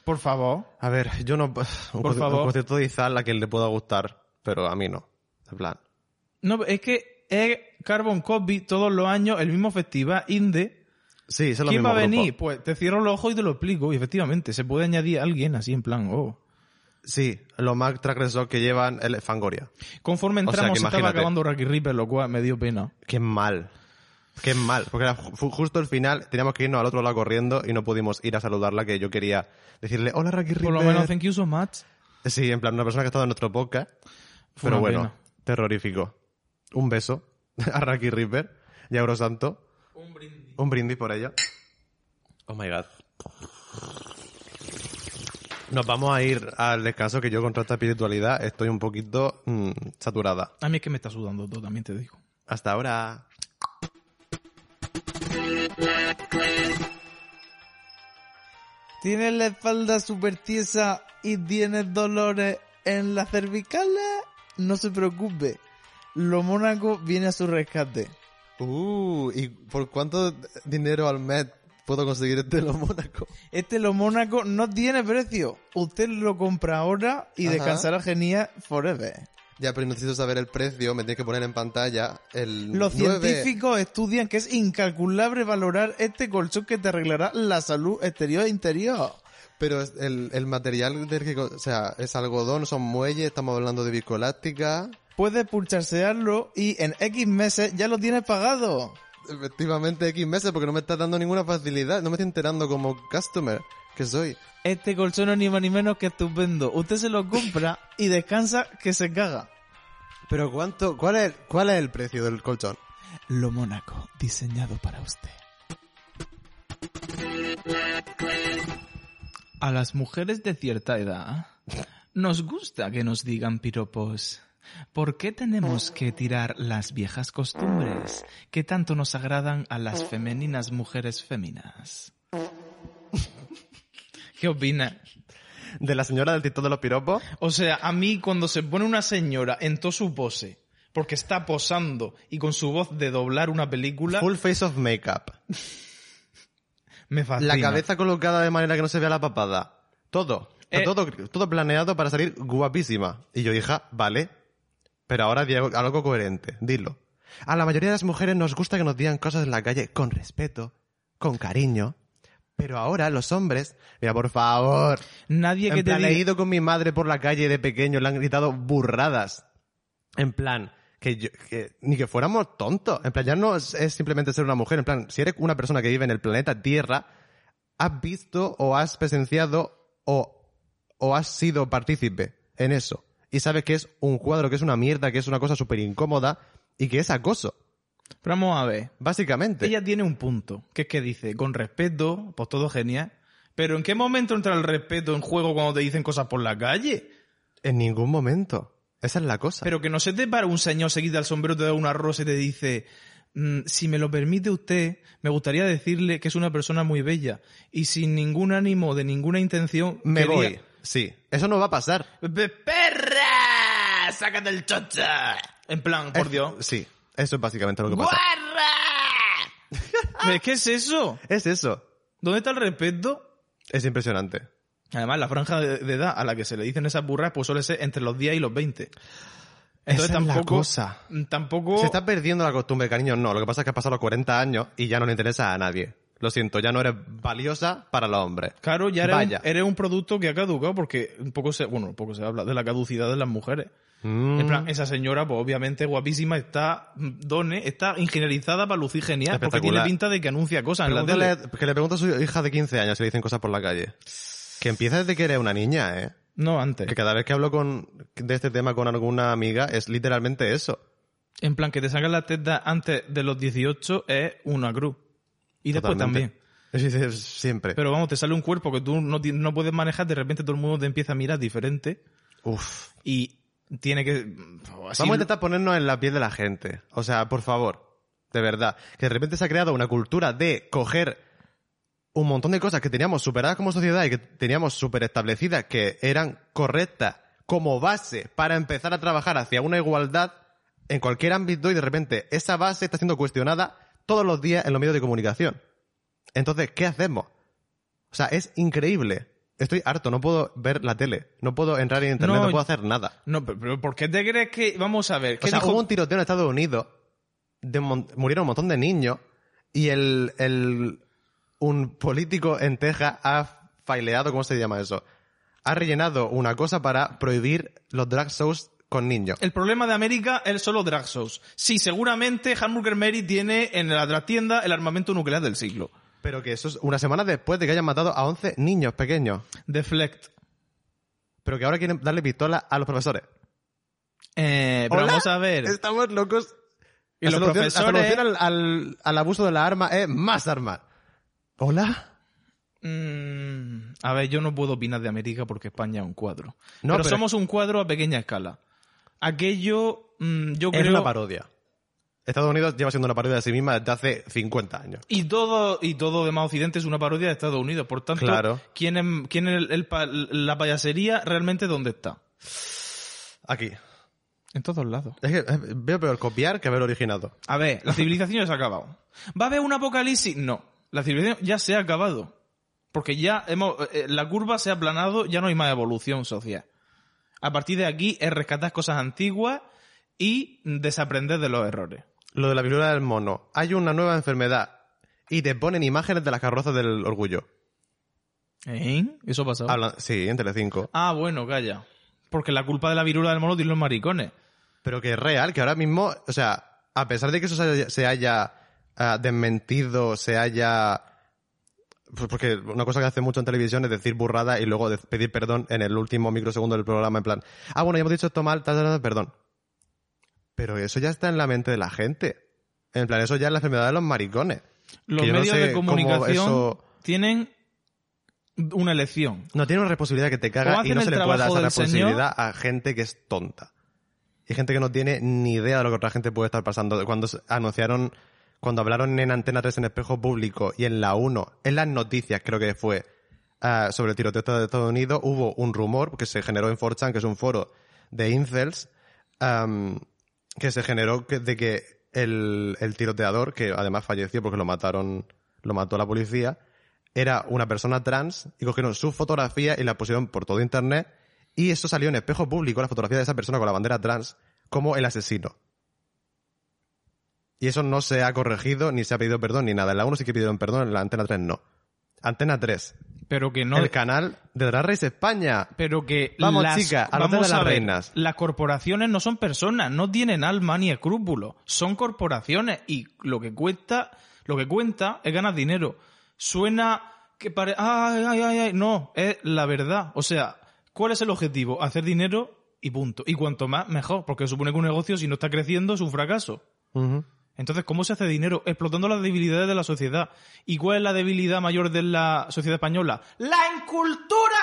por favor. A ver, yo no... Un, conci- favor. un concierto de Izal a quien le pueda gustar, pero a mí no. En plan... No, es que es Carbon Copy todos los años el mismo festival indie. Sí, son los ¿Quién va mismos a venir? grupos. Pues te cierro los ojos y te lo explico. Y efectivamente, se puede añadir a alguien así en plan, oh. Sí, los más transgresores que llevan el Fangoria. Conforme O sea, que entramos se estaba imagínate. acabando Rocky Reaper, lo cual me dio pena. Qué mal. Qué mal. Porque era ju- justo al final, teníamos que irnos al otro lado corriendo y no pudimos ir a saludarla, que yo quería decirle, hola Raki Por lo River". menos, thank you so much. Sí, en plan, una persona que ha estado en nuestro podcast. Fue Pero una bueno, pena. terrorífico. Un beso a Raki Ripper y a Eurosanto. Un brindis. Un brindis por ella. Oh my god. Nos vamos a ir al descanso que yo contra esta espiritualidad estoy un poquito mm, saturada. A mí es que me está sudando todo, también te digo. Hasta ahora. Tienes la espalda súper tiesa y tienes dolores en la cervical. No se preocupe. Lo Mónaco viene a su rescate. Uh, ¿y por cuánto dinero al mes puedo conseguir este lo Mónaco? Este lo Mónaco no tiene precio. Usted lo compra ahora y Ajá. descansará genial forever. Ya, pero necesito saber el precio, me tienes que poner en pantalla el Los 9. científicos estudian que es incalculable valorar este colchón que te arreglará la salud exterior e interior. Pero es el, el material del que... co- O sea, es algodón, son muelles, estamos hablando de viscolástica... Puedes pulsarsearlo y en X meses ya lo tienes pagado. Efectivamente, X meses, porque no me está dando ninguna facilidad. No me estoy enterando como customer que soy. Este colchón no es ni más ni menos que estupendo. Usted se lo compra y descansa que se caga. Pero ¿cuánto? ¿Cuál es, cuál es el precio del colchón? Lo Mónaco, diseñado para usted. A las mujeres de cierta edad nos gusta que nos digan piropos. ¿Por qué tenemos que tirar las viejas costumbres que tanto nos agradan a las femeninas mujeres féminas? ¿Qué opina? De la señora del TikTok de los piropos. O sea, a mí cuando se pone una señora en toda su pose, porque está posando y con su voz de doblar una película, Full face of makeup. me fascina. La cabeza colocada de manera que no se vea la papada. Todo. Está Eh. todo. Todo planeado para salir guapísima. Y yo, hija, vale. Pero ahora di algo, algo coherente. Dilo. A la mayoría de las mujeres nos gusta que nos digan cosas en la calle con respeto, con cariño. Pero ahora los hombres, mira, por favor. Nadie que En te plan, he diga... ido con mi madre por la calle de pequeño, le han gritado burradas. En plan, que, yo- que ni que fuéramos tontos. En plan, ya no es, es simplemente ser una mujer. En plan, si eres una persona que vive en el planeta Tierra, has visto o has presenciado o, o has sido partícipe en eso. Y sabes que es un cuadro, que es una mierda, que es una cosa súper incómoda y que es acoso, Pero vamos a ver. básicamente. Ella tiene un punto, que es que dice, con respeto, pues todo genial. Pero ¿en qué momento entra el respeto en juego cuando te dicen cosas por la calle? En ningún momento. Esa es la cosa. Pero que no se te para un señor seguida al sombrero, te da una rosa y te dice, "Mm, si me lo permite usted, me gustaría decirle que es una persona muy bella y sin ningún ánimo, de ninguna intención, Me quería- voy. Sí. Eso no va a pasar. "Pe- ¡Perra! ¡Sácate el chocha! En plan, por Es- Dios. Sí. Eso es básicamente lo que pasa. Ah. ¿Ves qué es eso? Es eso. ¿Dónde está el respeto? Es impresionante. Además, la franja de, de edad a la que se le dicen esas burras pues suele ser entre los 10 y los 20. Entonces Esa es la tampoco... mm, cosa. Tampoco... Se está perdiendo la costumbre, cariño. No, lo que pasa es que has pasado los 40 años y ya no le interesa a nadie. Lo siento, ya no eres valiosa para los hombres. Claro, ya eres, Vaya. eres un producto que ha caducado porque un poco se, bueno, un poco se habla de la caducidad de las mujeres. Mm. En plan, esa señora, pues obviamente guapísima, está mm, done, está ingenierizada para lucir genial, porque Espectacular. tiene pinta de que anuncia cosas en la Pregúntale- tele. que le pregunto a su hija de 15 años si le dicen cosas por la calle. Que empieza desde que eres una niña, ¿eh? No, antes. Que cada vez que hablo con, de este tema con alguna amiga es literalmente eso. En plan, que te sacan la teta antes de los 18 es una cruz. Y después Totalmente. también. Sí, sí, Siempre. Pero vamos, te sale un cuerpo que tú no, ti- no puedes manejar, de repente todo el mundo te empieza a mirar diferente Uf. y tiene que... pues, así- Vamos a intentar ponernos en la piel de la gente. O sea, por favor. De verdad. Que de repente se ha creado una cultura de coger un montón de cosas que teníamos superadas como sociedad y que teníamos súper establecidas que eran correctas como base para empezar a trabajar hacia una igualdad en cualquier ámbito y de repente esa base está siendo cuestionada todos los días en los medios de comunicación. Entonces, ¿qué hacemos? O sea, es increíble. Estoy harto, no puedo ver la tele, no puedo entrar en internet, No, no puedo hacer nada. No, pero, pero ¿por qué te crees que... Vamos a ver, O ¿qué sea, dijo- hubo un tiroteo en Estados Unidos, de un mon- murieron un montón de niños, y el, el- un político en Texas ha faileado, ¿cómo se llama eso? Ha rellenado una cosa para prohibir los drag shows con niños. El problema de América es solo drag shows. Sí, seguramente Hamburger Mary tiene en la trastienda el armamento nuclear del siglo. Pero que eso es una semana después de que hayan matado a 11 niños pequeños. Deflect. Pero que ahora quieren darle pistola a los profesores. Eh, pero Hola, vamos a ver. Estamos locos. Y La los solución- la profesores. solución al, al- al abuso de la arma es más armas. ¿Hola? Mm, a ver, yo no puedo opinar de América porque España es un cuadro. No, pero, pero- somos un cuadro a pequeña escala. Aquello, mm, yo Es creo. una parodia. Estados Unidos lleva siendo una parodia de sí misma desde hace 50 años. Y todo, y todo demás occidente es una parodia de Estados Unidos. Por tanto, Claro. ¿quién es, quién es el- el pa- la payasería realmente dónde está? Aquí. En todos lados. Es que eh, veo peor copiar que haber originado. A ver, la civilización ya se ha acabado. ¿Va a haber un apocalipsis? No. La civilización ya se ha acabado. Porque ya hemos, eh, la curva se ha aplanado, ya no hay más evolución social. A partir de aquí es rescatar cosas antiguas y desaprender de los errores. Lo de la viruela del mono. Hay una nueva enfermedad. Y te ponen imágenes de las carrozas del orgullo. ¿Eh? Eso ha pasado. Hablan- sí, en Telecinco. Ah, bueno, calla. Porque la culpa de la virula del mono tiene los maricones. Pero que es real, que ahora mismo, o sea, a pesar de que eso se haya, se haya, ah, desmentido, se haya... Pues porque una cosa que hace mucho en televisión es decir burrada y luego de- pedir perdón en el último microsegundo del programa, en plan, ah, bueno, ya hemos dicho esto mal, tal, tal, tal, perdón. Pero eso ya está en la mente de la gente. En plan, eso ya es la enfermedad de los maricones. Los Que yo no medios sé de cómo comunicación eso- tienen una elección. No tiene una responsabilidad que te ¿Cómo caga y hacen no el se le puede dar trabajo esa del responsabilidad a gente que es tonta. Y gente que no tiene ni idea de lo que otra gente puede estar pasando. Cuando se- anunciaron, cuando hablaron en Antena 3 en Espejo Público y en la 1, en las noticias creo que fue, ah, sobre el tiroteo de Estados Unidos, hubo un rumor que se generó en 4chan, que es un foro de incels, am, que se generó que- de que el, el tiroteador, que además falleció porque lo mataron, lo mató la policía, era una persona trans y cogieron su fotografía y la pusieron por todo internet y eso salió en espejo público, la fotografía de esa persona con la bandera trans, como el asesino. Y eso no se ha corregido, ni se ha pedido perdón, ni nada. En la 1 sí que pidieron perdón, en la Antena 3 no. Antena 3, Pero que no. el canal de Drag Race España. Pero que Vamos, las, chica, al hotel vamos de las a ver, reinas. las corporaciones no son personas, no tienen alma ni escrúpulos, son corporaciones y lo que cuesta, lo que cuenta es ganar dinero. Suena que pare... ay, ay, ay, ay, no, es la verdad. O sea, ¿cuál es el objetivo? Hacer dinero y punto. Y cuanto más mejor, porque supone que un negocio si no está creciendo es un fracaso. Entonces, ¿cómo se hace dinero? Explotando las debilidades de la sociedad. ¿Y cuál es la debilidad mayor de la sociedad española? ¡La incultura!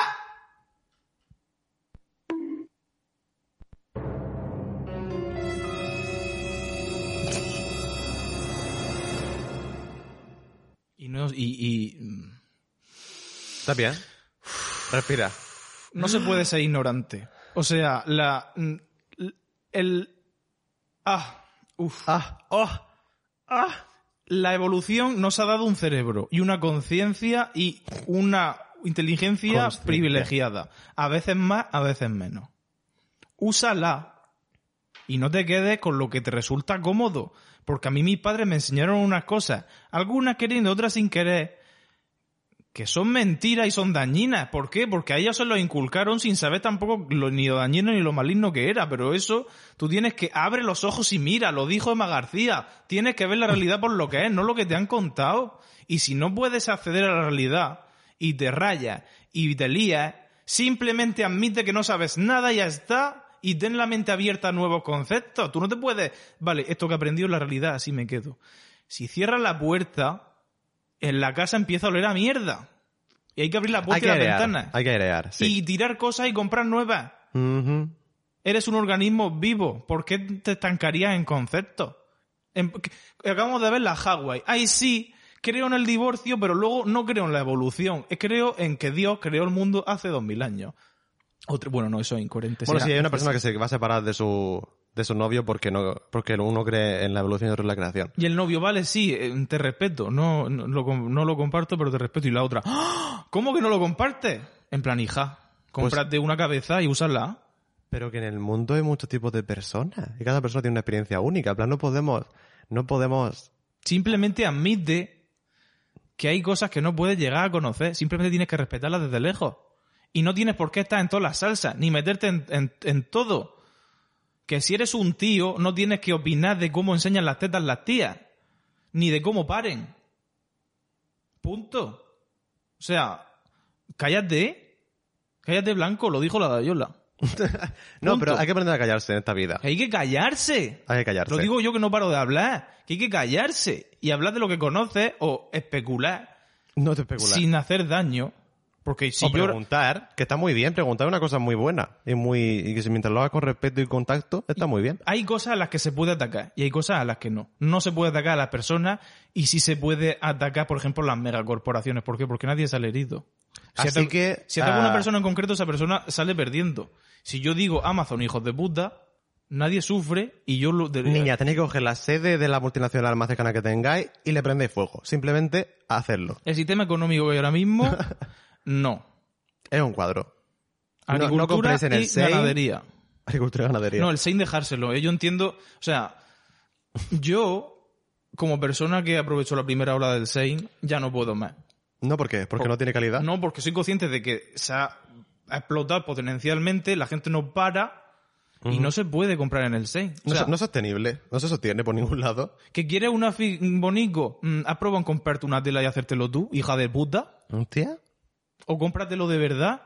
Y no, y, y, mm, Está bien. Respira. no se puede ser ignorante. O sea, la. mm, El. Ah. Uf. Ah, ¡Oh! ¡Ah! La evolución nos ha dado un cerebro y una conciencia y una inteligencia Consciencia. privilegiada. A veces más, a veces menos. Úsala y no te quedes con lo que te resulta cómodo. Porque a mí mis padres me enseñaron unas cosas, algunas queriendo, otras sin querer, que son mentiras y son dañinas. ¿Por qué? Porque a ellos se lo inculcaron sin saber tampoco lo- ni lo dañino ni lo maligno que era. Pero eso, tú tienes que abre los ojos y mira, lo dijo Emma García. Tienes que ver la realidad por lo que es, no lo que te han contado. Y si no puedes acceder a la realidad y te rayas y te lías, simplemente admite que no sabes nada y ya está. Y ten la mente abierta a nuevos conceptos. Tú no te puedes... Vale, esto que he aprendido es la realidad, así me quedo. Si cierras la puerta, en la casa empieza a oler a mierda. Y hay que abrir la puerta Hay y que las airear. ventanas. Hay que airear, sí. Y tirar cosas y comprar nuevas. Ujú. Eres un organismo vivo. ¿Por qué te estancarías en conceptos? En- que- acabamos de ver la Hawaii. Ay, sí, creo en el divorcio, pero luego no creo en la evolución. Eh, Creo en que Dios creó el mundo hace dos mil años. Otro- bueno, no, eso es incoherente. Bueno, Sí, si hay una antes. persona que se va a separar de su, de su novio porque no, porque uno cree en la evolución y otro en la creación. Y el novio, vale, sí, eh, te respeto. No, no, lo, com- no lo comparto, pero te respeto. Y la otra, ¡Ah! ¿cómo que no lo compartes? En plan, hija, cómprate una cabeza y úsala. Pero que en el mundo hay muchos tipos de personas y cada persona tiene una experiencia única. En plan, no podemos, no podemos. Simplemente admite que hay cosas que no puedes llegar a conocer. Simplemente tienes que respetarlas desde lejos. Y no tienes por qué estar en todas las salsas, ni meterte en, en- en todo. Que si eres un tío, no tienes que opinar de cómo enseñan las tetas las tías, ni de cómo paren. Punto. O sea, cállate. Cállate, Blanco, lo dijo la Dayola. No, Punto. pero hay que aprender a callarse en esta vida. Hay que callarse. Hay que callarse. Lo digo yo que no paro de hablar. Que hay que callarse y hablar de lo que conoces o especular, No te especular. sin hacer daño. Porque si o yo... preguntar, que está muy bien, preguntar es una cosa muy buena. Y muy, y que si mientras lo hagas con respeto y contacto, está muy bien. Hay cosas a las que se puede atacar y hay cosas a las que no. No se puede atacar a las personas y sí se puede atacar, por ejemplo, las megacorporaciones. ¿Por qué? Porque nadie sale herido. Si Así ataco- que, Si ataco a ah, una persona en concreto, esa persona sale perdiendo. Si yo digo Amazon, hijos de puta, nadie sufre y yo lo... de- Niña, tenéis que coger la sede de la multinacional más cercana que tengáis y le prendéis fuego. Simplemente hacerlo. El sistema económico que hay ahora mismo, no. Es un cuadro. No- no Agricultura compréis en el y SEI. ganadería. Agricultura y ganadería. No, el sin dejárselo. eh, Yo entiendo, o sea, yo como persona que aprovechó la primera ola del Sein, ya no puedo más. No, ¿por qué? Porque Por- no tiene calidad. No, porque soy consciente de que se ha ha explotado potencialmente, la gente no para y no se puede comprar en el Sein. O No sea, es- no es sostenible. No se sostiene por ningún lado. ¿que quieres una fi- un bonico? Mm, ¿Has probado en comprarte una tela y hacértelo tú, hija de puta? Hostia. ¿O cómpratelo de verdad?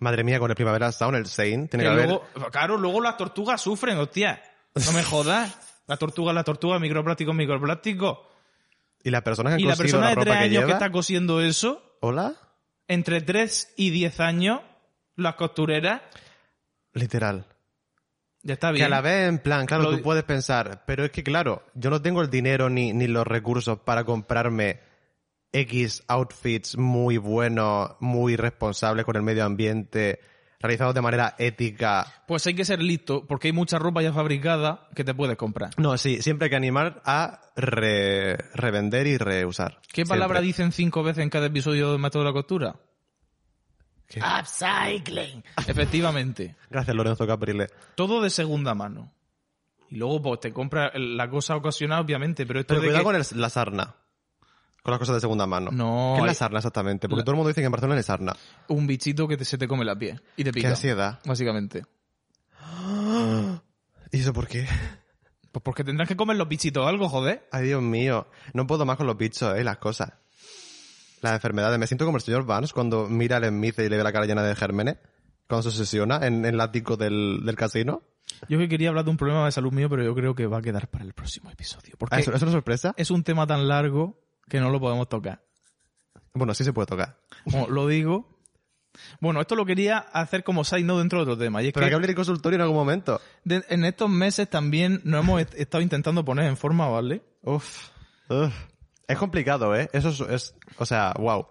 Madre mía, con el Primavera Sound, el Sein, tiene Que que haber... luego, claro, luego las tortugas sufren, hostia. No me jodas. La tortuga, la tortuga, microplástico, microplástico. Y las personas que Y han la cosido persona la de ropa 3 que años lleva... que está cosiendo eso, ¿Hola? entre 3 y 10 años, las costureras, Literal. ya está Que bien. a la vez, en plan, claro, Lo- tú puedes pensar, pero es que, claro, yo no tengo el dinero ni, ni los recursos para comprarme X outfits muy buenos, muy responsables con el medio ambiente, realizados de manera ética. Pues hay que ser listo, porque hay mucha ropa ya fabricada que te puedes comprar. No, sí, siempre hay que animar a re- revender y reusar. ¿Qué palabra Siempre. dicen cinco veces en cada episodio de Método de la Costura? Upcycling. Efectivamente. Gracias, Lorenzo Caprile. Todo de segunda mano. Y luego, pues, te compra la cosa ocasional, obviamente, pero esto Pero de cuidado que- con el- la sarna. Con las cosas de segunda mano. No, ¿Qué es eh, la hay- sarna exactamente? Porque La- todo el mundo dice que en Barcelona es sarna. un bichito que te- se te come la piel y te Qué pica. ansiedad. Básicamente. ¿Y eso por qué? Pues porque tendrás que comer los bichitos o algo, joder. Ay, Dios mío. No puedo más con los bichos, eh, las cosas. Las enfermedades. Me siento como el señor Vance cuando mira al Smith y le ve la cara llena de gérmenes. Cuando se obsesiona en, en el ático del, del casino. Yo que quería hablar de un problema de salud mío, pero yo creo que va a quedar para el próximo episodio. Porque Ah, ¿eso, ¿Es una sorpresa? es un tema tan largo que no lo podemos tocar. Bueno, sí se puede tocar. Como lo digo. Bueno, esto lo quería hacer como side note dentro de otro tema. Y es Pero hay que que abrir el consultorio en algún momento. de- en estos meses también nos hemos est- estado intentando poner en forma, ¿vale? Uf. Uf. Es complicado, ¿eh? Eso es, es- O sea, wow.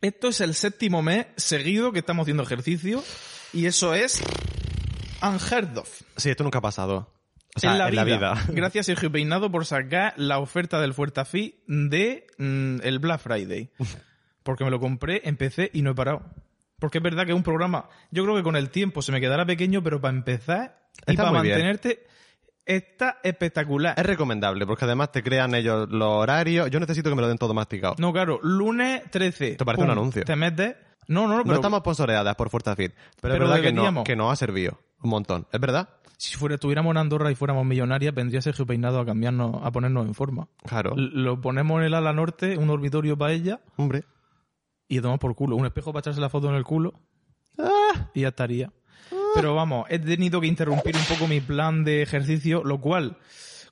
Esto es el séptimo mes seguido que estamos haciendo ejercicio y eso es unheard of. Sí, esto nunca ha pasado. O sea, en la, vida. Gracias, Sergio Peinado, por sacar la oferta del Fuertafi de mm, el Black Friday. Porque me lo compré, empecé y no he parado. Porque es verdad que es un programa. Yo creo que con el tiempo se me quedará pequeño, pero para empezar y Está para muy bien. mantenerte está espectacular. Es recomendable, porque además te crean ellos los horarios. Yo necesito que me lo den todo masticado. No, claro, lunes 13. Te parece un anuncio. Te metes. No, no, no, No pero estamos sponsoreadas por Fuerza Fit, pero, es Pero verdad que, no, deberíamos. que nos ha servido un montón. ¿Es verdad? si fuera, estuviéramos en Andorra y fuéramos millonarias, vendría Sergio Peinado a cambiarnos, a ponernos en forma. Claro. L- Lo ponemos en el ala norte, un dormitorio para ella. Hombre. y le tomamos por culo. Un espejo para echarse la foto en el culo. Y ya estaría. Pero vamos, he tenido que interrumpir un poco mi plan de ejercicio, lo cual,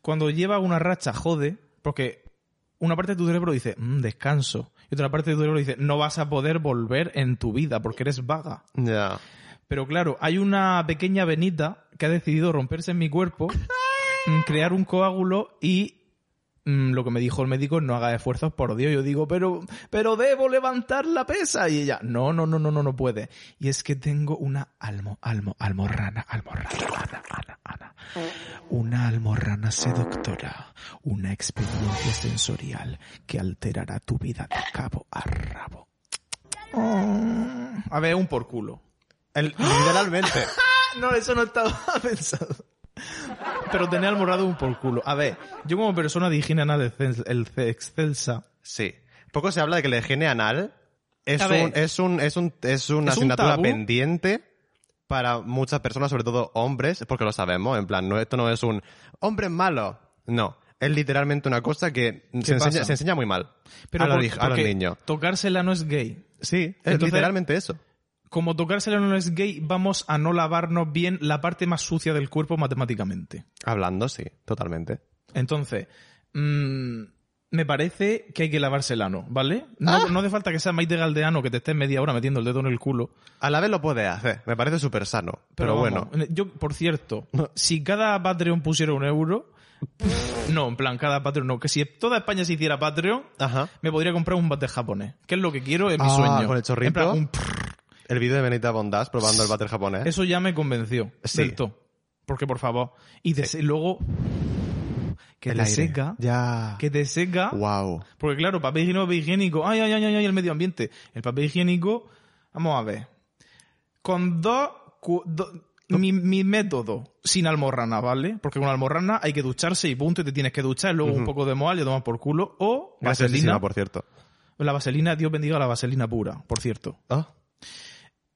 cuando lleva una racha, jode, porque una parte de tu cerebro dice, "Mm, descanso. Y otra parte de tu cerebro dice, no vas a poder volver en tu vida porque eres vaga. Ya. Pero claro, hay una pequeña venita que ha decidido romperse en mi cuerpo, mm, crear un coágulo y mm, lo que me dijo el médico, no haga esfuerzos por Dios. Yo digo, pero, pero debo levantar la pesa. Y ella, no, no, no, no, no, no puede. Y es que tengo una almo, almo, almorrana, almorrana, ana, ana, ana. Una almorrana seductora. Una experiencia sensorial que alterará tu vida de cabo a rabo. A ver, un por culo. El- literalmente. No, eso no estaba pensado. Pero tenía almorrado un por culo. A ver, yo como persona de higiene anal excel- el ce- excelsa. sí. Poco se habla de que el higiene anal es, A un, ver. es, un, es, un, Es es una un asignatura tabú. pendiente para muchas personas, sobre todo hombres, porque lo sabemos. En plan, no, esto no es un hombre malo. No. Es literalmente una cosa que se enseña, pasa? se enseña muy mal Pero a, los, por- hij- a los porque niños. Tocársela no es gay. Sí, es Entonces- literalmente eso. como tocárselo no es gay, vamos a no lavarnos bien la parte más sucia del cuerpo matemáticamente. Hablando, sí, totalmente. Entonces, mm, me parece que hay que lavarse el ano, ¿vale? No, Ah. no hace falta que sea Maite Galdeano que te estés media hora metiendo el dedo en el culo. A la vez lo puede hacer, me parece súper sano. Pero, bueno, vamos, Yo, por cierto, si cada Patreon pusiera un euro. No, en plan, cada Patreon no. Que si toda España se hiciera Patreon, ajá. me podría comprar un bate japonés. Que es lo que quiero, es mi Ah, sueño. con el chorrito. En plan, un prrr, El vídeo de Benita Bondás probando el váter japonés. Eso ya me convenció. ¿Eh? Sí. Del todo. Porque, por favor. Y de se- luego. Que El te aire. seca. Ya. Que te seca. Wow. Porque, claro, papel higiénico, papel higiénico. Ay, ay, ay, ay, ay, el medio ambiente. El papel higiénico. Vamos a ver. Con dos. cu- do- mi, mi método, sin almorrana, ¿vale? Porque con almorrana hay que ducharse y punto, y te tienes que duchar, luego un poco de moal y tomar por culo. O vaselina. Gracias, por cierto. La vaselina, Dios bendiga la vaselina pura, por cierto. Ah,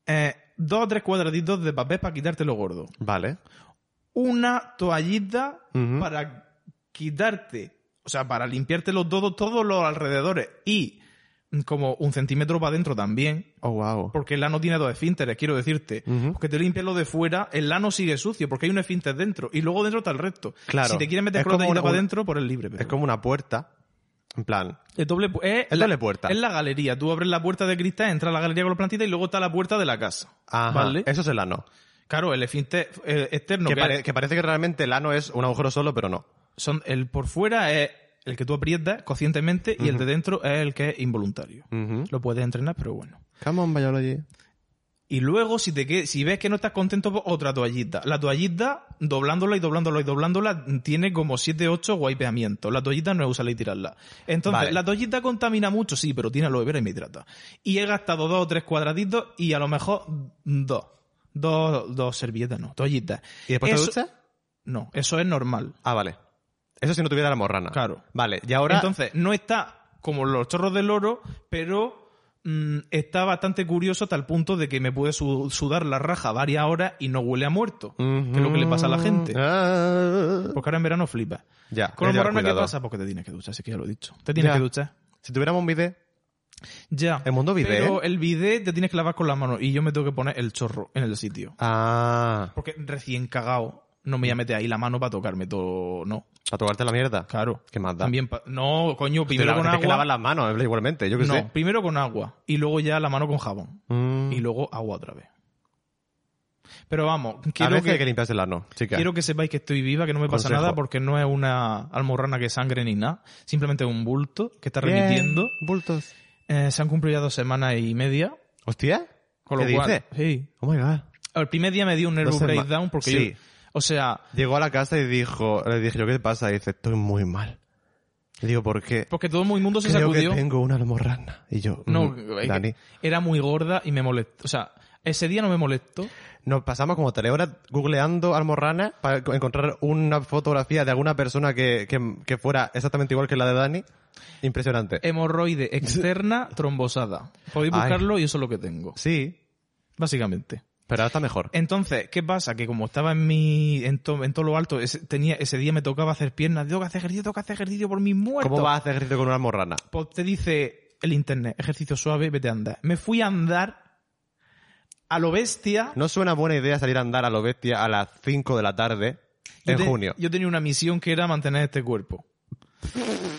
Eh, dos o tres cuadraditos de papel para quitarte lo gordo. vale. una toallita Ujú. para quitarte, o sea, para limpiarte los todos, todos los alrededores y mm, como un centímetro para adentro también, Oh, wow. porque el ano tiene dos esfínteres, quiero decirte. Ujú. Que te limpies lo de fuera, el ano sigue sucio porque hay un esfínter dentro y luego dentro está el resto. Claro. Si te quieres meter Es con la como toallita una- para adentro, por el libre. pero- Es como una puerta. En plan, el doble, pu- es El la- doble puerta. Es la galería. Tú abres la puerta de cristal, entras a la galería con la plantita y luego está la puerta de la casa. ajá, ¿Vale? Eso es el ano. Claro, el esfínter eh, externo. que, que- pare- que parece que realmente el ano es un agujero solo, pero no. son el por fuera es el que tú aprietas conscientemente y el de dentro es el que es involuntario. Lo puedes entrenar, pero bueno. Come on, biology. Y luego, si te que- si ves que no estás contento, pues, otra toallita. La toallita, doblándola y doblándola y doblándola, tiene como 7, 8 guaypeamientos. La toallita no es usarla y tirarla. Entonces, Vale. la toallita contamina mucho, sí, pero tiene aloe vera y me hidrata. Y he gastado dos o tres cuadraditos y a lo mejor dos. Dos, dos servilletas, no, toallitas. ¿Y después Eso- te duchas? No, eso es normal. Ah, vale. Eso si no tuviera la morrana. Claro. Vale, y ahora... Entonces, no está como los chorros del oro, pero mm, está bastante curioso hasta el punto de que me puede su- sudar la raja varias horas y no huele a muerto. Mm. Que es lo que le pasa a la gente. Ah. Porque ahora en verano flipa. Ya. Con los ya, morrana, ¿qué cuidado. pasa? Porque te tienes que duchar, así que ya lo he dicho. Te tienes Ya. que duchar. Si tuviéramos un bidet... Ya. ¿El mundo bidet? ¿eh? Pero el bidet te tienes que lavar con las manos y yo me tengo que poner el chorro en el sitio. Ah. Porque recién cagado no me voy a meter ahí la mano para tocarme todo. No, Para tocarte la mierda. claro. ¿Qué más da? También pa- No, coño, Te primero la- con te- que agua. lavas las manos, eh, igualmente, yo qué no, sé. primero con agua y luego ya la mano con jabón. Mm. y luego agua otra vez. Pero vamos, a quiero veces hay que que, limpiarse el ano, chica. quiero que sepáis que estoy viva, que no me pasa Consejo. nada porque no es una almorrana que sangre ni nada, simplemente un bulto que está remitiendo. Bultos. Eh, se han cumplido ya dos semanas y media, ¿Hostia? con ¿Qué lo cual, dice? sí. Oh my god. El primer día me dio un nervous Dos sema- breakdown porque Sí. yo- o sea, Llegó a la casa y dijo, le dije, yo, ¿qué te pasa? Y dice, estoy muy mal. Y digo, ¿por qué? porque todo el mundo se Creo sacudió. que tengo una almorrana. Y yo, No, mm, es que Dani. era muy gorda y me molestó, o sea, ese día no me molestó. Nos pasamos como tres horas googleando almorrana para encontrar una fotografía de alguna persona que, que, que fuera exactamente igual que la de Dani. Impresionante. Hemorroide externa trombosada. Podéis Ay. buscarlo y eso es lo que tengo, Sí, básicamente. pero ahora está mejor. Entonces, ¿qué pasa? Que como estaba en mi en, to- en todo lo alto, ese, tenía, ese día me tocaba hacer piernas, tengo que hacer ejercicio, tengo que hacer ejercicio por mis muertos. ¿Cómo vas a hacer ejercicio con una almorrana? Pues te dice el internet, ejercicio suave, vete a andar. Me fui a andar a lo bestia. ¿No suena buena idea salir a andar a lo bestia a las 5 de la tarde Yo en te- junio? Yo tenía una misión que era mantener este cuerpo.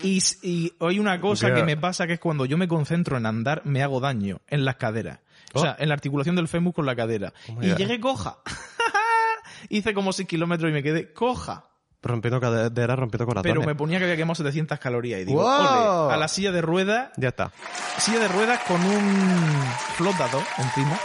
Y, s- y hay una cosa Girl. que me pasa que es cuando yo me concentro en andar, me hago daño en las caderas. O sea, en la articulación del fémur con la cadera. Oh my y God. llegué coja. Hice como 6 kilómetros y me quedé coja. Rompiendo caderas, rompiendo corazones. Pero me ponía que había quemado 700 calorías y digo, ¡Wow! "Ole", a la silla de ruedas, Ya está. silla de ruedas con un flotador encima.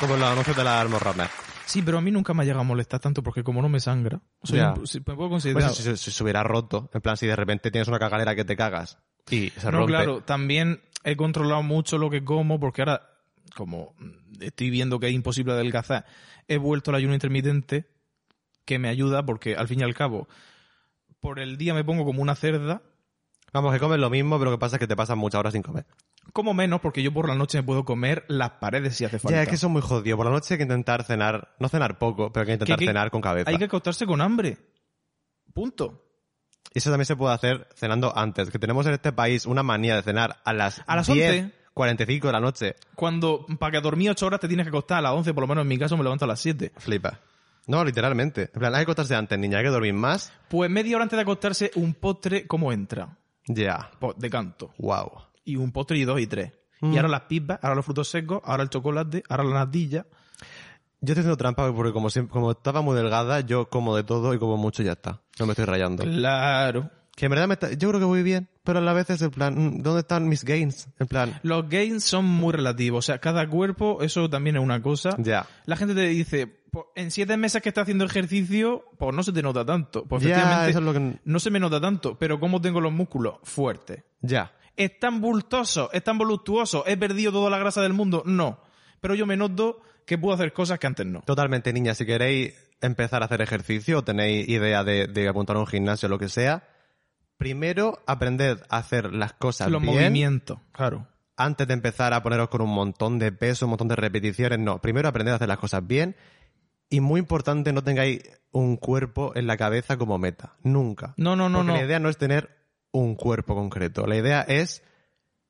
Como los anuncios de las almorranas. Sí, pero a mí nunca me ha llegado a molestar tanto porque como no me sangra, soy Ya. un- si- me puedo Pues considerar... si, si- si se hubiera roto, en plan, si de repente tienes una cagadera que te cagas y se no, rompe. claro, también he controlado mucho lo que como porque ahora, como mm, estoy viendo que es imposible adelgazar, he vuelto al ayuno intermitente que me ayuda porque al fin y al cabo, por el día me pongo como una cerda, Vamos, que comes lo mismo, pero lo que pasa es que te pasan muchas horas sin comer. como menos porque yo por la noche me puedo comer las paredes si hace falta. Ya, es que eso es muy jodido. Por la noche hay que intentar cenar, no cenar poco, pero hay que intentar que- cenar con cabeza. Hay que acostarse con hambre. Punto. Y eso también se puede hacer cenando antes. Que tenemos en este país una manía de cenar a las, A las 10, 11. 45 de la noche. Cuando para que dormí 8 horas te tienes que acostar a las 11, por lo menos en mi caso me levanto a las 7. Flipa. No, literalmente. En plan, hay que acostarse antes, niña, hay que dormir más. Pues media hora antes de acostarse, un postre, ¿cómo entra? Ya. Pues de canto. Wow. Y un postre y dos y tres. Mm. Y ahora las pipas, ahora los frutos secos, ahora el chocolate, ahora la natilla. Yo estoy haciendo trampa porque como, siempre, como estaba muy delgada, yo como de todo y como mucho y ya está. No me estoy rayando. Claro. Que en verdad me está- yo creo que voy bien, pero a la vez es en plan, mm, ¿dónde están mis gains? En plan, Los gains son muy relativos. O sea, cada cuerpo, eso también es una cosa. ya. La gente te dice, "Po- en siete meses que estás haciendo ejercicio, pues no se te nota tanto. Pues Ya, efectivamente, eso es lo que... no se me nota tanto. Pero ¿cómo tengo los músculos? Fuertes. Ya. ¿Es tan bultoso? ¿Es tan voluptuoso? ¿He perdido toda la grasa del mundo? No. Pero yo me noto que puedo hacer cosas que antes no. Totalmente, niña, si queréis empezar a hacer ejercicio o tenéis idea de, de apuntar a un gimnasio o lo que sea, primero aprended a hacer las cosas Los bien movimientos, claro. antes de empezar a poneros con un montón de peso, un montón de repeticiones. No, primero aprended a hacer las cosas bien y muy importante, no tengáis un cuerpo en la cabeza como meta. Nunca. No, no, no, Porque no. la idea no es tener un cuerpo concreto. La idea es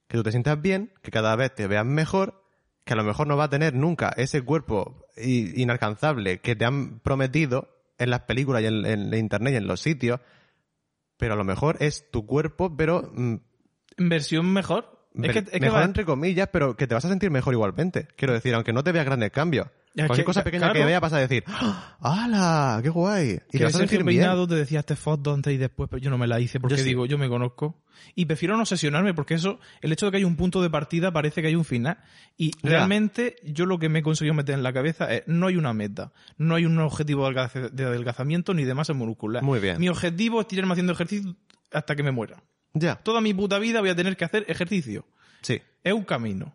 que tú te sientas bien, que cada vez te veas mejor, que a lo mejor no va a tener nunca ese cuerpo i- inalcanzable que te han prometido en las películas y en, en internet y en los sitios, pero a lo mejor es tu cuerpo, pero mm, ¿Versión mejor? Es me- que, es que mejor va- entre comillas, pero que te vas a sentir mejor igualmente. Quiero decir, aunque no te veas grandes cambios. Es cualquier que- cosa pequeña que claro. veas vas a decir, ¡Ah! ¡hala! ¡Qué guay! Y que te vas a Sergio sentir bien. Peinado te decía este foto antes y después, pero yo no me la hice porque Yo sí. digo, yo me conozco. Y prefiero no obsesionarme porque eso, el hecho de que hay un punto de partida parece que hay un final. Y Ya. realmente yo lo que me he conseguido meter en la cabeza es, no hay una meta, no hay un objetivo de adelgaza- de adelgazamiento ni de masa muscular. Muy bien. Mi objetivo es tirarme haciendo ejercicio hasta que me muera. Ya, Toda mi puta vida voy a tener que hacer ejercicio. sí. Es un camino.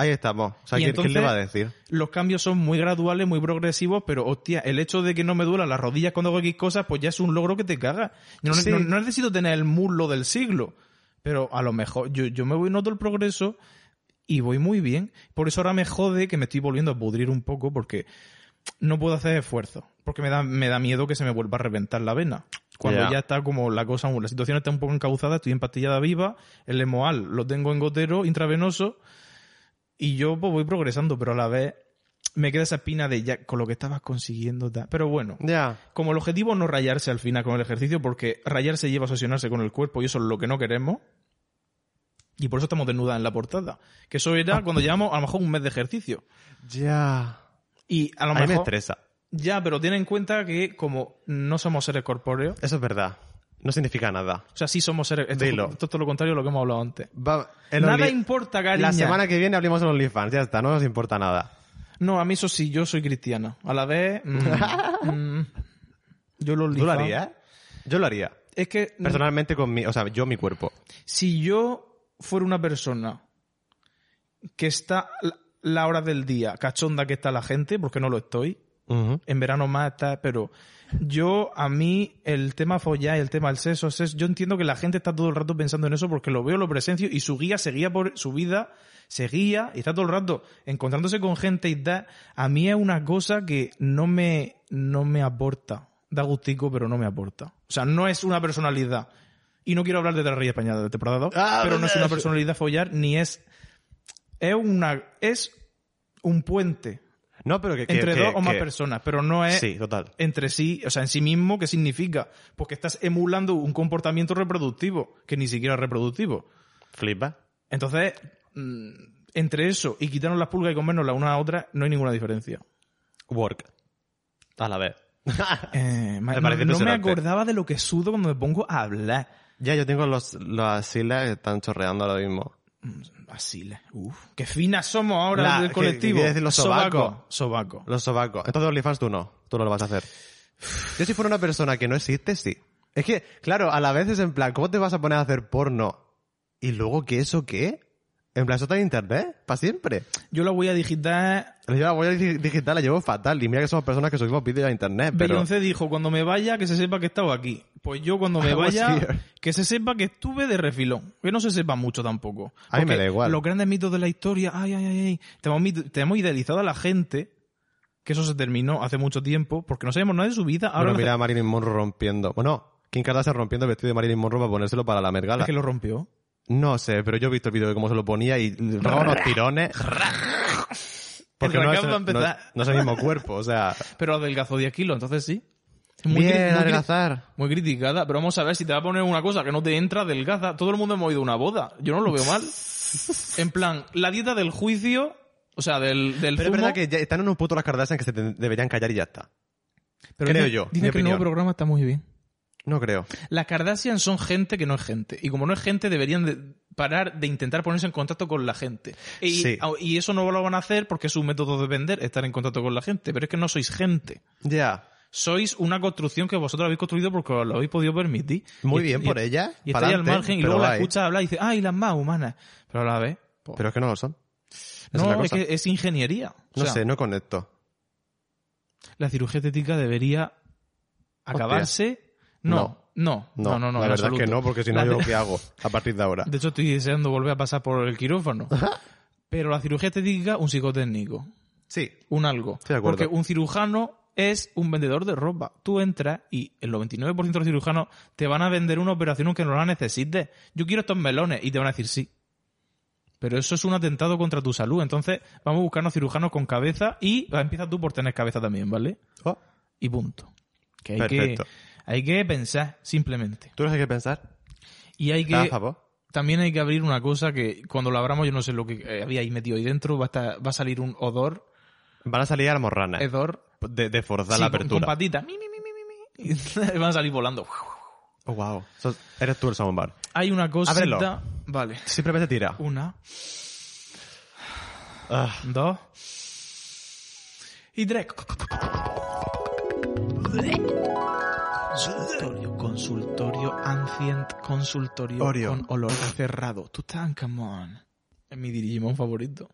Ahí estamos. O sea, Y ¿quién, entonces- quién le va a decir? Los cambios son muy graduales, muy progresivos, pero hostia, el hecho de que no me duelan las rodillas cuando hago X cosas, pues ya es un logro que te caga. Yo no, Sí. no- no necesito tener el muslo del siglo, pero a lo mejor yo, yo me voy, noto el progreso y voy muy bien. Por eso ahora me jode que me estoy volviendo a pudrir un poco porque no puedo hacer esfuerzo. Porque me da, me da miedo que se me vuelva a reventar la vena. Cuando Ya. ya está como la cosa, la situación está un poco encauzada, estoy empastillada viva, el emoal lo tengo en gotero intravenoso y yo pues, voy progresando, pero a la vez me queda esa espina de ya con lo que estabas consiguiendo. tal. Pero bueno, Ya. como el objetivo es no rayarse al final con el ejercicio, porque rayarse lleva a obsesionarse con el cuerpo y eso es lo que no queremos. Y por eso estamos desnudas en la portada. Que eso Ah. era cuando llevamos a lo mejor un mes de ejercicio. Ya. Y a A lo mí me mejor... estresa. Ya, pero ten en cuenta que como no somos seres corpóreos, Eso es verdad. No significa nada. o sea, sí somos seres... Esto, Dilo. esto es todo lo contrario a lo que hemos hablado antes. Va- el Nada Only- importa, cariño. La semana que viene hablemos de los OnlyFans. Ya está, no nos importa nada. No, a mí eso sí, yo soy cristiana. A la vez... mm, mm, yo lo ¿Tú lo harías? Yo lo haría. Es que mm, Personalmente con mi... O sea, yo mi cuerpo. si yo fuera una persona que está la- la hora del día cachonda que está la gente, porque no lo estoy, Ujú. en verano más está, pero yo a mí el tema follar y el tema del sexo, sexo, yo entiendo que la gente está todo el rato pensando en eso porque lo veo, lo presencio y su guía seguía por su vida, seguía y está todo el rato encontrándose con gente y da a mí es una cosa que no me no me aporta, da gustico pero no me aporta. O sea, no es una personalidad. Y no quiero hablar de la Rey España de temporada 2, Ah, pero no es una eso. personalidad follar ni es es una es un puente No, pero que... que- entre que- dos o más que- personas, ¿eh? pero no es Sí, total. entre sí, o sea, en sí mismo, ¿qué significa? Porque estás emulando un comportamiento reproductivo, que ni siquiera es reproductivo. Flipa. Entonces, mm, entre eso y quitarnos las pulgas y comernos la una a otra, no hay ninguna diferencia. Work. A la vez. Eh, ma- Me no, parece no me impresionante. acordaba de lo que sudo cuando me pongo a hablar. ya, yo tengo los, las siglas que están chorreando ahora mismo. Así, le- uf, qué finas somos ahora La- del que- colectivo. que decir los sobaco. sobacos. Sobaco. Los sobacos. Entonces OnlyFans tú no. Tú no lo vas a hacer. Yo si fuera una persona que no existe, sí. Es que, claro, a la vez es en plan, ¿cómo te vas a poner a hacer porno? ¿Y luego qué eso qué? En plan, eso está en internet, para siempre. Yo la voy a digitar Yo la voy a dig- digital, la llevo fatal. Y mira que somos personas que subimos vídeos a internet, pero... Beyoncé dijo, cuando me vaya, que se sepa que he estado aquí. Pues yo cuando I me was here. vaya, que se sepa que estuve de refilón. Que no se sepa mucho tampoco. A mí me Porque da igual. Los grandes mitos de la historia, ay, ay, ay, ay. Tenemos, mit- tenemos idealizado a la gente, que eso se terminó hace mucho tiempo, porque no sabemos nada de su vida. Ahora Bueno, la mira a Marilyn Monroe rompiendo. Bueno, Kim Kardashian rompiendo el vestido de Marilyn Monroe para ponérselo para la gente- mergala. es que lo rompió. No sé, pero yo he visto el vídeo de cómo se lo ponía y daba unos tirones. Porque El no es, recap va a no- empezar. no es el mismo cuerpo, o sea. Pero adelgazó 10 kilos, entonces sí. Es cri- Bien, cri- adelgazar. muy criticada, pero vamos a ver si te va a poner una cosa que no te entra, adelgaza. Todo el mundo hemos ido a una boda, yo no lo veo mal. En plan, la dieta del juicio, o sea, del, del Pero es zumo, verdad que ya están en un puto las Kardashian que se te- deberían callar y ya está. pero creo dice- yo, Dice mi que el nuevo opinión. programa está muy bien. No creo. Las Kardashian son gente que no es gente. Y como no es gente, deberían de parar de intentar ponerse en contacto con la gente. Y, Sí. au- y eso no lo van a hacer porque es un método de vender, estar en contacto con la gente. Pero es que no sois gente. Ya. Sois una construcción que vosotros habéis construido porque os lo habéis podido permitir. Muy Y- bien y- por ella. Y estáis pa'lante, al margen y pero luego la guay. escuchas hablar y dices, ay, las más humanas. Pero a la vez, po, Pero es que no lo son. Esa es la no, es, cosa. que es ingeniería. O No sea, sé, no conecto. La cirugía estética debería acabarse. No, no, no, no, no. la en verdad es que absoluto. no, porque si no, La- yo qué hago a partir de ahora. De hecho, estoy deseando volver a pasar por el quirófano. Pero la cirugía estética, un psicotécnico. Sí. Un algo. Estoy de acuerdo. Porque un cirujano es un vendedor de ropa. Tú entras y el 99% de los cirujanos te van a vender una operación aunque no la necesites. Yo quiero estos melones y te van a decir sí. Pero eso es un atentado contra tu salud. Entonces, vamos a buscarnos cirujanos con cabeza y empieza tú por tener cabeza también, ¿vale? Oh, Y punto. Que hay, que, perfecto. hay que pensar, simplemente. ¿Tú lo que pensar? Y hay que ¿Estás a favor? también hay que abrir una cosa que cuando lo abramos yo no sé lo que eh, había ahí metido ahí dentro, va a, estar- va a salir un odor, Van a salir a las morranas. hedor, De, de forzar sí, la con- con, apertura. patitas, mi, mi, mi, mi, mi, mi, y van a salir volando. Oh, wow. Sos- eres tú el soundbar. Hay una cosita, Ábrelo. vale, Simplemente tira. una, Ah, dos y tres. Consultorio, consultorio, ancient consultorio Oreo. con olor a cerrado. Tú tan come on. Es mi Digimon favorito.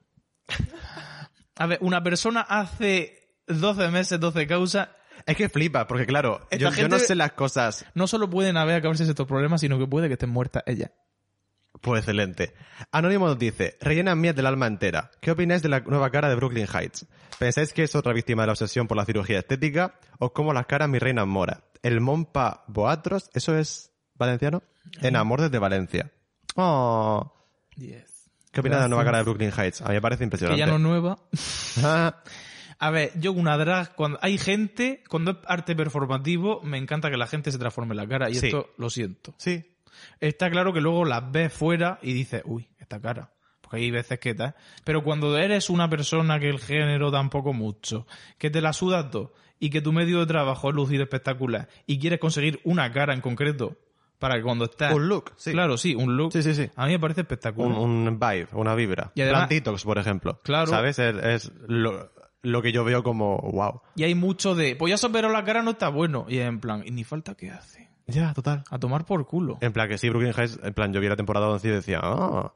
A ver, una persona hace 12 meses, 12 causas, Es que flipa, porque claro, Esta yo, yo no gente- sé las cosas. no solo pueden haber acabarse estos problemas, sino que puede que estén muertas ellas. Pues excelente. Anónimo nos dice, rellenan mías del alma entera. ¿Qué opináis de la nueva cara de Brooklyn Heights? ¿Pensáis que es otra víctima de la obsesión por la cirugía estética? ¿O como las caras mi reina mora? El Mompa Boatros, ¿eso es valenciano? En Amor desde Valencia. Oh. Yes. ¿Qué opinas de la Gracias. nueva cara de Brooklyn Heights? A mí me parece Que impresionante. ya no es nueva. Ah, A ver, yo una drag, cuando hay gente, cuando es arte performativo, me encanta que la gente se transforme la cara y Sí. esto lo siento. sí. Está claro que luego las ves fuera y dices, uy, esta cara. Porque hay veces que tal. Pero cuando eres una persona que el género tampoco mucho, que te la sudas todo y que tu medio de trabajo es lucir espectacular y quieres conseguir una cara en concreto para que cuando estás... Un look, sí. Ah, Claro, sí, un look. Sí, sí, sí. A mí me parece espectacular. Un, un vibe, una vibra. Y además- Plan detox, por ejemplo. Claro. ¿Sabes? Es, es lo, lo que yo veo como, wow. Y hay mucho de, pues ya se operó la cara, no está bueno. Y es en plan, y ni falta que hace. Ya, total. A tomar por culo. En plan, que sí, Brooklyn Heights, en plan, yo vi la temporada 11 y decía, ah,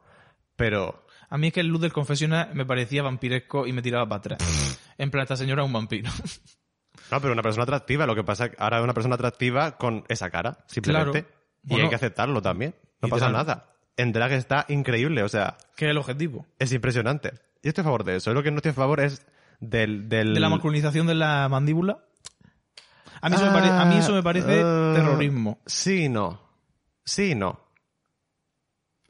pero... A mí es que el luz del confesionario me parecía vampiresco y me tiraba para atrás. En plan, esta señora es un vampiro. No, pero una persona atractiva, lo que pasa es que ahora es una persona atractiva con esa cara, simplemente. Claro. Y Bueno, hay que aceptarlo también. No literal. pasa nada. En drag está increíble, o sea, que es el objetivo. es impresionante. Yo estoy a favor de eso. Lo que no estoy a favor es del... del... De la masculinización de la mandíbula. A mí, eso, me pare- a mí eso me parece Ah, terrorismo. Sí, y no. Sí, y no.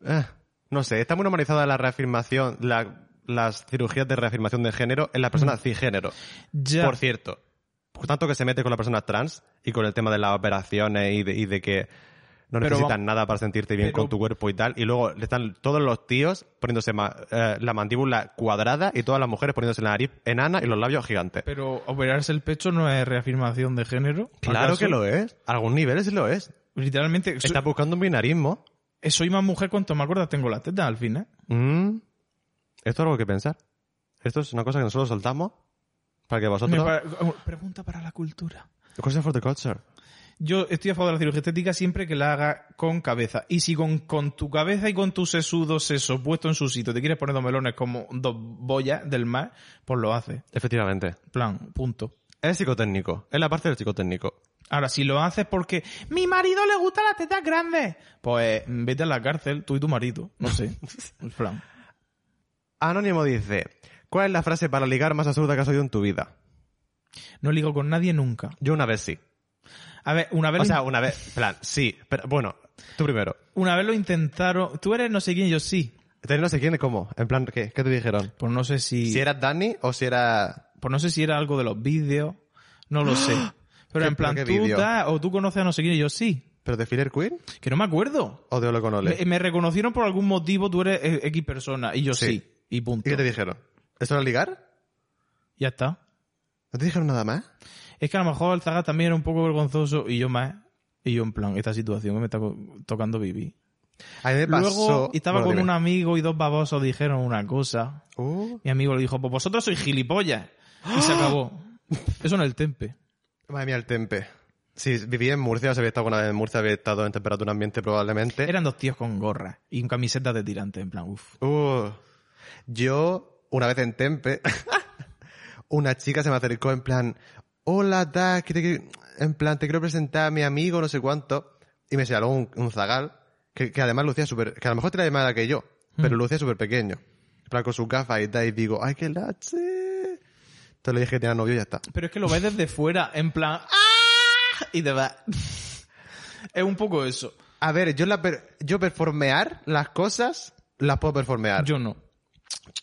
Eh, no sé, está muy normalizada la reafirmación, la- las cirugías de reafirmación de género en la persona cisgénero. Mm. Ya. Por cierto, por tanto que se mete con la persona trans y con el tema de las operaciones y de, y de que no Pero necesitas va- nada para sentirte bien pero- con tu cuerpo y tal. Y luego le están todos los tíos poniéndose ma- eh, la mandíbula cuadrada y todas las mujeres poniéndose la nariz enana y los labios gigantes. Pero operarse el pecho no es reafirmación de género. Claro que lo es. A algún nivel sí lo es. Literalmente, soy, Estás buscando un binarismo. soy más mujer cuanto más gorda tengo las tetas al ¿eh? final. Mm. Esto es algo que pensar. Esto es una cosa que nosotros soltamos para que vosotros... oh, Pregunta para la cultura. Question for the culture. Yo estoy a favor de la cirugía estética siempre que la haga con cabeza. Y si con, con tu cabeza y con tu sesudo seso puesto en su sitio te quieres poner dos melones como dos boyas del mar, pues lo haces. Efectivamente. Plan, punto. Es psicotécnico. Es la parte del psicotécnico. Ahora, si lo haces porque mi marido le gusta las tetas grandes, pues mm, vete a la cárcel, tú y tu marido. No sé. En plan. Anónimo dice, ¿cuál es la frase para ligar más absurda que has oído en tu vida? No ligo con nadie nunca. Yo una vez sí. A ver, una vez. O sea, una vez, en plan, sí, pero bueno, Tú primero. Una vez lo intentaron. Tú eres no sé quién, yo sí. Entonces, no sé quién es cómo. En plan, ¿qué, ¿Qué te dijeron? Pues no sé si. Si era Dani o si era... Pues no sé si era algo de los vídeos. No lo sé. Pero ¿Qué- en plan, pero qué tú vídeo? das- o tú conoces a no sé quién, y yo sí. ¿Pero de Filler Queen? Que no me acuerdo. ¿O de Olo con Ole? Me, me reconocieron por algún motivo, tú eres eh, X persona, y yo Sí. sí. Y punto. ¿Y qué te dijeron? ¿Esto era ligar? Ya está. ¿No te dijeron nada más? Es que a lo mejor el Zaga también era un poco vergonzoso, y yo más. Y yo, en plan, esta situación que me está co- tocando vivir. A mí me pasó... Luego estaba Bueno, con dime. un amigo y dos babosos dijeron una cosa. Uh, Mi amigo le dijo, pues vosotros sois gilipollas. Y se acabó. Eso en el tempe. madre mía, el tempe. Si vivía en Murcia o si había estado alguna vez en Murcia, había estado en temperatura ambiente probablemente. Eran dos tíos con gorra y camisetas de tirante, en plan, uff. Uh, yo, una vez en Tempe, una chica se me acercó en plan, hola, Dax, que te quiero- en plan, te quiero presentar a mi amigo, no sé cuánto, y me señaló un, un zagal, que, que además lucía súper, que a lo mejor tenía más edad que yo, pero lucía súper pequeño. En plan, con sus gafas y tal, y digo, ay, qué lache. Entonces le dije que tenía novio y ya está. Pero es que lo ves desde fuera, en plan, ¡ah! Y te va. es un poco eso. A ver, yo la per- yo performear las cosas, las puedo performear. Yo no.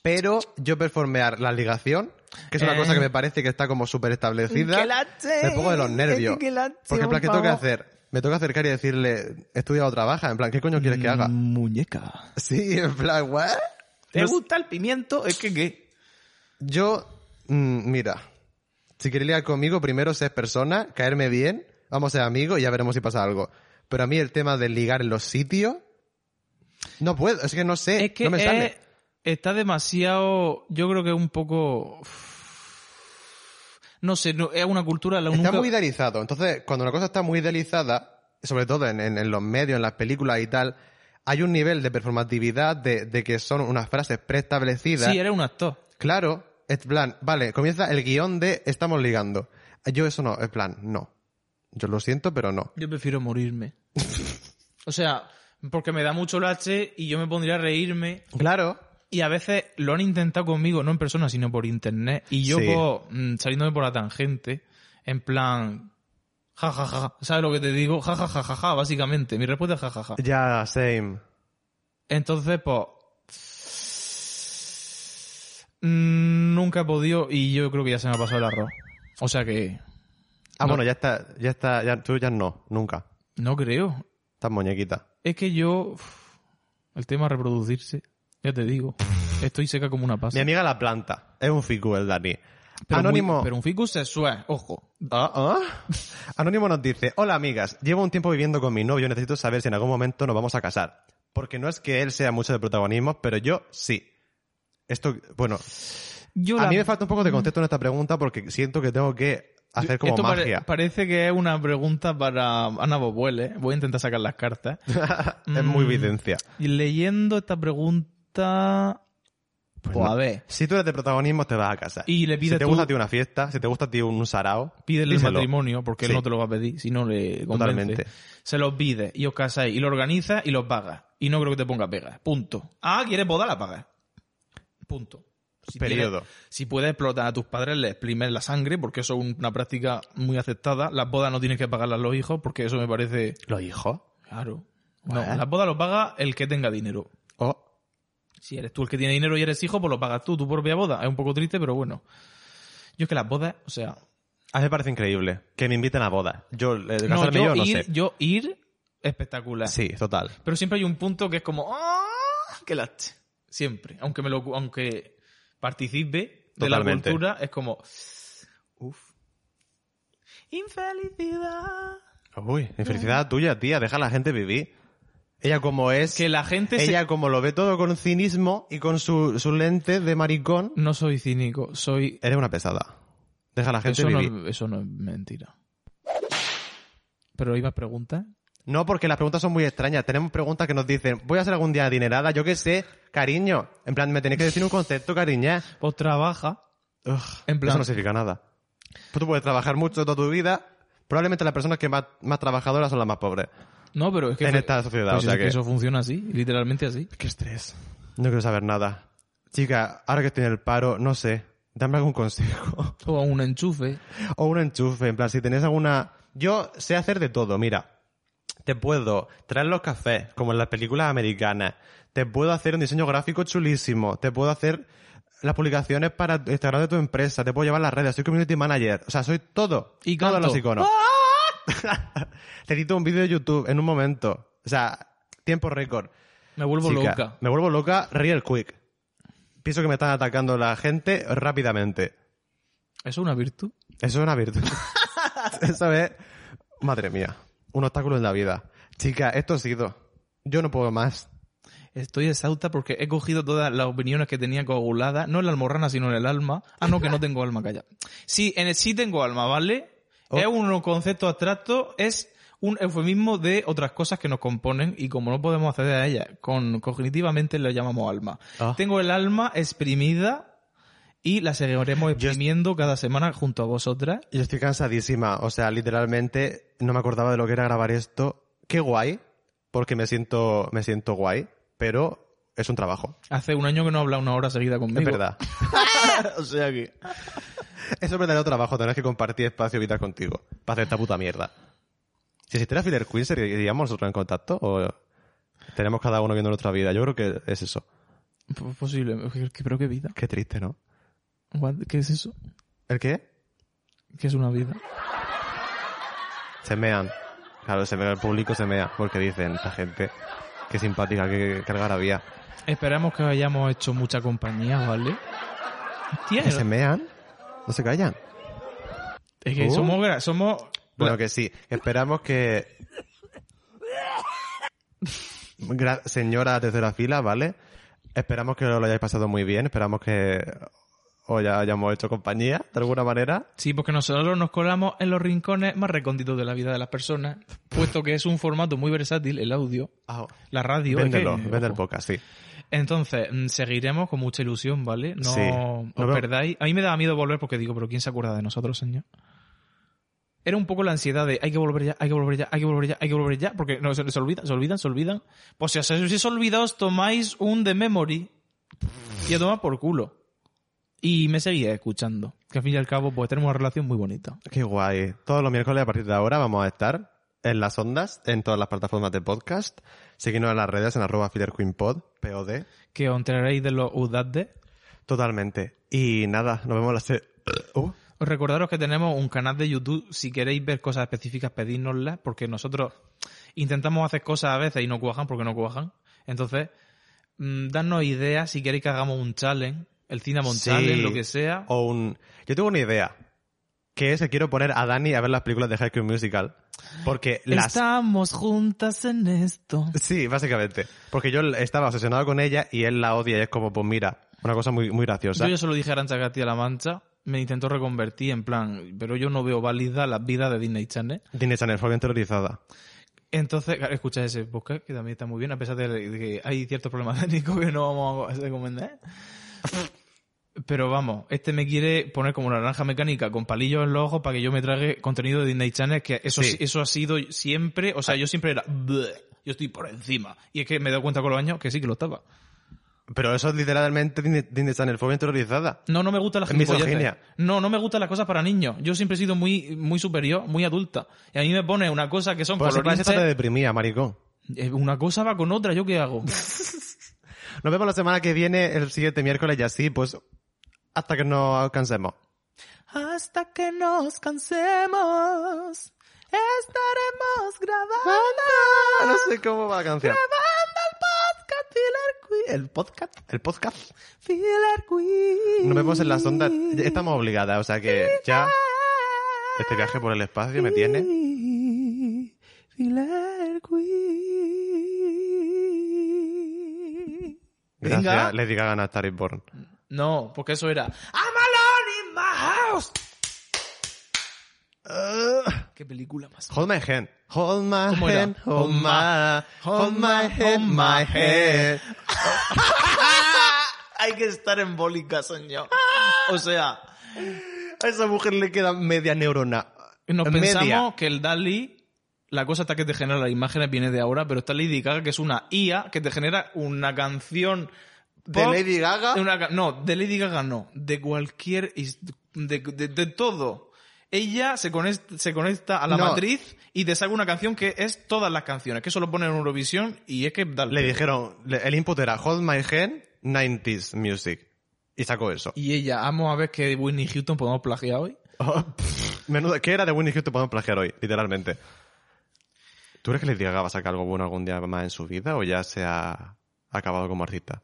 Pero yo performear la ligación, que es una Eh. cosa que me parece que está como súper establecida, me pongo de los Este nervios. Porque en plan, ¿qué tengo que hacer? Me tengo que acercar y decirle, estudia o trabaja. En plan, ¿qué coño quieres que haga? Muñeca. Sí, en plan, ¿what? ¿Te No sé. gusta el pimiento? Es que qué. Yo, mm, mira, si quieres ligar conmigo, primero ser persona, caerme bien, vamos a ser amigos y ya veremos si pasa algo. Pero a mí el tema de ligar en los sitios, no puedo, es que no sé, es que no me es- sale. está demasiado. Yo creo que es un poco. No sé, no, es una cultura. La Está nunca- muy idealizado. Entonces, cuando una cosa está muy idealizada, sobre todo en, en- en los medios, en las películas y tal, hay un nivel de performatividad de, de que son unas frases preestablecidas. Sí, eres un actor. Claro, es plan, vale, comienza el guión de estamos ligando. Yo eso no, es plan, no. Yo lo siento, pero no. Yo prefiero morirme. o sea, porque me da mucho lache y yo me pondría a reírme. Claro. Y a veces lo han intentado conmigo, no en persona, sino por internet. Y yo Sí. po, mm, saliéndome por la tangente, en plan, ja, ja, ja, ja. ¿sabes lo que te digo? Ja, ja, ja, ja, ja, básicamente. Mi respuesta es ja, ja, ja. Ya, same. Entonces, pues... mm, Nunca he podido y yo creo que ya se me ha pasado el arroz. O sea que... Ah, No. bueno, ya está, ya está, ya, tú ya no, nunca. No creo. Estás muñequita. Es que yo... uf, El tema reproducirse, ya te digo. Estoy seca como una pasa. Mi amiga la planta. Es un ficu el Dani. Pero muy- Anónimo. pero un ficus sexual, ojo. Ah, ah. Anónimo nos dice, hola amigas, llevo un tiempo viviendo con mi novio y necesito saber si en algún momento nos vamos a casar. Porque no es que él sea mucho de protagonismo, pero yo sí. Esto, bueno, Yo a la- Mm. mí me falta un poco de contexto en esta pregunta porque siento que tengo que hacer como Esto pare- magia. parece que es una pregunta para Ana Bobuel, ¿eh? Voy a intentar sacar las cartas. es muy Mm. evidencia. Y leyendo esta pregunta... Pues, no. a ver, Si tú eres de protagonismo, te vas a casar. Y le pides si te tú- gusta a ti una fiesta, si te gusta a ti un sarao, pídele díselo. el matrimonio, porque Sí. él no te lo va a pedir, si no le convence. Totalmente. Se los pide y os casáis, y lo organizas y los pagas. Y no creo que te ponga pega. Punto. Ah, ¿quieres boda? La pagas. Punto. Si Periodo. tienes- si puedes explotar a tus padres, les exprimes la sangre, porque eso es una práctica muy aceptada. Las bodas no tienes que pagarlas los hijos, porque eso me parece... ¿Los hijos? Claro. No, Bueno. las bodas lo paga el que tenga dinero. Oh, Si eres tú el que tiene dinero y eres hijo, pues lo pagas tú, tu propia boda. Es un poco triste, pero bueno. Yo es que las bodas, o sea... a mí me parece increíble que me inviten a bodas. Yo, el de no, casarme yo, yo, no ir, sé. yo ir, espectacular. Sí, total. Pero siempre hay un punto que es como... ¡Ah! ¡Qué lache! Siempre. Aunque, me lo, aunque participe de Totalmente. la cultura, es como... Uf. Infelicidad. Uy, infelicidad tuya, tía, deja a la gente vivir. Ella como es, Que la gente se ella como lo ve todo con cinismo y con su, su lente de maricón, No soy cínico, soy... eres una pesada. Deja a la gente Eso vivir. no, eso no es mentira. Pero ibas a preguntar. No, porque las preguntas son muy extrañas. Tenemos preguntas que nos dicen, voy a hacer algún día adinerada, yo qué sé, cariño. En plan, me tenéis que decir un concepto, cariña. Pues trabaja. Ugh, En plan- Eso no significa nada. Pues tú puedes trabajar mucho toda tu vida. Probablemente las personas que más, más trabajadoras son las más pobres. No, pero es que... En fe- esta sociedad, Pues o sea es que que- eso funciona así, literalmente así. Qué estrés. No quiero saber nada. Chica, ahora que estoy en el paro, no sé, dame algún consejo. O a un enchufe. o un enchufe, en plan, si tenés alguna... Yo sé hacer de todo, mira. Te puedo traer los cafés, como en las películas americanas. Te puedo hacer un diseño gráfico chulísimo. Te puedo hacer las publicaciones para Instagram de tu empresa. Te puedo llevar las redes. Soy community manager. O sea, soy todo. Y todos canto. los iconos. Te edito un vídeo de YouTube en un momento. O sea, tiempo récord. Me vuelvo Chica, loca. Me vuelvo loca real quick. Pienso que me están atacando la gente rápidamente. ¿Eso es una virtud? Eso es una virtud. Eso es, madre mía, un obstáculo en la vida. Chica, esto ha sido. Yo no puedo más. Estoy exhausta porque he cogido todas las opiniones que tenía coaguladas, no en la almorrana, sino en el alma. Ah, no, que no tengo alma, calla. Sí, en el sí tengo alma, ¿vale? Oh. Es un concepto abstracto, es un eufemismo de otras cosas que nos componen y como no podemos acceder a ellas, con, cognitivamente lo llamamos alma. Ah. Tengo el alma exprimida y la seguiremos Yo- exprimiendo cada semana junto a vosotras. Yo estoy cansadísima. O sea, literalmente no me acordaba de lo que era grabar esto. Qué guay, porque me siento, me siento guay, pero es un trabajo. Hace un año que no habla una hora seguida conmigo. Es verdad. o sea que. Es un verdadero trabajo tener que compartir espacio vital contigo para hacer esta puta mierda. Si existiera Filler Queen, ¿seríamos nosotros en contacto? ¿O tenemos cada uno viendo nuestra vida? Yo creo que es eso. P- Posible, ¿Qué- pero qué vida. Qué triste, ¿no? What? ¿Qué es eso? ¿El qué? ¿Qué es una vida? Se mean. Claro, se mea, el público se mea porque dicen esta gente. Qué simpática, qué cargar había. Esperamos que hayamos hecho mucha compañía, ¿vale? Hostia, ¿Que se mean? ¿No se callan? es que Uh. somos, gra- somos... Pues- Bueno, que sí. Esperamos que... Gra- señora tercera fila, ¿vale? Esperamos que lo hayáis pasado muy bien. Esperamos que os ya hayamos hecho compañía, de alguna manera. Sí, porque nosotros nos colamos en los rincones más recónditos de la vida de las personas, puesto que es un formato muy versátil, el audio, la radio. Ah, es Oh, véndelo, que- vende el ojo. podcast, sí. Entonces, mm, seguiremos con mucha ilusión, ¿vale? No Sí. os Lo veo. perdáis. A mí me daba miedo volver porque digo, pero ¿quién se acuerda de nosotros, señor? Era un poco la ansiedad de hay que volver ya, hay que volver ya, hay que volver ya, hay que volver ya, porque no, se, se olvidan, se olvidan, se olvidan. Pues si os, si os olvidaos, tomáis un de memory y a tomar por culo. Y me seguía escuchando. Que al fin y al cabo, pues tenemos una relación muy bonita. Qué guay. Todos los miércoles a partir de ahora vamos a estar en las ondas, en todas las plataformas de podcast. Seguidnos en las redes en arroba fillerqueenpod, POD. Que os enteraréis de los UDADDE. Totalmente. Y nada, nos vemos la se... Uh, Os recordaros que tenemos un canal de YouTube. Si queréis ver cosas específicas, pedírnoslas, porque nosotros intentamos hacer cosas a veces y no cuajan porque no cuajan. Entonces, mm, dadnos ideas si queréis que hagamos un challenge, el Cinnamon Sí. Challenge, lo que sea. o un... Yo tengo una idea. Que es que quiero poner a Dani a ver las películas de High School Musical. Porque las... Estamos juntas en esto. Sí, básicamente. Porque yo estaba obsesionado con ella y él la odia y es como, pues mira, una cosa muy, muy graciosa. yo ya se lo dije a Arancha Castilla-La Mancha. Me intentó reconvertir en plan, pero yo no veo válida las vidas de Disney Channel. Disney Channel fue bien terrorizada. Entonces, claro, escucha ese podcast que también está muy bien, a pesar de de que hay ciertos problemas técnicos que no vamos a recomendar. Pero vamos, este me quiere poner como una naranja mecánica con palillos en los ojos para que yo me trague contenido de Disney Channel, que eso, Sí. eso ha sido siempre, o sea, yo siempre era, "Bleh, yo estoy por encima. Y es que me he dado cuenta con los años que sí que lo estaba. Pero eso es literalmente Disney Disney Channel fue bien terrorizada. No, no me gusta la Es misoginia. No, no me gustan las cosas para niños. Yo siempre he sido muy, muy superior, muy adulta. Y a mí me pone una cosa Pues que son Por eso colorinches. te deprimía, maricón. Eh, Una cosa va con otra, ¿yo qué hago? Nos vemos la semana que viene, el siguiente miércoles y así, pues, hasta que nos alcancemos. Hasta que nos cansemos, estaremos grabando. Ah, No sé cómo va la canción. El podcast El podcast. Filler Queen. Nos vemos en las ondas. Ya Estamos obligadas, o sea que ya este viaje por el espacio me tiene. Filler Queen. Gracias, Venga. les diga ganas Star is Born. No, porque eso era I'm alone in my house. Qué película más. Hold my hand. Hold my ¿Cómo era? hand. Hold my, hold my hand, hold my my hand. Hay que estar embólica, señor. O sea, A esa mujer le queda media neurona. Nos Media. pensamos que el DALI, la cosa está que te genera las imágenes viene de ahora, pero está Lady Gaga, que es una IA que te genera una canción De pop, Lady Gaga. una ca- no, de Lady Gaga no, de cualquier, his- de, de- de todo. Ella se conecta, se conecta a la No. matriz y te saca una canción que es todas las canciones, que eso lo pone en Eurovisión y es que dale. Le dijeron, le- el input era Hold My Hand, 90s Music. Y sacó eso. Y ella, vamos a ver que Whitney Houston podemos plagiar hoy. Menudo, ¿qué era de Winnie Houston podemos plagiar hoy? Literalmente. ¿Tú crees que Lady Gaga va a sacar algo bueno algún día más en su vida o ya se ha acabado como artista?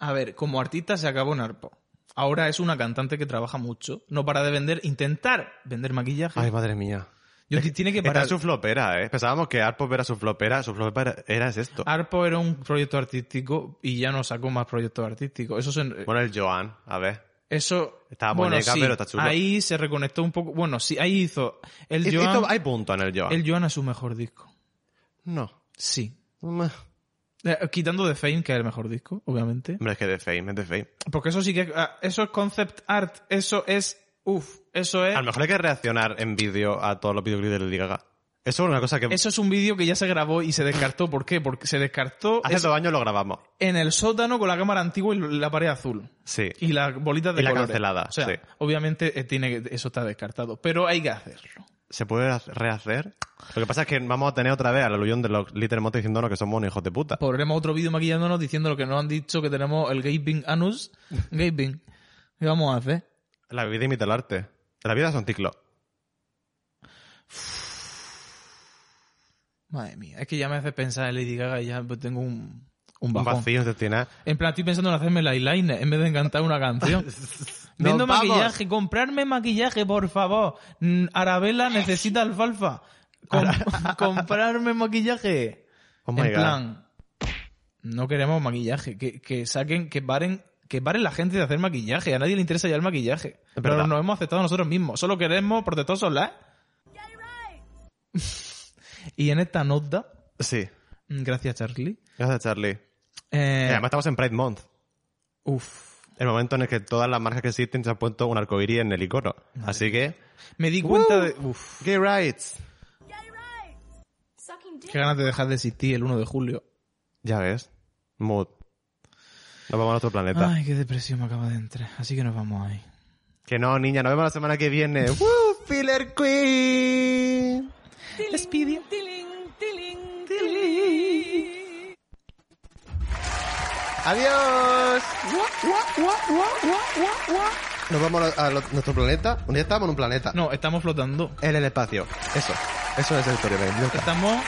A ver, como artista se acabó Narpo. Ahora es una cantante que trabaja mucho, no para de vender, intentar vender maquillaje. Ay, madre mía. Yo te- tiene que Esta parar. es su flopera, ¿eh? Pensábamos que Arpop era su flopera. Su flopera era es esto. Arpo era un proyecto artístico y ya no sacó más proyectos artísticos. Eso se, Bueno, el Joan, a ver. eso estaba bueno, muñeca, sí, pero está chulo. Ahí se reconectó un poco. Bueno, sí, ahí hizo el Hizo- Joan, hay punto en el Joan. el Joan a su mejor disco. No. Mm, Sí. Meh. Eh, Quitando The Fame, que es el mejor disco, obviamente. Hombre, es que de fame, es de fame. Porque eso sí que. ah, Eso es concept art. Eso es. Uf. Eso es. A lo mejor hay que reaccionar en vídeo a todos los videoclips de Lady Gaga. Eso es una cosa que Eso es un vídeo que ya se grabó y se descartó. ¿Por qué? Porque se descartó hace eso dos años lo grabamos. en el sótano con la cámara antigua y la pared azul. Sí. Y las bolitas de Y la colores. cancelada, O sea, sí. obviamente eh, tiene que- eso está descartado. Pero hay que hacerlo. ¿Se puede ha- rehacer? Lo que pasa es que vamos a tener otra vez al aluvión de los Little Monsters diciéndonos que somos unos hijos de puta. Pondremos otro vídeo maquillándonos diciendo lo que nos han dicho que tenemos el gaping anus. Gaping. ¿Qué vamos a hacer? La vida imita el arte. La vida es un ciclo. Madre mía, es que ya me hace pensar en Lady Gaga y ya pues, tengo un, un Un bajón. vacío intestinal. En plan, estoy pensando en hacerme el eyeliner en vez de encantar una canción. Viendo vamos. maquillaje, comprarme maquillaje, por favor. Mm, Arabella necesita alfalfa. Com- comprarme maquillaje. Oh my en God. plan, no queremos maquillaje. Que, que saquen, que paren, que paren la gente de hacer maquillaje. A nadie le interesa ya el maquillaje. Pero verdad. nos hemos aceptado nosotros mismos. Solo queremos protector solar. y en esta nota, Sí. mm, gracias Charlie. Gracias, Charlie. Eh, Eh, además, estamos en Pride Month. uf. El momento en el que todas las marcas que existen se han puesto un arcoíris en el icono. Así que. Me di cuenta Woo. de. Uf. Gay rights. Qué ganas de dejar de existir el 1 de julio. Ya ves. Mood. Nos vamos a nuestro planeta. Ay, qué depresión me acaba de entrar. Así que nos vamos ahí. Que no, niña, nos vemos la semana que viene. ¡Uh! ¡Woo! Filler Queen. Speedy. ¡Adiós! Nos vamos a, a lo- nuestro planeta. Un día estábamos en un planeta. No, estamos flotando. En el espacio. Eso. Eso es el historia. Estamos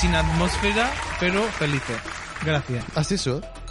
sin atmósfera, pero felices. Gracias. Así es.